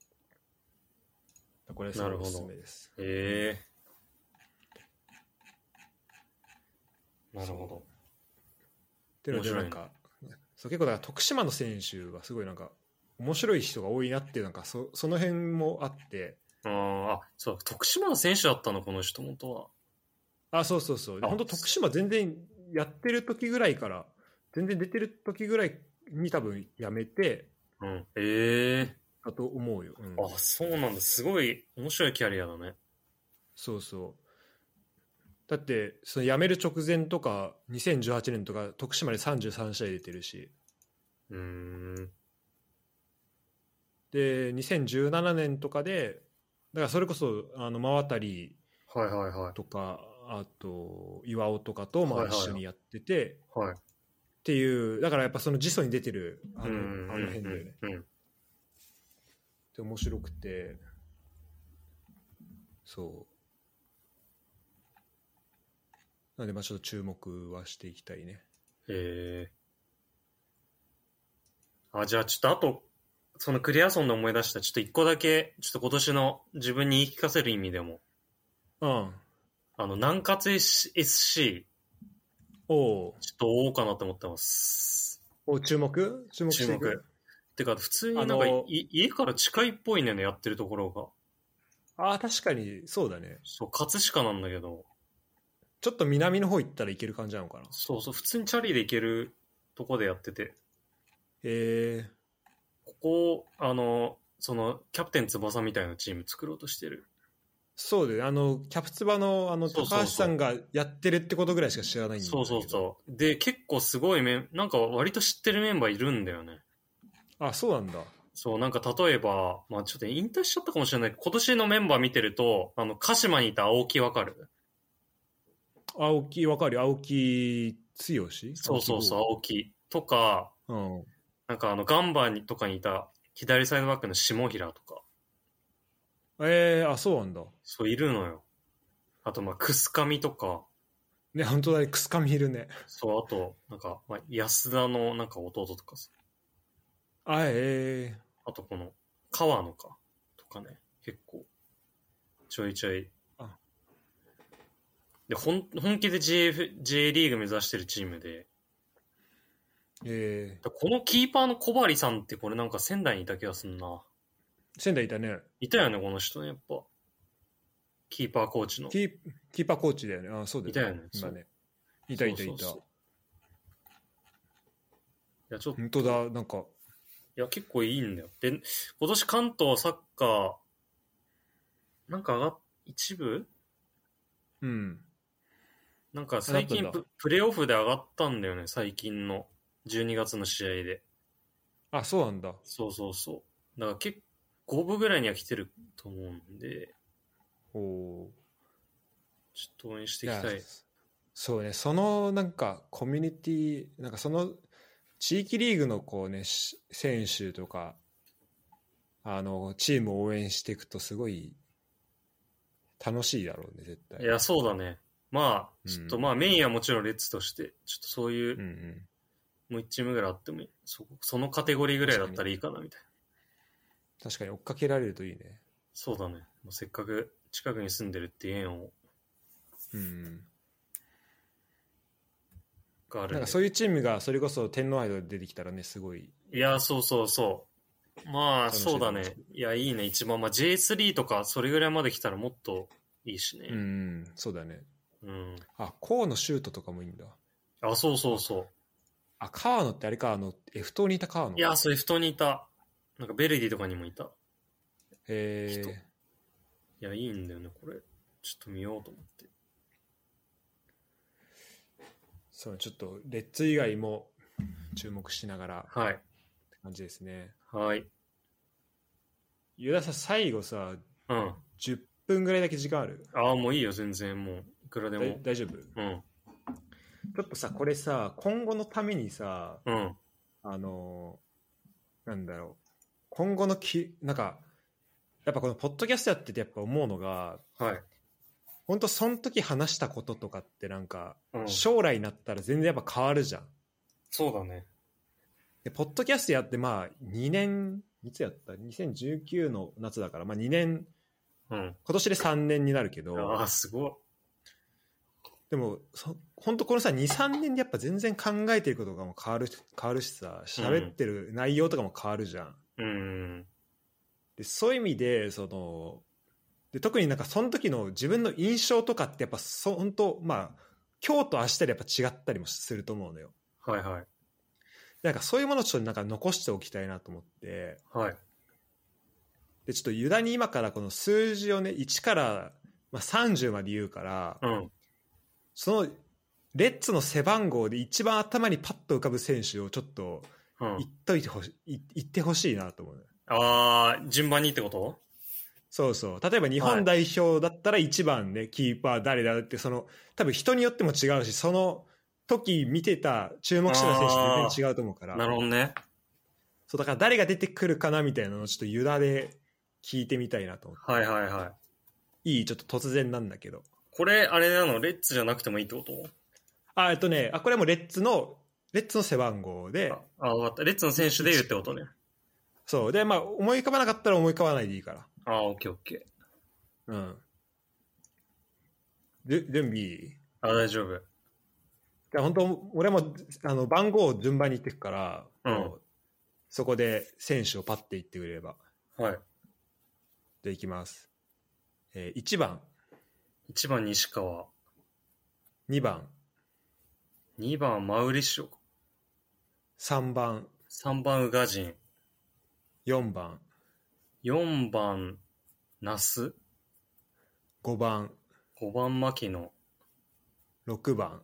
A: たこれす
B: な
A: ごい
B: るほ
A: お
B: ど
A: すすめです
B: ええなるほど。
A: っていうので
B: 面白
A: ないん
B: ね
A: かそう結構だから徳島の選手はすごいなんか面白い人が多いなっていうなんかそその辺もあって
B: あーあ、そう、徳島の選手だったの、この人、元は。
A: あそうそうそう
B: あ
A: 本当徳島全然やってる時ぐらいから全然出てる時ぐらいに多分やめて
B: うん。ええ
A: だと思うよ、うん
B: あ、そうなんだ。すごい面白いキャリアだね。
A: そうそうだってその辞める直前とか2018年とか徳島で33試合出てるし
B: うーん。
A: で2017年とかでだからそれこそあの真渡り
B: はいはいはい。
A: とかあと岩尾とかとま
B: は
A: あ
B: いはいはい
A: 一緒にやってて、っ
B: はい。
A: ていうだからやっぱその次祖に出てるあの,、
B: うん
A: あの辺だよね、
B: うんうん。
A: で面白くてそうなんでまあちょっと注目はしていきたいね
B: ええあ、じゃあちょっとあと、そのクリアソンで思い出した、ちょっと一個だけ、ちょっと今年の自分に言い聞かせる意味でも、
A: うん
B: あの、南葛 SC、
A: おお
B: ちょっと追おうかなと思ってます。
A: お注目注目してい
B: 注
A: く
B: てか、普通になんか
A: あの
B: い、家から近いっぽいんだよね、やってるところが。
A: ああ確かにそうだね
B: そう、葛飾なんだけど、
A: ちょっと南の方行ったらいける感じなのかな
B: そうそう、普通にチャリで行けるとこでやってて、
A: へえ
B: ここ、あの、その、キャプテン翼みたいなチーム作ろうとしてる。
A: そうだよねあのキャプツバのあの
B: そう
A: 高
B: そうそ
A: 橋さ
B: う
A: んがやってるってことぐらいしか知らないんだけ
B: そ
A: ど
B: うそうそう。で、結構すごいメン、なんか割と知ってるメンバーいるんだよね。
A: あそうなんだ
B: そう、なんか例えば、まあちょっと引退しちゃったかもしれないけど、今年のメンバー見てると、あの、鹿島にいた青木わかる
A: 青木わかるよ青木剛
B: そうそうそう、
A: 青
B: 青木。とか、
A: 木剛うん
B: なんかあの、ガンバにとかにいた左サイドバックの下平とか、
A: えー、あそうなんだ
B: そういるのよ。あと、まあ、クスカミとか、
A: ね本当だねくすかみいるね
B: そう、あと、なんか、まあ、安田のなんか弟とかさ、
A: あえー、
B: あとこの、川野か、とかね、結構、ちょいちょい
A: あ。
B: で、ほん本気で JF J リーグ目指してるチームで、
A: え
B: でこのキーパーの小針さんってこれなんか仙台にいた気がすんな。
A: ー、仙台いたね
B: いたよね、この人ね、やっぱ。キーパーコーチの。
A: キーキーパーコーチだよねあそうだよね
B: いた
A: 今
B: よね
A: ねいたいたいた
B: そうそうそういや、ちょっと、い
A: 本当だなんか
B: や、結構いいんだよ。で、今年関東サッカー、なんか上がっ、一部
A: うん
B: なんか最
A: 上が
B: 近
A: ったん
B: ププレーオフで上がったんだよね、最近の。12月の試合で。
A: あそうなんだ
B: そうそうそう。だから結構5分ぐらいには来てると思うんで、
A: おお
B: ちょっと応援していきた
A: い
B: い
A: や。そうねそのなんかコミュニティなんかその地域リーグのこうねし選手とかあのチームを応援していくとすごい楽しいだろうね絶対
B: いや、そうだね。まあ、
A: うん
B: ちょっとまあメインはもちろんレッツとして、ちょっとそういうう、
A: んうん
B: もう1チームぐらいあってもいい。そそのカテゴリーぐらいだったらいいかな、みたいな。
A: 確かに追っかけられるといいね
B: そうだね。もうせっかく近くに住んでるっていう縁を
A: うんうん
B: がある
A: なんんか
B: で
A: そういうチームがそれこそ天皇杯で出てきたらねすごい
B: いや、そうそうそう。まあ、
A: 楽しいな
B: そうだね。いや、いいね。一番、まあ、J3 とか、それぐらいまで来たらもっといいし
A: うんう
B: ね。
A: んそうだね
B: うん。
A: あ河野シュートとかもいいんだ
B: あ、そうそうそ
A: あ川野ってあれかあの F 島にいた川野
B: う。いや、それ、布団にいた。なんか、ベルディとかにもいた。い
A: え
B: 人や、いいんだよね、これ。ちょっと見ようと思って。
A: そうちょっとレッツ以外も注目しながら
B: はい。
A: って感じですね。
B: はい。
A: ユダさん最後さ
B: うん。
A: 10分ぐらいだけ時間ある
B: ああ、もういいよ、全然。もう、いくらで
A: だ
B: も
A: い。大丈夫ち
B: うん。
A: ょっとさこれさ今後のためにさ
B: うん。
A: あのーなんだろう今後のきなんかやっぱこのポッドキャストやっててやっぱ思うのが
B: はい。
A: 本当その時話したこととかってなんか
B: うん。
A: 将来になったら全然やっぱ変わるじゃん。
B: そうだね。
A: でポッドキャストやってまあ2年いつやった ?2019 の夏だからまあ2年
B: うん。
A: 今年で3年になるけど
B: ああ、すごい。
A: でもそ本当このさ23年でやっぱ全然考えてることがもう変わる変わるしさ喋ってる内容とかも変わるじゃん、
B: うん。
A: でそういう意味でそので特になんかその時の自分の印象とかってやっぱそ本当まあ今日と明日でやっぱ違ったりもすると思うのよ
B: はいはい。
A: なんかそういうものをちょっとなんか残しておきたいなと思って
B: はい。
A: でちょっとユダに今からこの数字をね1から、まあ、30まで言うから、
B: うん。
A: そのレッツの背番号で一番頭にパッと浮かぶ選手をちょっと
B: うん
A: 言、っといてほしい言ってほしいなと思うね
B: ああ、順番にってこと
A: そうそう例えば日本代表だったら1番ね、キーパー誰だってその多分人によっても違うしその時見てた注目してた選手って全然違うと思うから
B: なるほどね。
A: そうだから誰が出てくるかなみたいなのをちょっとユダで聞いてみたいなと思っ
B: はいはいはい。
A: ていいちょっと突然なんだけど
B: これ、あれなのレッツじゃなくてもいいってこと
A: あえっとねあこれもレッツのレッツの背番号で
B: ああ、分かった。レッツの選手で言うってことね。
A: そうでまあ思い浮かばなかったら思い浮かばないでいいから
B: ああ、オッケーオッケ
A: うん。じゅ準備いい
B: ー。ああ、大丈夫。
A: じゃあ本当、俺もあの番号を順番に言っていくから、
B: うん
A: もそこで選手をパッて言ってくれれば。
B: は
A: じ
B: い。
A: ゃあいきます。えー、1番、
B: 1番西川、
A: 2番、
B: 2番マウリシオ、
A: 3番、
B: 3番ウガジン、
A: 4番、
B: 4番ナス、
A: 5番、
B: 5番牧野、
A: 6番、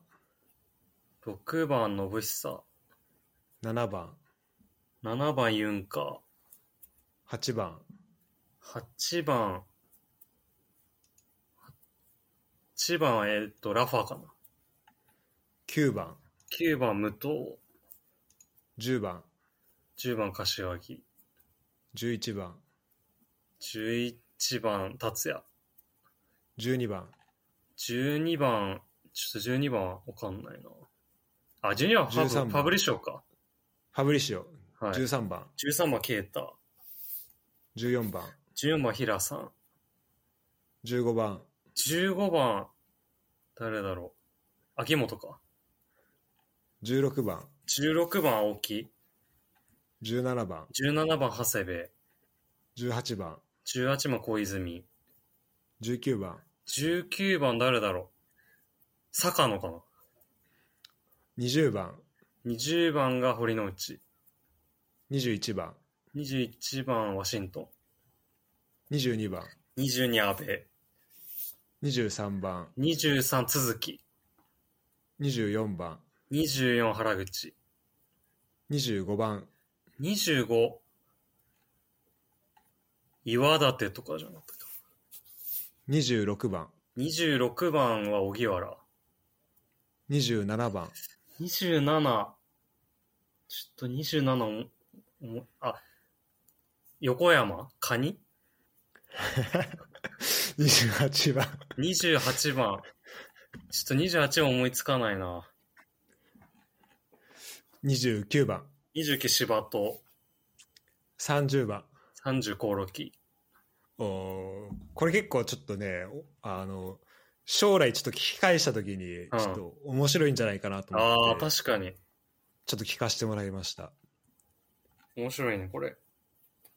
B: 6番信久、
A: 7番、
B: 7番ユンカ
A: 8番、
B: ー、8番、8番、えっと、ラファかな。
A: 9番、
B: 9番武藤、
A: 10番、
B: 10番柏木、
A: 11番、
B: 11番達也、
A: 12番、
B: 12番、ちょっと12番わかんないな。あ、12番ファブ
A: 13番
B: ファブリシオか。
A: ファブリシオ、
B: はい。
A: 13番、
B: 13番ケイタ、
A: 14番、
B: 14番ヒラさん、
A: 15番、
B: 15番、誰だろう。秋元か。
A: 16番、
B: 16番青木、
A: 17番、
B: 17番長谷部、
A: 18番、
B: 18番小泉、
A: 19番、
B: 19番誰だろう。坂野かな。
A: 20番、
B: 20番が堀之内、
A: 21番、
B: 21番ワシント
A: 22番、
B: ン、22阿部、
A: 23番、
B: 23都築、
A: 24番、
B: 24原口、
A: 25番、
B: 25岩立とかじゃなかったか。
A: 26番、
B: 26番は荻原。
A: 27番、
B: 27ちょっと27おもおもあ横山カニ
A: 28番、
B: 28番ちょっと28番思いつかないな
A: 29番、
B: 29柴戸
A: 30番。
B: 30コオロキ
A: おーこれ結構ちょっとね、おあの、将来ちょっと聞き返した時に、ちょっと面白いんじゃないかなと思
B: あ
A: っ
B: ー
A: て、
B: 確かに
A: ちょっと聞かせてもらいました。
B: 面白いねこれ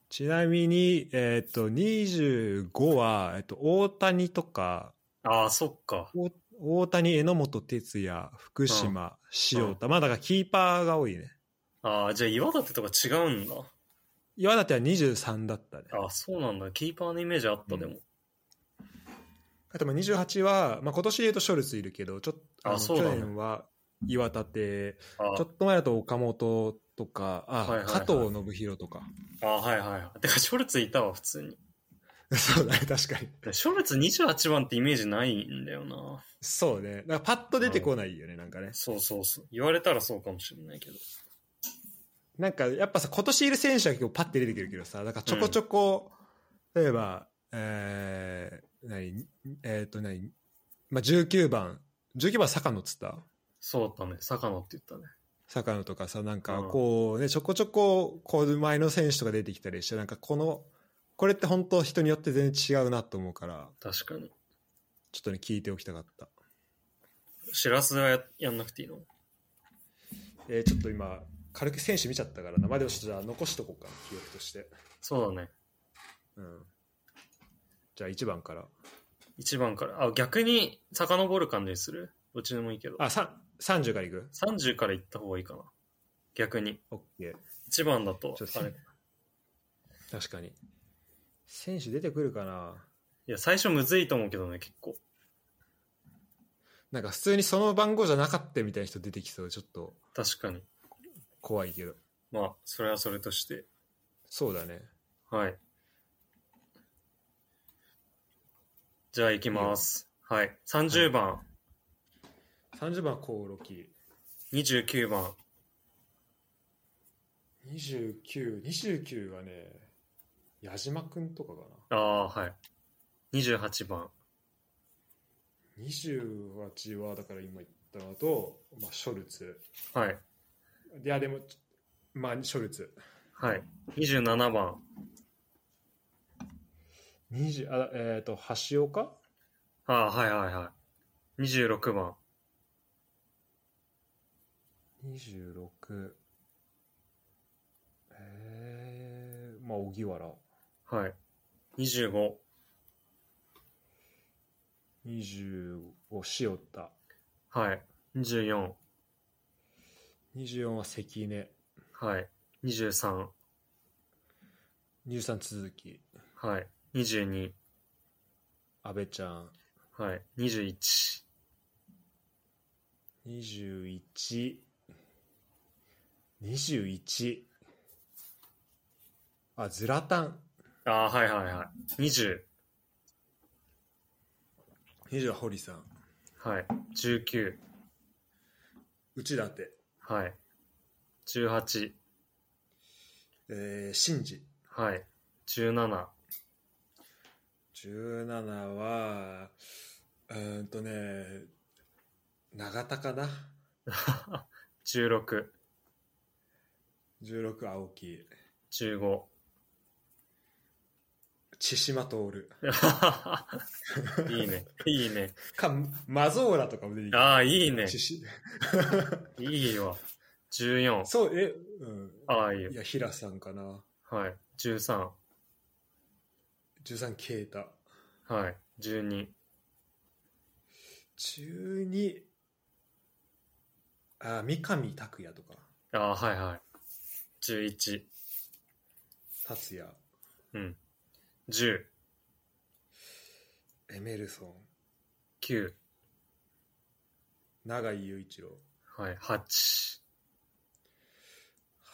A: ちなみに、えっ、と、25は、えっ、と、大谷とか、
B: ああそっか
A: お大谷、榎本哲也、福島、塩田、まあだからキーパーが多いね。
B: ああじゃあ岩立とか違うんだ
A: 岩立は23だったね。
B: あーそうなんだキーパーのイメージあった、
A: うん
B: でも
A: あとまあ28は、まあ、今年で言うとショルツいるけど、ちょっと
B: あ
A: あの
B: そうだ
A: 去
B: ね
A: 年は岩立、
B: あ
A: ちょ
B: ー
A: っと前だと岡本とか、あ、
B: はいはいはい
A: 加藤信弘とか。
B: あーはいはいはいてかショルツいたわ普通に
A: そうだね、確かに。
B: でショルツ28番ってイメージないんだよな
A: そうね。だからパッと出てこないよね、なんかね。
B: そうそうそう。言われたらそうかもしれないけど。
A: なんかやっぱさ、今年いる選手は結構パッて出てくるけどさ、だからちょこちょこ、例えば、えー、何、えっ、と何、まあ、19番、19番坂野っつった
B: そうだね。坂野って言ったね。
A: 坂野とかさなんか
B: うん
A: こうね、ちょこちょここう前の選手とか出てきたりしてなんかこのこれって本当人によって全然違うなと思うから
B: 確かに。
A: ちょっとね聞いておきたかった
B: しらすはややんなくていいの
A: えーちょっと今、軽く選手見ちゃったからな。まあ、でもちょっとじゃあ残しとこうか、記憶として。
B: そうだね。
A: うん。じゃあ1番から。
B: 1番から。あ、逆に遡る感じにするどっちでもいいけど。
A: あ、さ30からいく
B: 30から行った方がいいかな。逆に。
A: オッケー
B: 1番だと
A: ちょっ、と
B: あれ。い
A: 確かに。選手出てくるかな
B: や、最初むずいと思うけどね、結構。
A: なんか普通にその番号じゃなかったみたいな人出てきそうでちょっと
B: 確かに。
A: 怖いけど。
B: まあ、それはそれとして。
A: そうだね。
B: はい。じゃあ行きます。はい。30番、
A: 30番、コオロキ。
B: 29番。
A: 29、29はね、矢島くんとかか
B: ああ、はい。28番。
A: な。28は、だから今言ったのと、まあ、ショルツ。
B: はい。
A: いや、でも、まあ、ショルツ。
B: はい。27番。
A: 20あえっ、と、橋岡
B: ああ、はいはいはい。26番。
A: ?26。えー、まあ、荻原。
B: はい。25。
A: 25、塩田。
B: はい。24。
A: 24は関根。
B: はい。23。
A: 23続き。
B: はい。22。
A: 安倍ちゃん。
B: はい。21。
A: 21。21。あ、ズラタン。
B: ああ、はいはいはい。20。
A: 20は堀さん。
B: はい。19。
A: 内館。
B: はい。18。
A: えー、新次。
B: はい。17。
A: 17は、うーんとね、永田かな。
B: 16。
A: 16、青木。
B: 15。
A: 千島徹。
B: いいね。いいね。
A: か、マゾーラとかも出てき
B: ああ、いいね
A: て。。千島
B: いいわ。14。
A: そう、え、うん。
B: ああ、いいよ
A: い。や、平さんかな。
B: はい。13。
A: 13、啓太。
B: はい。12。
A: 12、あ、三上拓也とか、
B: ああ、はいはい。11。
A: 達也、
B: うん。10。
A: エメルソン、
B: 9。
A: 永井雄一郎、
B: はい。8。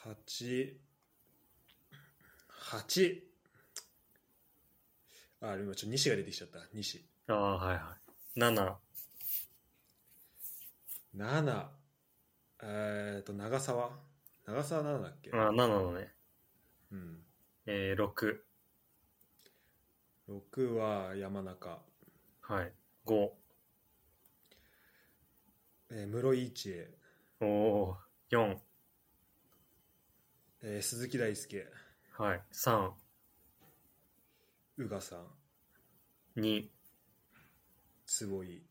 A: 8、8、あ、今ちょっと西が出てきちゃった、西。
B: ああ、はいはい。7。
A: 7、えっと、長沢。長沢7だっけ
B: ああ、7のね。
A: うん。
B: えー、6。
A: 6は山中、
B: はい。5。
A: えー室井一恵、
B: おお。4。
A: えー鈴木大輔、
B: はい。3。
A: 宇賀さん、
B: 2。
A: 坪井。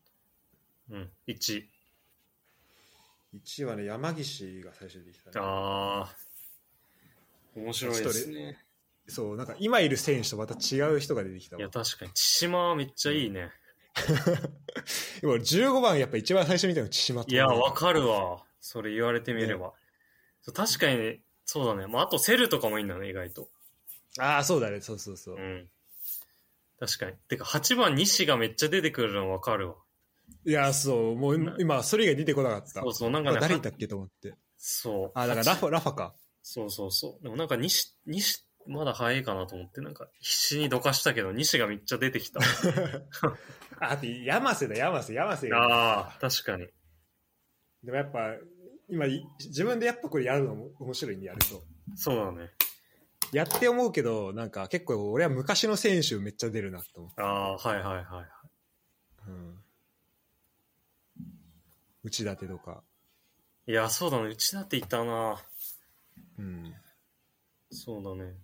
B: うん。1。
A: 1はね、山岸が最初に出てきたね、
B: ああ。面白いですね。
A: そう、なんか今いる選手とまた違う人が出てきた
B: い
A: わ。
B: や、確かに。千島はめっちゃいいね。
A: でも15番やっぱ一番最初みたいなの千島と
B: いや、わかるわ。それ言われてみれば。そう確かに、そうだね。まあ、あとセルとかもいいんだね、意外と。
A: ああ、そうだね。そうそうそうう。
B: ん。確かに。てか、8番西がめっちゃ出てくるのわかるわ。
A: いや、そう、もう今、それ以外出てこなかった。
B: そうそう、なんかね、
A: 誰
B: は
A: だっけと思って。
B: そう。
A: あ、だからラ
B: 八
A: ファ、ラファか。
B: そうそうそう。でもなんか西、西、まだ早いかなと思って、なんか必死にどかしたけど、西がめっちゃ出て きた。
A: あ、あと山瀬だ、山瀬、山瀬が。
B: ああ、確かに。
A: でもやっぱ、今、い自分でやっぱこれやるのも面白いんでやると。
B: そうだね。
A: やって思うけど、なんか結構俺は昔の選手めっちゃ出るなと思
B: ああー、はいはいはい。
A: う。うん。内館とか。
B: いや、そうだね。うちだっていたな。
A: うん。
B: そうだね。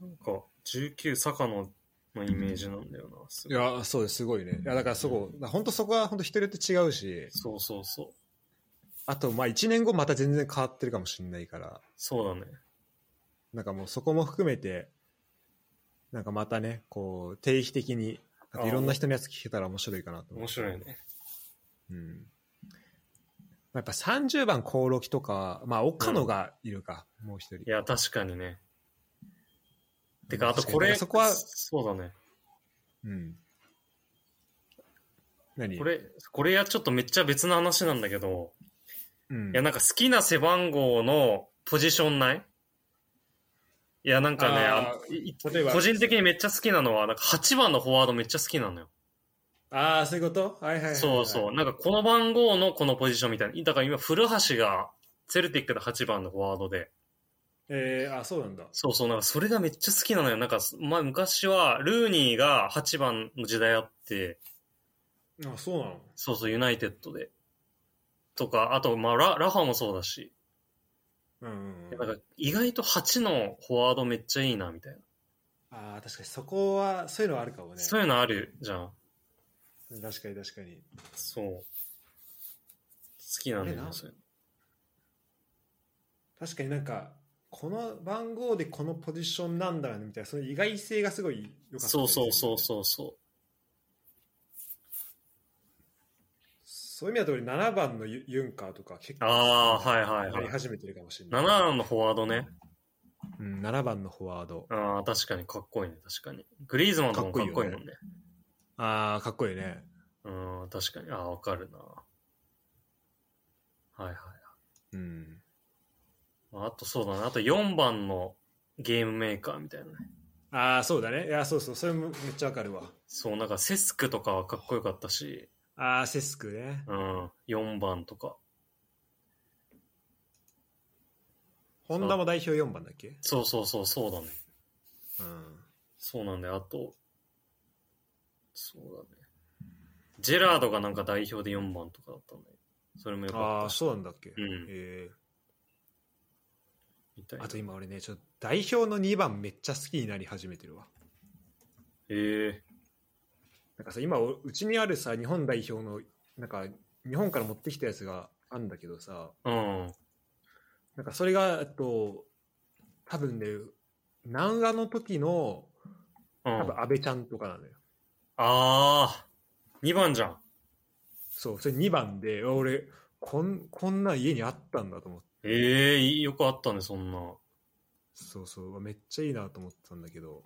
B: なんか、19、坂野のイメージなんだよな。す
A: い
B: ごい
A: や、そうです、すごいね。いや、だからそこ、本当そこは本当人によって違うし、
B: そうそうそう。
A: あと、まあ1年後また全然変わってるかもしれないから、
B: そうだね。
A: なんかもうそこも含めて、なんかまたね、こう、定期的に、なんかいろんな人のやつ聞けたら面白いかなと思う
B: 面白いね。
A: うん。まあやっぱ30番興梠とか、まあ岡野がいるか、もう一人
B: い。や、確かにね。てか、あと
A: 確かに
B: これ、
A: そこは
B: そうだね。
A: うん。何
B: こ、れ、これやちょっとめっちゃ別の話なんだけど、
A: うん
B: いや、なんか好きな背番号のポジションないいや、なんかね、あ
A: あー
B: い
A: 例えば
B: 個人的にめっちゃ好きなのは、なんか8番のフォワードめっちゃ好きなのよ。
A: ああ、そういうことはいはいはいはい。
B: そうそう。なんかこの番号のこのポジションみたいな。だから今、古橋が、セルティックで8番のフォワードで。
A: えー、あ、そうなんだ。
B: そうそう、なんかそれがめっちゃ好きなのよ。なんか、まあ、昔は、ルーニーが8番の時代あって、
A: あ、そうなの
B: そうそう、ユナイテッドで。とか、あと、まあラ、ラファもそうだし、
A: うんうん
B: なんか意外と8のフォワードめっちゃいいな、みたいな。
A: ああ、確かにそこは、そういうのはあるかもね。
B: そういうのあるじゃん。
A: 確かに確かに。
B: そう。好きなんだ
A: あ
B: よ
A: れ
B: ね
A: な、
B: それ。
A: 確かになんか、この番号でこのポジションなんだみたいな、その意外性がすごい良かったりする
B: そ
A: よね、
B: うそうそうそうそう。
A: そういう意味だと俺7番のユユンカーとか結構
B: あーはいはいはい
A: やり始めてるかもしれない
B: 7番のフォワードね。
A: うん、7番のフォワード
B: ああ、確かにかっこいいね、確かに。グリーズマンとかもかっこいいもんね。
A: ああかっこいいね
B: うん、確かに。ああ、わかるな。はいはい。
A: うん
B: まああとそうだな。あと4番のゲームメーカーみたいなね。
A: ああそうだねいやそうそうそれもめっちゃわかるわ
B: そう、なんかセスクとかはかっこよかったし、
A: ああセスクね
B: うん、4番とか。
A: ホンダも代表4番だっけ
B: そうそうそう、そうだね。
A: うん
B: そうなんだよ。あと、そうだね。ジェラードがなんか代表で4番とかだったんだよ。それもよか
A: あ
B: っ
A: あ
B: たし。
A: そうなんだっけ、
B: うん
A: え
B: みたい
A: ー
B: な
A: あと今俺ねちょっと代表の2番めっちゃ好きになり始めてるわ
B: ええ
A: なんかさ今おうちにあるさ日本代表のなんか日本から持ってきたやつがあんだけどさ
B: うん。
A: なんかそれがえっと多分ね南アの時の
B: うん。
A: 多分安倍ちゃんとかなのよ、
B: ああ、2番じゃん。
A: そうそれ2番で俺こんこんなん家にあったんだと思って
B: ええよくあったね、そんな。
A: そうそうめっちゃいいなと思ってたんだけど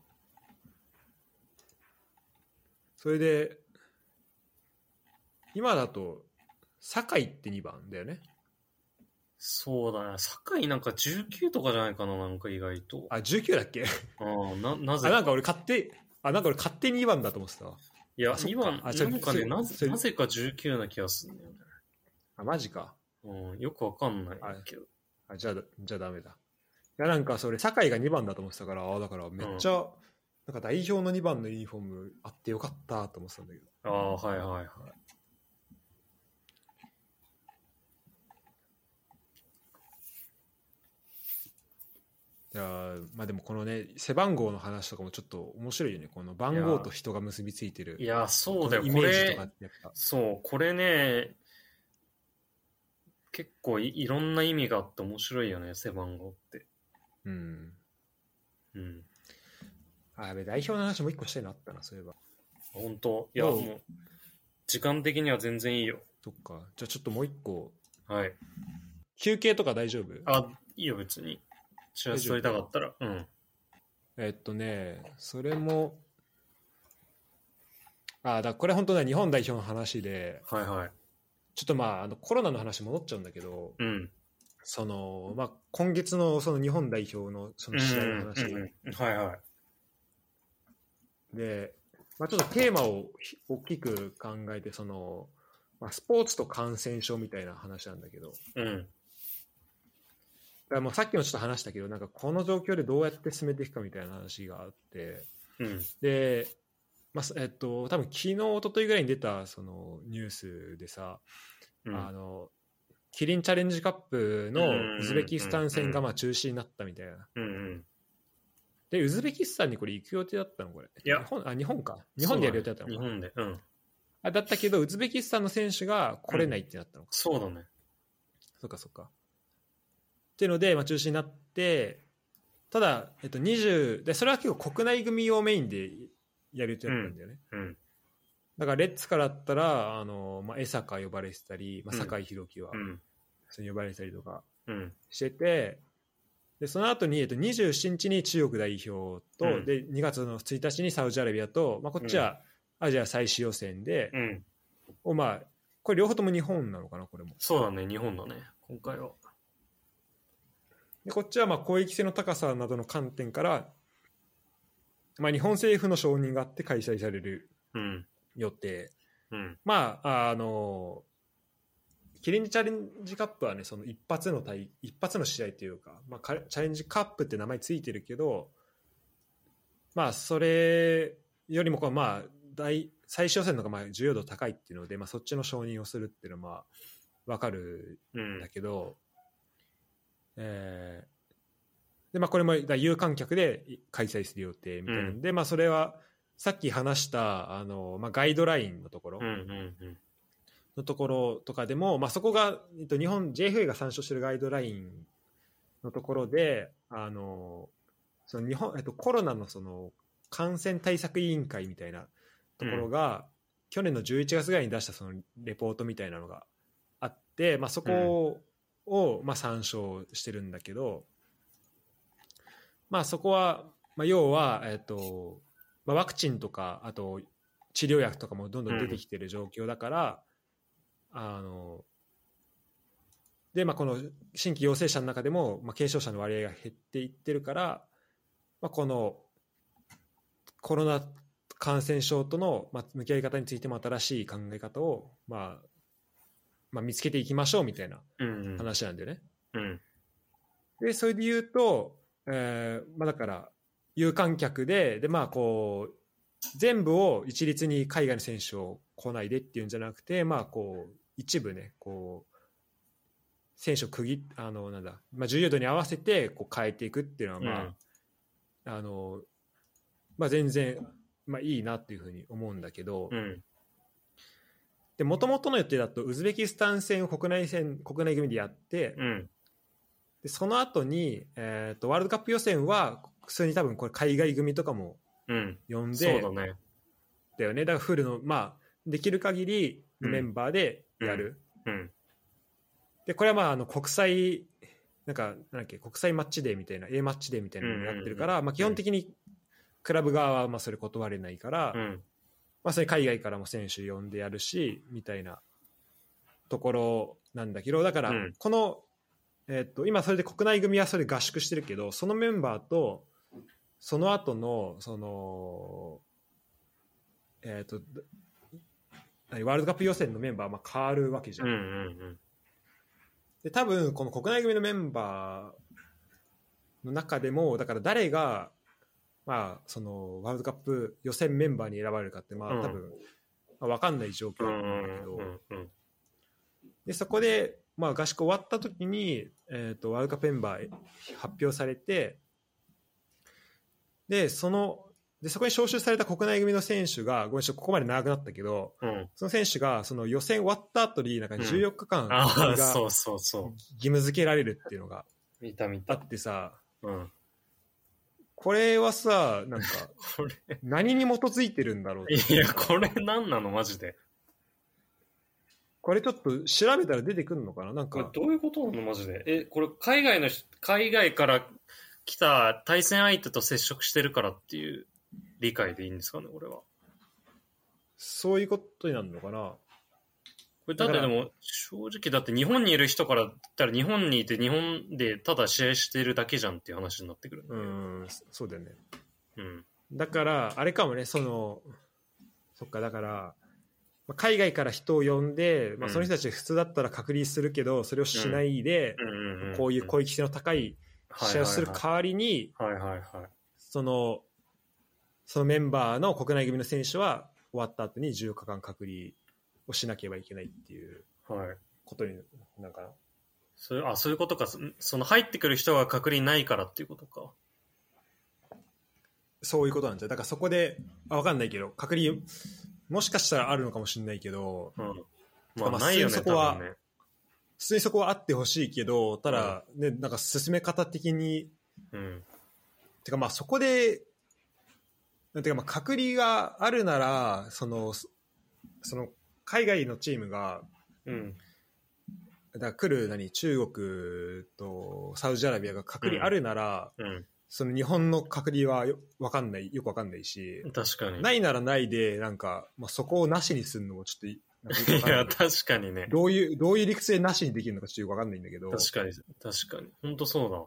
A: それで今だと酒井って2番だよね
B: そうだね。酒井なんか19とかじゃないかな、なんか意外と。あ
A: あ19だっけ
B: あ、な、な
A: あ
B: ぜ
A: なんか俺勝手あなんか俺勝手に2番だと思ってたわ
B: いや、
A: あそっか
B: 2番、
A: あじゃあ
B: なんかね、
A: それ
B: な
A: そ
B: ぜ、
A: れ
B: なぜか19な気がするんだよね。
A: あマジか
B: うん、よくわかんないけど。
A: あじゃあじゃあダメだいやなんかそれ酒井が2番だと思ってたからあだからめっちゃ、なんか代表の2番のユニフォームあってよかったと思ってたんだけど
B: ああ、はいはいはい。
A: いやーまあでもこのね背番号の話とかもちょっと面白いよねこの番号と人が結びついてる
B: いや、そうだよ、
A: イ
B: こ
A: メージとか
B: れ
A: っ、てやっぱ
B: そう、これね、結構いいろんな意味があって面白いよね、背番号って。
A: うん
B: うん。
A: あやべ代表の話もう一個したいなあったなそういえば
B: 本当いや、
A: うん
B: もう、時間的には全然いいよ。
A: そっかじゃあちょっともう一個
B: はい。
A: 休憩とか大丈夫
B: あ、いいよ、別に。知らせとりたかったら。うん。
A: えっとねそれもあだからこれ本当ね日本代表の話で
B: はいはい。
A: ちょっとまああのコロナの話戻っちゃうんだけど
B: うん。
A: その、まあ、今月のその日本代表のその試合の話、
B: うんはいはい。
A: で、まあ、ちょっとテーマをひ大きく考えてその、まあ、スポーツと感染症みたいな話なんだけどだか
B: うん。
A: らもうさっきもちょっと話したけどなんかこの状況でどうやって進めていくかみたいな話があって
B: うん。
A: で、まあすえっと、多分昨日一昨日ぐらいに出たそのニュースでさ、
B: うん
A: あのキリンチャレンジカップ
B: うんうんうんうん
A: のウズベキスタン戦がまあ中止になったみたいな。
B: うんうん。
A: で、ウズベキスタンにこれ行く予定だったのこれ。
B: いや
A: 日本あ、日本か。日本でやる予定だったの
B: 日
A: か。
B: 本で。うん。
A: あだったけど、ウズベキスタンの選手が来れないってなったのか。
B: そうだね。
A: そっかそっか。っていうので、まあ、中止になって、ただ、えっと、20で、それは結構国内組をメインでやる予定だったんだよね。
B: うん。
A: だから、レッツからだったら、あの、まあ、江坂呼ばれてたり、まあ、
B: うん
A: 酒井宏樹は
B: うん。
A: 普通に呼ばれてたりとか
B: うん。
A: してて、で、その後に、えっと、27日に中国代表と、
B: うん
A: で、2月の1日にサウジアラビアと、まあ、こっちはアジア最終予選で、
B: うん。
A: をまあ、これ両方とも日本なのかな、これも。
B: そうだね、日本だね。今回は。
A: でこっちはまあ公益性の高さなどの観点から、まあ、日本政府の承認があって開催される
B: うん。
A: 予定、
B: うん。
A: まあ、あのキリンジチャレンジカップは、ね、その一発の対一発の試合というか、まあ、かチャレンジカップって名前ついてるけど、まあ、それよりもこう、まあ、大最小戦の方がまあ重要度高いっていうので、まあ、そっちの承認をするっていうのはまあ分かる
B: うん
A: だ。けど、えーでまあ、これもだから有観客で開催する予定みたいなんで、まあ、それはさっき話したあの、まあ、ガイドラインのところ
B: うん。うん。うん。
A: のところとかでも、まあ、そこが、えっと、日本 JFA が参照しているガイドラインのところであのその日本、えっと、コロナのその感染対策委員会みたいなところが、去年の11月ぐらいに出したそのレポートみたいなのがあって、まあ、そこを、まあ、参照してるんだけど、まあ、そこは、まあ、要は、えっとまあ、ワクチンとかあと治療薬とかもどんどん出てきてる状況だから、あので、まあ、この新規陽性者の中でも、まあ、軽症者の割合が減っていってるから、まあ、このコロナ感染症との、まあ、向き合い方についても新しい考え方を、まあまあ、見つけていきましょうみたいな
B: うん。うん
A: 話なんだよね。
B: うん。
A: で、それで言うと、えーまあ、だから、有観客で、で、まあ、こう、全部を一律に海外の選手を来ないでっていうんじゃなくて、まあ、こう、一部ね、こう、選手を区切っあの、なんだ、まあ、重要度に合わせて、こう、変えていくっていうのは、まあ、あの、まあ、全然、まあ、いいなっていうふうに思うんだけど、
B: うん。
A: で、もともとの予定だと、ウズベキスタン戦を国内戦、国内組でやって、
B: うん。
A: でその後に、えー、とワールドカップ予選は普通に多分これ海外組とかも
B: うん。
A: 呼んで
B: そうだね。
A: だよねだからフルのまあできる限りのメンバーでやる、
B: うん。
A: でこれはまああの国際なんかなんだっけ国際マッチデーみたいな A マッチデーみたいなのをやってるから、
B: うんうんうん
A: まあ、基本的にクラブ側はまあそれ断れないから、
B: うん。
A: まあ、それ海外からも選手呼んでやるしみたいなところなんだけどだから
B: うん
A: この、えっと今それで国内組はそれ合宿してるけどそのメンバーとその後のそのえっ、と何ワールドカップ予選のメンバーはまあ変わるわけじゃ
B: うん
A: ん。
B: うん。
A: で多分この国内組のメンバーの中でもだから誰が、まあ、そのワールドカップ予選メンバーに選ばれるかって、まあ
B: うん
A: 多分まあ、分かんない状況
B: う
A: だ
B: ん
A: と思うんだけど、
B: うん。うん。
A: でそこで、まあ、合宿終わった時に、えー、とワールドカップメンバー発表されてでそのでそこに招集された国内組の選手がごめんなさいここまで長くなったけど
B: うん。
A: その選手がその予選終わった後になんか
B: うん
A: 14日間
B: あ
A: が
B: あ、そ
A: 義
B: うそうそ
A: 務付けられるっていうのが
B: う。見た見
A: あ
B: た。
A: ってさ
B: うん。
A: これはさなんか
B: これ、
A: 何に基づいてるんだろうって
B: いや、これ何なのマジで。
A: これちょっと調べたら出てくるのかななん
B: これ
A: か
B: どういうことなのマジで。え、これ海外の人、海外から来た対戦相手と接触してるからっていう理解でいいんですかね、俺は。こ
A: そういうことになるのかな
B: れだって
A: だから
B: でも、正直だって日本にいる人から言ったら日本にいて日本でただ試合してるだけじゃんっていう話になってくるね、
A: うんそうだよね
B: うん。
A: だからあれかもねそのそっかだから、まあ海外から人を呼んで、まあ、
B: うん
A: その人たち普通だったら隔離するけど、それをしないで、
B: うんんん
A: こういう公益性の高い試合をする代わりに、
B: はいはいはい。はいはいはい
A: そのそのメンバーの国内組の選手は終わった後に14日間隔離をしなければいけないっていう
B: はい。
A: ことになんかな
B: そういうあそういうことかそその入ってくる人が隔離ないからっていうことか
A: そういうことなんじゃだからそこであ分かんないけど隔離もしかしたらあるのかもしれないけど
B: うん。
A: まあ
B: まあ、ないよね、
A: そ
B: 多
A: こは
B: 分ね。
A: 普通にそこはあってほしいけどただ、ねなんか進め方的に
B: うん。
A: てかまあそこでなんていうかまあ隔離があるならそのそその海外のチームが
B: うん。
A: だから来る何中国とサウジアラビアが隔離あるなら、
B: う
A: その日本の隔離はよわかんないよくわかんないし
B: ん。、確かに。
A: ないならないでなんか、まあ、そこをなしにするのもちょっといなんかよくわかんな
B: い
A: い
B: や、確かにね。
A: どういうどういう理屈でなしにできるのかちょっとよくわかんないんだけど、
B: 確かに、確かに。本当そうだ。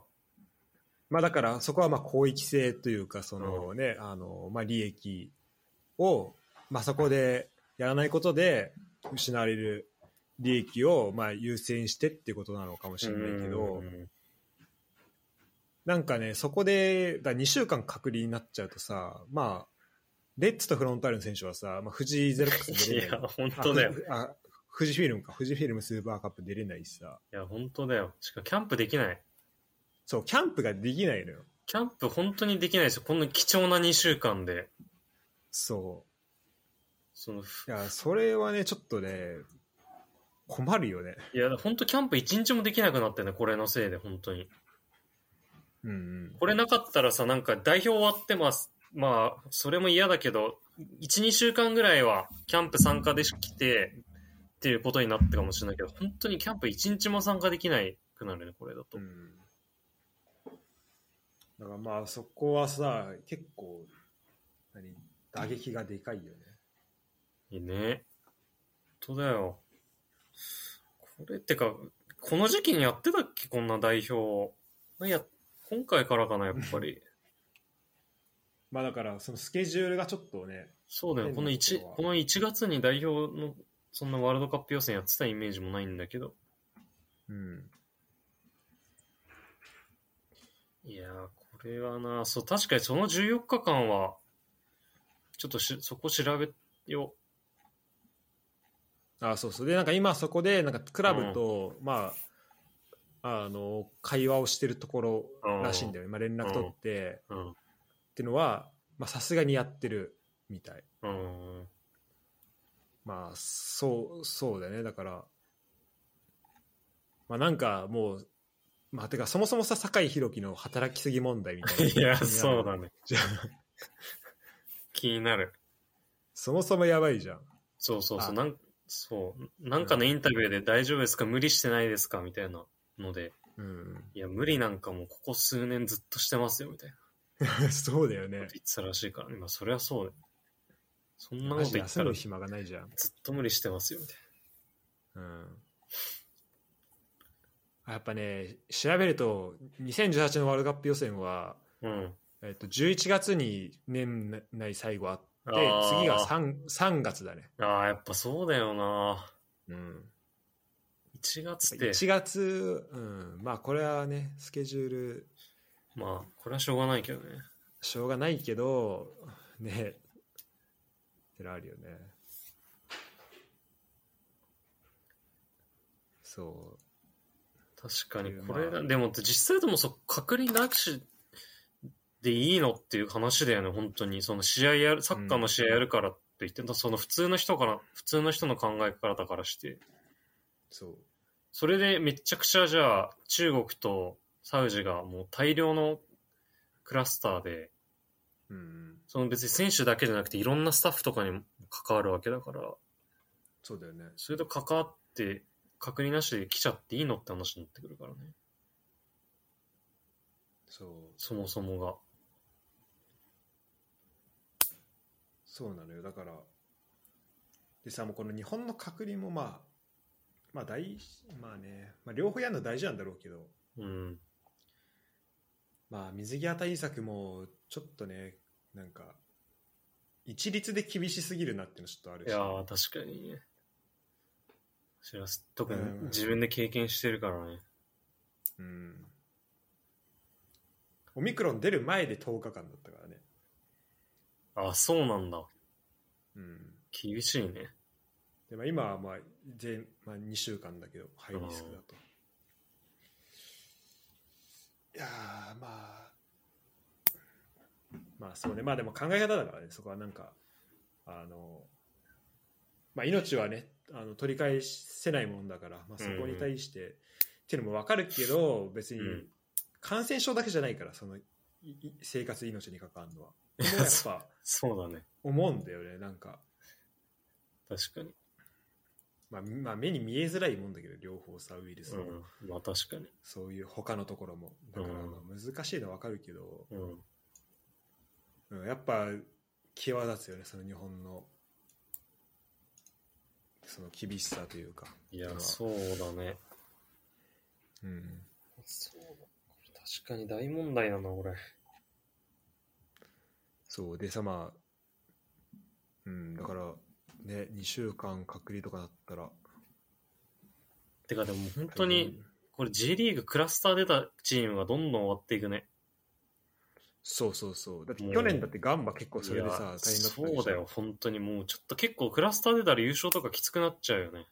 A: まあ、だからそこはまあ広域性というかその、ねあのまあ、利益を、まあ、そこでやらないことで失われる利益をまあ優先してっていうことなのかもしれないけど。
B: うん
A: なんかね、そこで、だ2週間隔離になっちゃうとさ、まあ、レッツとフロンターレの選手はさ、まあ、富士ゼロカップ出
B: い
A: れな
B: や
A: い。、
B: 本当だよ。い
A: あ。あ富士フィルムか、富士フィルムスーパーカップ出れないしさ、
B: や、本当だよ。しかも、キャンプできない。
A: そう、キャンプができないのよ。
B: キャンプ本当にできないですよ。こんな貴重な2週間で。
A: そ
B: そのふ
A: う。いや、それはね、ちょっとね、困るよね。
B: いや、本当キャンプ1日もできなくなってね、これのせいで、本当に。
A: うん、うん。
B: これなかったらさ、なんか代表終わってます。まあ、それも嫌だけど、1、2週間ぐらいはキャンプ参加できて、っていうことになったかもしれないけど、本当にキャンプ1日も参加できないくなるね、これだと
A: う。ん。だからまあ、そこはさ、結構、何、打撃がでかいよね。
B: いいね。本当だよ。これってか、この時期にやってたっけこんな代表。いや、今回からかな、やっぱり。
A: まあ、だから、そのスケジュールがちょっとね、
B: そうだよ。この
A: 変なと
B: 1、
A: ころは
B: この1月に代表の、そんなワールドカップ予選やってたイメージもないんだけど。
A: うん。
B: いやー、これはな、そう、確かにその14日間は、ちょっとし、そこ調べよ
A: あそうそうでなんか今そこでなんかクラブと、まああの会話をしてるところらしいんだよね、まあ、連絡取って、っ
B: う。うん。
A: ていうのはまあさすがにやってるみたい
B: うん。
A: まあそうそうだよねだからまあなんかもうまあてかそもそもさ酒井宏樹の働きすぎ問題みたいなの
B: い
A: が
B: や、
A: 気になる
B: そうだね。
A: じゃあ
B: 気になる。
A: そもそもやばいじゃん
B: そうそうそ
A: あ
B: う、なんそうなんかのインタビューで大丈夫ですか、無理してないですかみたいなので、
A: うん、
B: いや、無理なんかもうここ数年ずっとしてますよみたいなこ
A: そうだよね
B: と言ってたらしいから、ね、まあ、そりゃそうだよそんなこ
A: マ
B: と
A: ジで
B: 言った
A: 休
B: ら
A: む
B: ずっ
A: 暇がないじゃん
B: と無理してますよみたい
A: うんあやっぱね調べると2018のワールドカップ予選は、
B: な。うん。
A: えっと、11月に年内最後あって
B: あー
A: 次が 3, 3月だね、
B: ああ、やっぱそうだよな。
A: うん、
B: 1月って、
A: 1月、うん、まあこれはねスケジュール
B: まあ、これはしょうがないけどね。
A: しょうがないけどねってのあるよねそう
B: 確かに
A: うん、
B: これ
A: まあ
B: だ、でも実際ともそう、隔離なくしでいいのっていう話だよね、本当に。その試合やる、サッカーの試合やるからって言って、その普通の人から、普通の人の考え方からして、
A: そう
B: それでめっちゃくちゃじゃあ、中国とサウジがもう大量のクラスターで、
A: うん
B: その別に選手だけじゃなくていろんなスタッフとかにも関わるわけだから、
A: そうだよね
B: それと関わって、隔離なしで来ちゃっていいのって話になってくるからね。
A: そう
B: そもそもが。
A: そうなのよだからでさもうこの日本の隔離もまあまあ大まあね、まあ、両方やるの大事なんだろうけど
B: うん。
A: まあ水際対策もちょっとねなんか一律で厳しすぎるなっていうのちょっとある
B: い
A: し
B: やー、確かにね。知らす特に
A: うん
B: 自分で経験してるからね。
A: うんオミクロン出る前で10日間だったからね
B: あ、そうなんだ。
A: うん
B: 厳しいね。
A: で、まあ、今はまあ全、まあ、2週間だけどハイリスクだといやーまあままあそうね、まあでも考え方だからね、そこはなんか、あの、まあ命はね、あの取り返せないもんだから、まあそこに対して、っていうのもわかるけど、別に
B: うん
A: 感染症だけじゃないから、その、いい生活命に関わる のは。でもやっぱ
B: そうだね。
A: 思うんだよね、なんか、
B: 確かに。
A: まあ、まあ目に見えづらいもんだけど、両方さ、ウイルスも、
B: うん。まあ確かに。
A: そういう他のところも。だから
B: うん
A: まあ難しいのはわかるけど、
B: うん。
A: うん、やっぱ際立つよねその日本のその厳しさというか
B: いや
A: ま、あ
B: そうだね。
A: うん
B: そうだ。確かに大問題だな、俺。
A: そうでさまあうんだからね2週間隔離とかだったら
B: てかでも本当に、これ J リーグクラスター出たチームがどんどん終わっていくね。
A: そうそうそうだって
B: もう
A: 去年だってガンバ結構それで
B: い
A: さ
B: や
A: 大変だったでしょ
B: そうだよ、本当にもうちょっと結構クラスター出たら優勝とかきつくなっちゃうよね。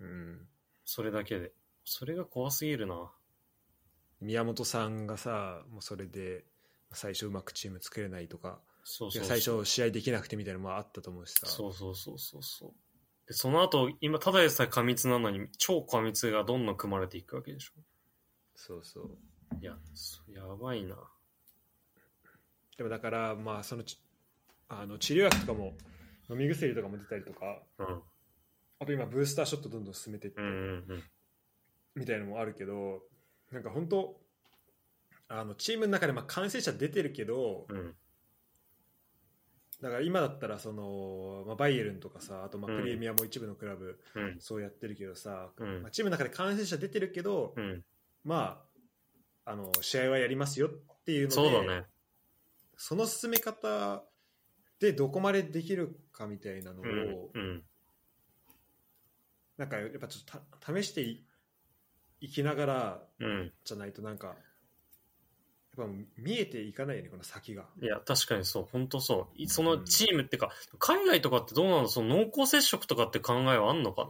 A: うん、
B: それだけで。それが怖すぎるな。
A: 宮本さんがさもうそれで最初うまくチーム作れないとか
B: そう
A: い
B: そう
A: や
B: そう。
A: 最初試合できなくてみたいなのもあったと思うしさ
B: そうそうそうそうそう。で、その後、今、ただでさえ過密なのに、超過密がどんどん組まれていくわけでしょ。
A: そうそう
B: いや、そやばいな。
A: でもだからまあそのちあの治療薬とかも飲み薬とかも出たりとか
B: うん。
A: あと今ブースターショットどんどん進めてって
B: うんうんうん。
A: みたいのもあるけどなんか本当あのチームの中でまあ感染者出てるけど
B: うん。
A: だから今だったらその、まあ、バイエルンとかさあとまあ
B: うん
A: プレミアも一部のクラブ
B: うん。
A: そうやってるけどさ、
B: うん
A: まあ、チームの中で感染者出てるけど、
B: うん。
A: まああの試合はやりますよっていうので
B: そうだね。
A: その進め方でどこまでできるかみたいなのを、
B: うん。うん。
A: なんかやっぱちょっとた試していいきながら
B: うん。
A: じゃないとなんかやっぱ見えていかないよねこの先が
B: いや、確かにそう。本当そうい。そのチームってか、海外とかってどうなのその濃厚接触とかって考えはあんのか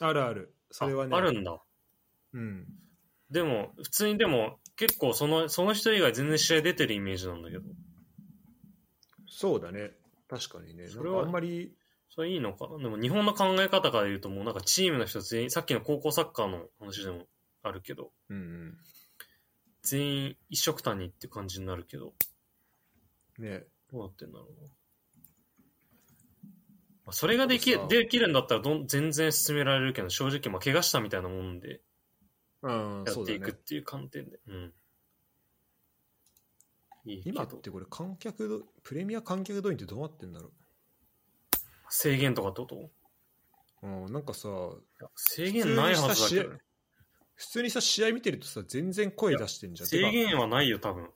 B: な
A: あるあるそれはね
B: ああるんだ。
A: うん
B: でも、普通にでも、結構その、その人以外全然試合出てるイメージなんだけど。
A: そうだね確かにね
B: それは
A: なんかあんまり
B: それいいのかなでも日本の考え方から言うともうなんかチームの人全員、さっきの高校サッカーの話でもあるけど、
A: うんうん
B: 全員一色単にって感じになるけど、
A: ね
B: どうなってんだろうな。まあ、それができ
A: そうさ
B: できるんだったらどん全然進められるけど、正直まあ怪我したみたいなもんで
A: うん
B: や
A: そ
B: っ
A: うだ
B: ていくっ
A: ね
B: ていう観点で。うん。いいけ
A: 今
B: ど
A: ってこれ観客どプレミア観客動員ってどうなってんだろ、
B: 制限とかってこという
A: うん、なんかさ
B: や制限ないはずだけどね、
A: 普通にさ試合見てるとさ全然声出してんじゃん
B: 制
A: てか
B: 限はないよ、多分。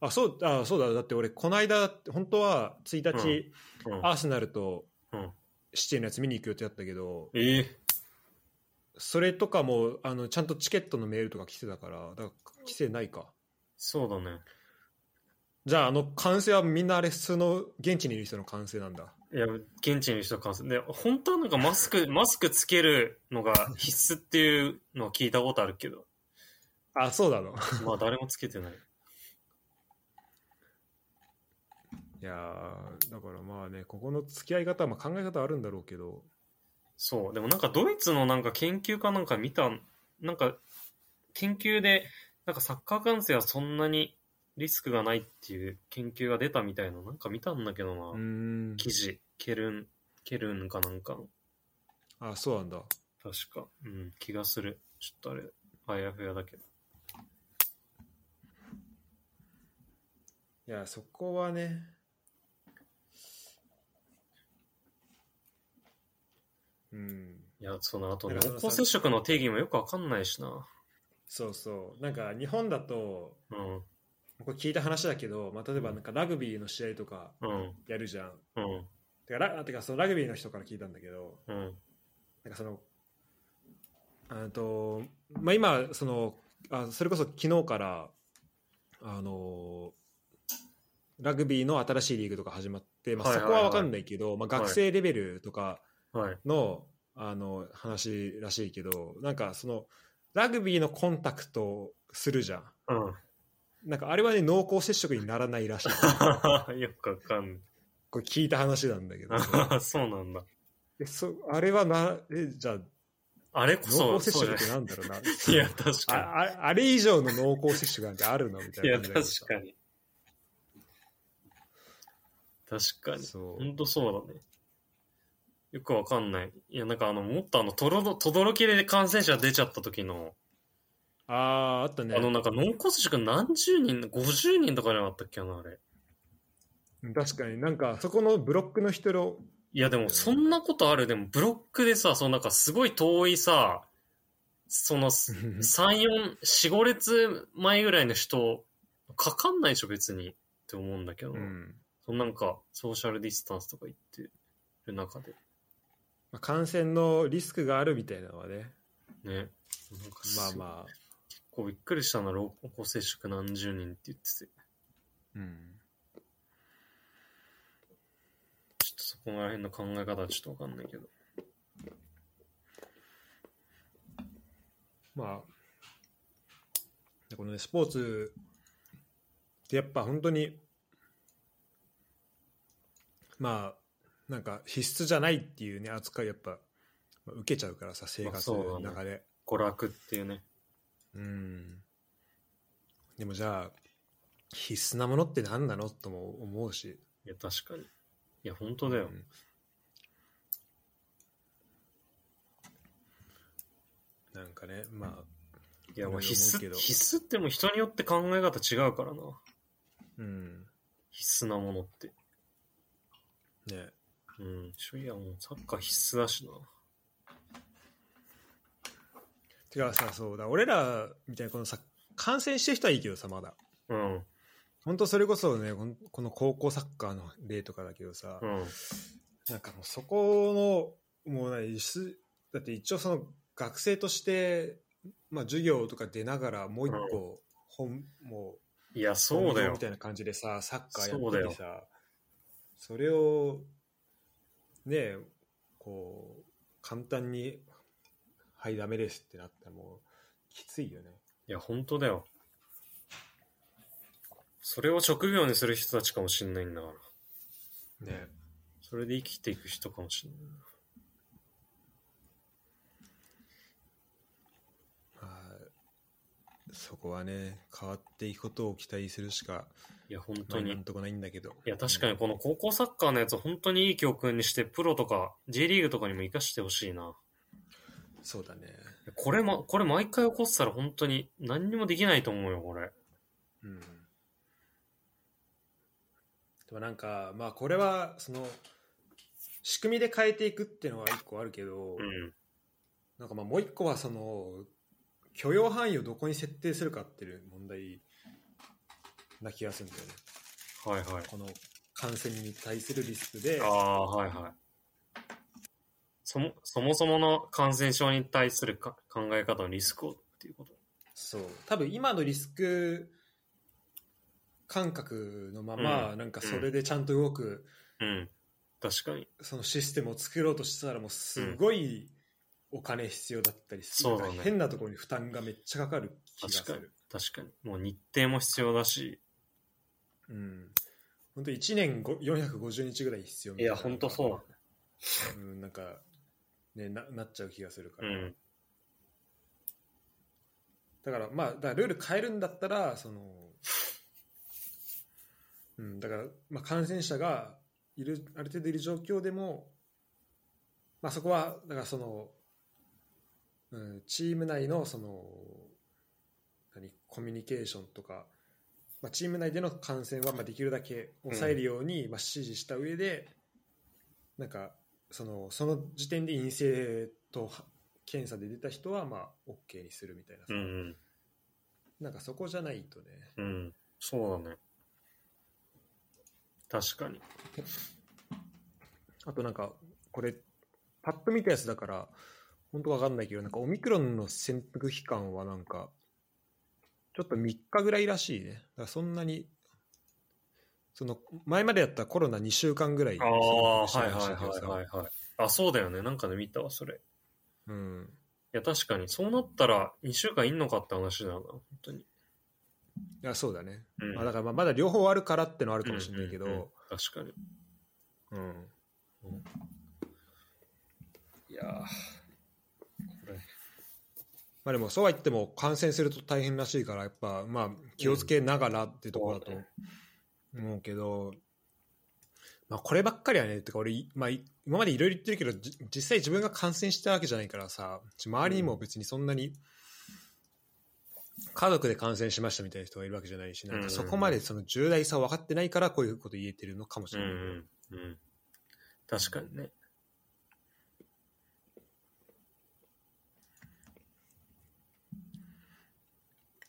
A: あそうあそうだだって俺この間本当は1日、
B: うん、
A: アーセナルと
B: うん
A: シティのやつ見に行く予定だったけど、
B: ええ
A: それとかもあのちゃんとチケットのメールとか来てたからだから規制ないか
B: そうだね。
A: じゃああの歓声はみんなあれ普通の現地にいる人の歓声なんだ
B: いや、現地の人感染。で、本当はなんかマスク、マ スクつけるのが必須っていうのを聞いたことあるけど、
A: あそう なの
B: まあ誰もつけてない。
A: いやーだからまあねここの付き合い方はまあ考え方あるんだろうけど
B: そう。でもなんかドイツのなんか研究かなんか見た、なんか研究で、なんかサッカー感染はそんなにリスクがないっていう研究が出たみたいな、なんか見たんだけどな。
A: うーん
B: 記事、ケルン、ケルンかなんかの、
A: あそうなんだ
B: 確か。うん、気がする。ちょっとあれ、あやふやだけど。
A: いやそこはねうん
B: いや、その後、
A: なんかその
B: 濃厚接触の定義もよくわかんないしな。
A: そうそうなんか日本だと
B: うん。
A: これ聞いた話だけど、まあ、例えばなんかラグビーの試合とか
B: うん。
A: やるじゃん。
B: うん。
A: てかラてかそのラグビーの人から聞いたんだけど、
B: うん。
A: なんかその、あとまあ、今そのあ、それこそ昨日からあのラグビーの新しいリーグとか始まって、まあ、
B: はい
A: そ
B: はい
A: こ
B: はい
A: は分かんないけど、まあ、学生レベルとか
B: はい。
A: の,、あの話らしいけど、なんかそのラグビーのコンタクトをするじゃん。
B: うん。
A: なんかあれはね濃厚接触にならない らしい
B: よくわかんない
A: これ聞いた話なんだけど
B: あそうなんだ
A: えそあれはなえじゃあ
B: あれこそ
A: 濃厚接触って
B: そう
A: なんだろうな
B: じゃないいや確
A: あ
B: か
A: ああれ以上の濃厚接触なんてあるのみた
B: にい
A: いな
B: や
A: 感じ
B: 確
A: だけど
B: かに確かに
A: そう、
B: 本当そうだね。よくわかんない。いや、なんかあの、もっとあの、とろろ、とどろきで感染者出ちゃった時の、
A: あああったね
B: あの、なんか濃厚接触何十人、50人とかじゃなかったっけな、あれ。
A: 確かになんかそこのブロックの人の
B: いや、でもそんなことある。でも、ブロックでさ、そのなんかすごい遠いさ、その、3、4、4、5列前ぐらいの人、かかんないでしょ、別に。って思うんだけど、
A: うん
B: そのなんか、ソーシャルディスタンスとか言ってる中で。
A: まあ感染のリスクがあるみたいなのはね
B: ね。なんかす
A: まあまあ、
B: こうびっくりしたな、濃厚接触何十人って言ってて、
A: うん、
B: ちょっとそこら辺の考え方はちょっとわかんないけど。
A: まあ、このね、スポーツってやっぱ本当に、まあ、なんか必須じゃないっていうね、扱いやっぱ、まあ受けちゃうからさ、生活の
B: まあそ
A: 中で。
B: 娯楽っていうね。
A: うん。でもじゃあ、必須なものって何なのとも思うし。
B: いや、確かに。いや、本当だよ。
A: んなんかね、まあ、
B: いや、も
A: いろいろ思
B: う必
A: うけ
B: 須、
A: ど
B: 必須ってもう人によって考え方違うからな。
A: うん、
B: 必須なものって。
A: ね。
B: うん。いや、もうサッカー必須だしな。
A: てかさそうだ俺らみたいなこのさ感染してる人はいいけどさまだ
B: うん。
A: 本当それこそねこのこの高校サッカーの例とかだけどさ、
B: うん。
A: なんかもうそこのもうないすだって一応その学生として、まあ、授業とか出ながらもう一個本、もう
B: いや、そうだ
A: 本業
B: よ
A: み。たいな感じでさサッカー
B: そうだ
A: や
B: よ
A: っててさそれをねこう簡単に「はいダメです」ってなったらもうきついよね。
B: いや、本当だよ。それを職業にする人たちかもしんないんだから。
A: ね
B: それで生きていく人かもしんない。
A: はいそこはね変わっていくことを期待するしか、
B: いや、本
A: ま
B: 当
A: あ、
B: に
A: な。んとこないんだけど
B: いや、確かにこの高校サッカーのやつ、本当にいい教訓にして、プロとか J リーグとかにも活かしてほしいな。
A: そうだね
B: これま、これ毎回起こってたら本当に何にもできないと思うよ、これ。
A: うんでもなんかまあこれはその仕組みで変えていくっていうのは一個あるけど、
B: うん。
A: なんかまあもう一個はその許容範囲をどこに設定するかっていう問題な気がするんだよね
B: はいはい。
A: この感染に対するリスクで
B: ああ、はいはい。そも、そもそもの感染症に対するか考え方のリスクをっていうこと。
A: そう多分今のリスク感覚のまま、
B: うん
A: なんかそれでちゃんと動く、
B: うん。確かに。
A: そのシステムを作ろうとしたらもうすごいお金必要だったりする、
B: そうだね
A: なんか変なところに負担がめっちゃかかる気がす
B: 確かに
A: る。
B: 確かに。もう日程も必要だし。
A: うん本当1年ご450日ぐらい必要みた
B: い
A: いな
B: や、本当そう
A: うん、なんか、ね、ななっちゃう気がするか
B: だ
A: ら、
B: ね。
A: だからまあだからルール変えるんだったらその、うん、だから、まあ、感染者がいるある程度いる状況でも、まあ、そこはだからその、うん、チーム内のその何コミュニケーションとか、まあ、チーム内での感染はまあできるだけ抑えるように、まあ、指示した上でなんかそのその時点で陰性とは検査で出た人はまあ OK にするみたいなさ
B: うん。うん。
A: なんかそこじゃないとね。
B: うん、そうだね。確かに。
A: あとなんか、これ、パッと見たやつだから、本当わかんないけど、なんかオミクロンの潜伏期間はなんか、ちょっと3日ぐらいらしいね。だからそんなに、その、前までやったコロナ2週間ぐらい
B: ああ、
A: 潜
B: はい
A: 伏
B: は
A: して
B: い
A: たらしいけ
B: はい
A: ど
B: は
A: さ
B: いはい。あ、そうだよね。なんかで見たわ、それ。い
A: うん。
B: や、確かに。そうなったら、2週間いんのかって話だな、本当に。
A: いやそうだね、
B: うん
A: まあ、だからまあまだ両方あるからってのはあるかもしれないけど、
B: うんうんうん確かに。
A: うん
B: いやーこれ
A: まあ、でもそうは言っても感染すると大変らしいからやっぱまあ気をつけながらっていうところだと
B: うん
A: 思うけど、まあ、こればっかりはねてか俺、いまあ、い今までいろいろ言ってるけどじ実際自分が感染したわけじゃないからさ周りにも別にそんなに家族で感染しましたみたいな人がいるわけじゃないしなんかそこまでその重大さを分かってないからこういうこと言えてるのかもし
B: う
A: れない。
B: んうんうん。確かにね。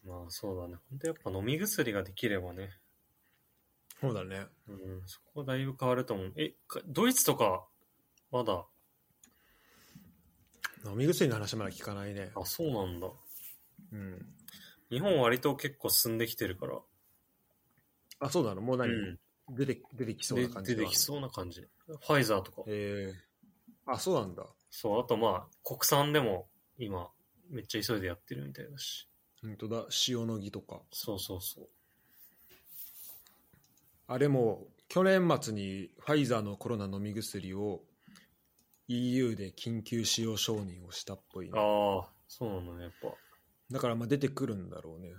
B: まあそうだね。本当やっぱ飲み薬ができればね。
A: そうだね
B: うん、そこはだいぶ変わると思う。え、かドイツとか、まだ、
A: 飲み薬の話はまだ聞かないね。
B: あ、そうなんだ。
A: うん、
B: 日本割と結構進んできてるから。
A: あそうなのもう何、
B: うん
A: 出て出てきそう
B: で
A: な感じ
B: 出
A: は
B: てきそうな感じ。ファイザーとか。
A: えー、あそうなんだ
B: そう、あとまあ、国産でも今、めっちゃ急いでやってるみたいだし。
A: 本当だ塩野義とか
B: そうそうそう。
A: あれも去年末にファイザーのコロナ飲み薬を EU で緊急使用承認をしたっぽいね、
B: ああ、そうなのね、やっぱ。
A: だからまあ出てくるんだろうね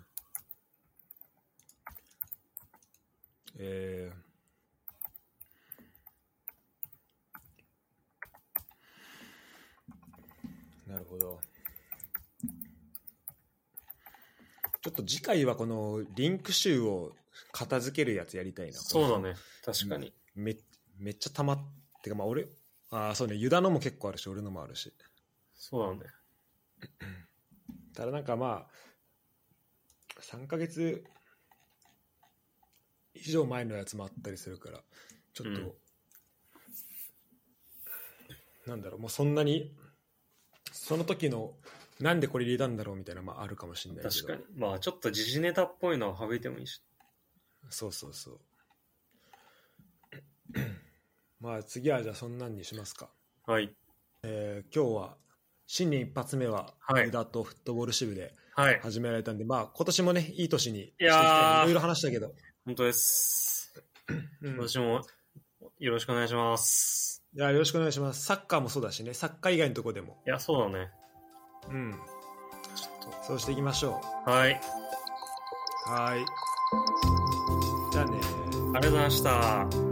A: えーなるほどちょっと次回はこのリンク集を片付けるやつやりたいな
B: そうだね、確かに。
A: めめっちゃたまってかまあ俺ああそうねユダのも結構あるし俺のもあるし
B: そうだね。
A: ただなんかまあ3ヶ月以上前のやつもあったりするからちょっと、
B: うん
A: なんだろうもうそんなにその時のなんでこれ入れたんだろうみたいなのもあるかもしれないけど
B: 確かに。まあ、ちょっと時事ネタっぽいのは省いてもいいし。
A: そうそうそう まあ次はじゃあそんなんにしますか
B: はい。
A: えー今日は新年一発目は
B: はい
A: ユダとフットボール支部で
B: はい。
A: 始められたんで、まあ今年もねいい年にしていきた
B: いやー
A: いろいろ話したけど、
B: 本当です。
A: うんい
B: 私も、よろしくお願いします。
A: やよろしくお願いしますサッカーもそうだしねサッカー以外のとこでも、
B: いや、そうだね。
A: うん、
B: ちょっ
A: そうしていきましょ
B: と。はい。あり
A: うはーいじゃあね
B: がとうございました。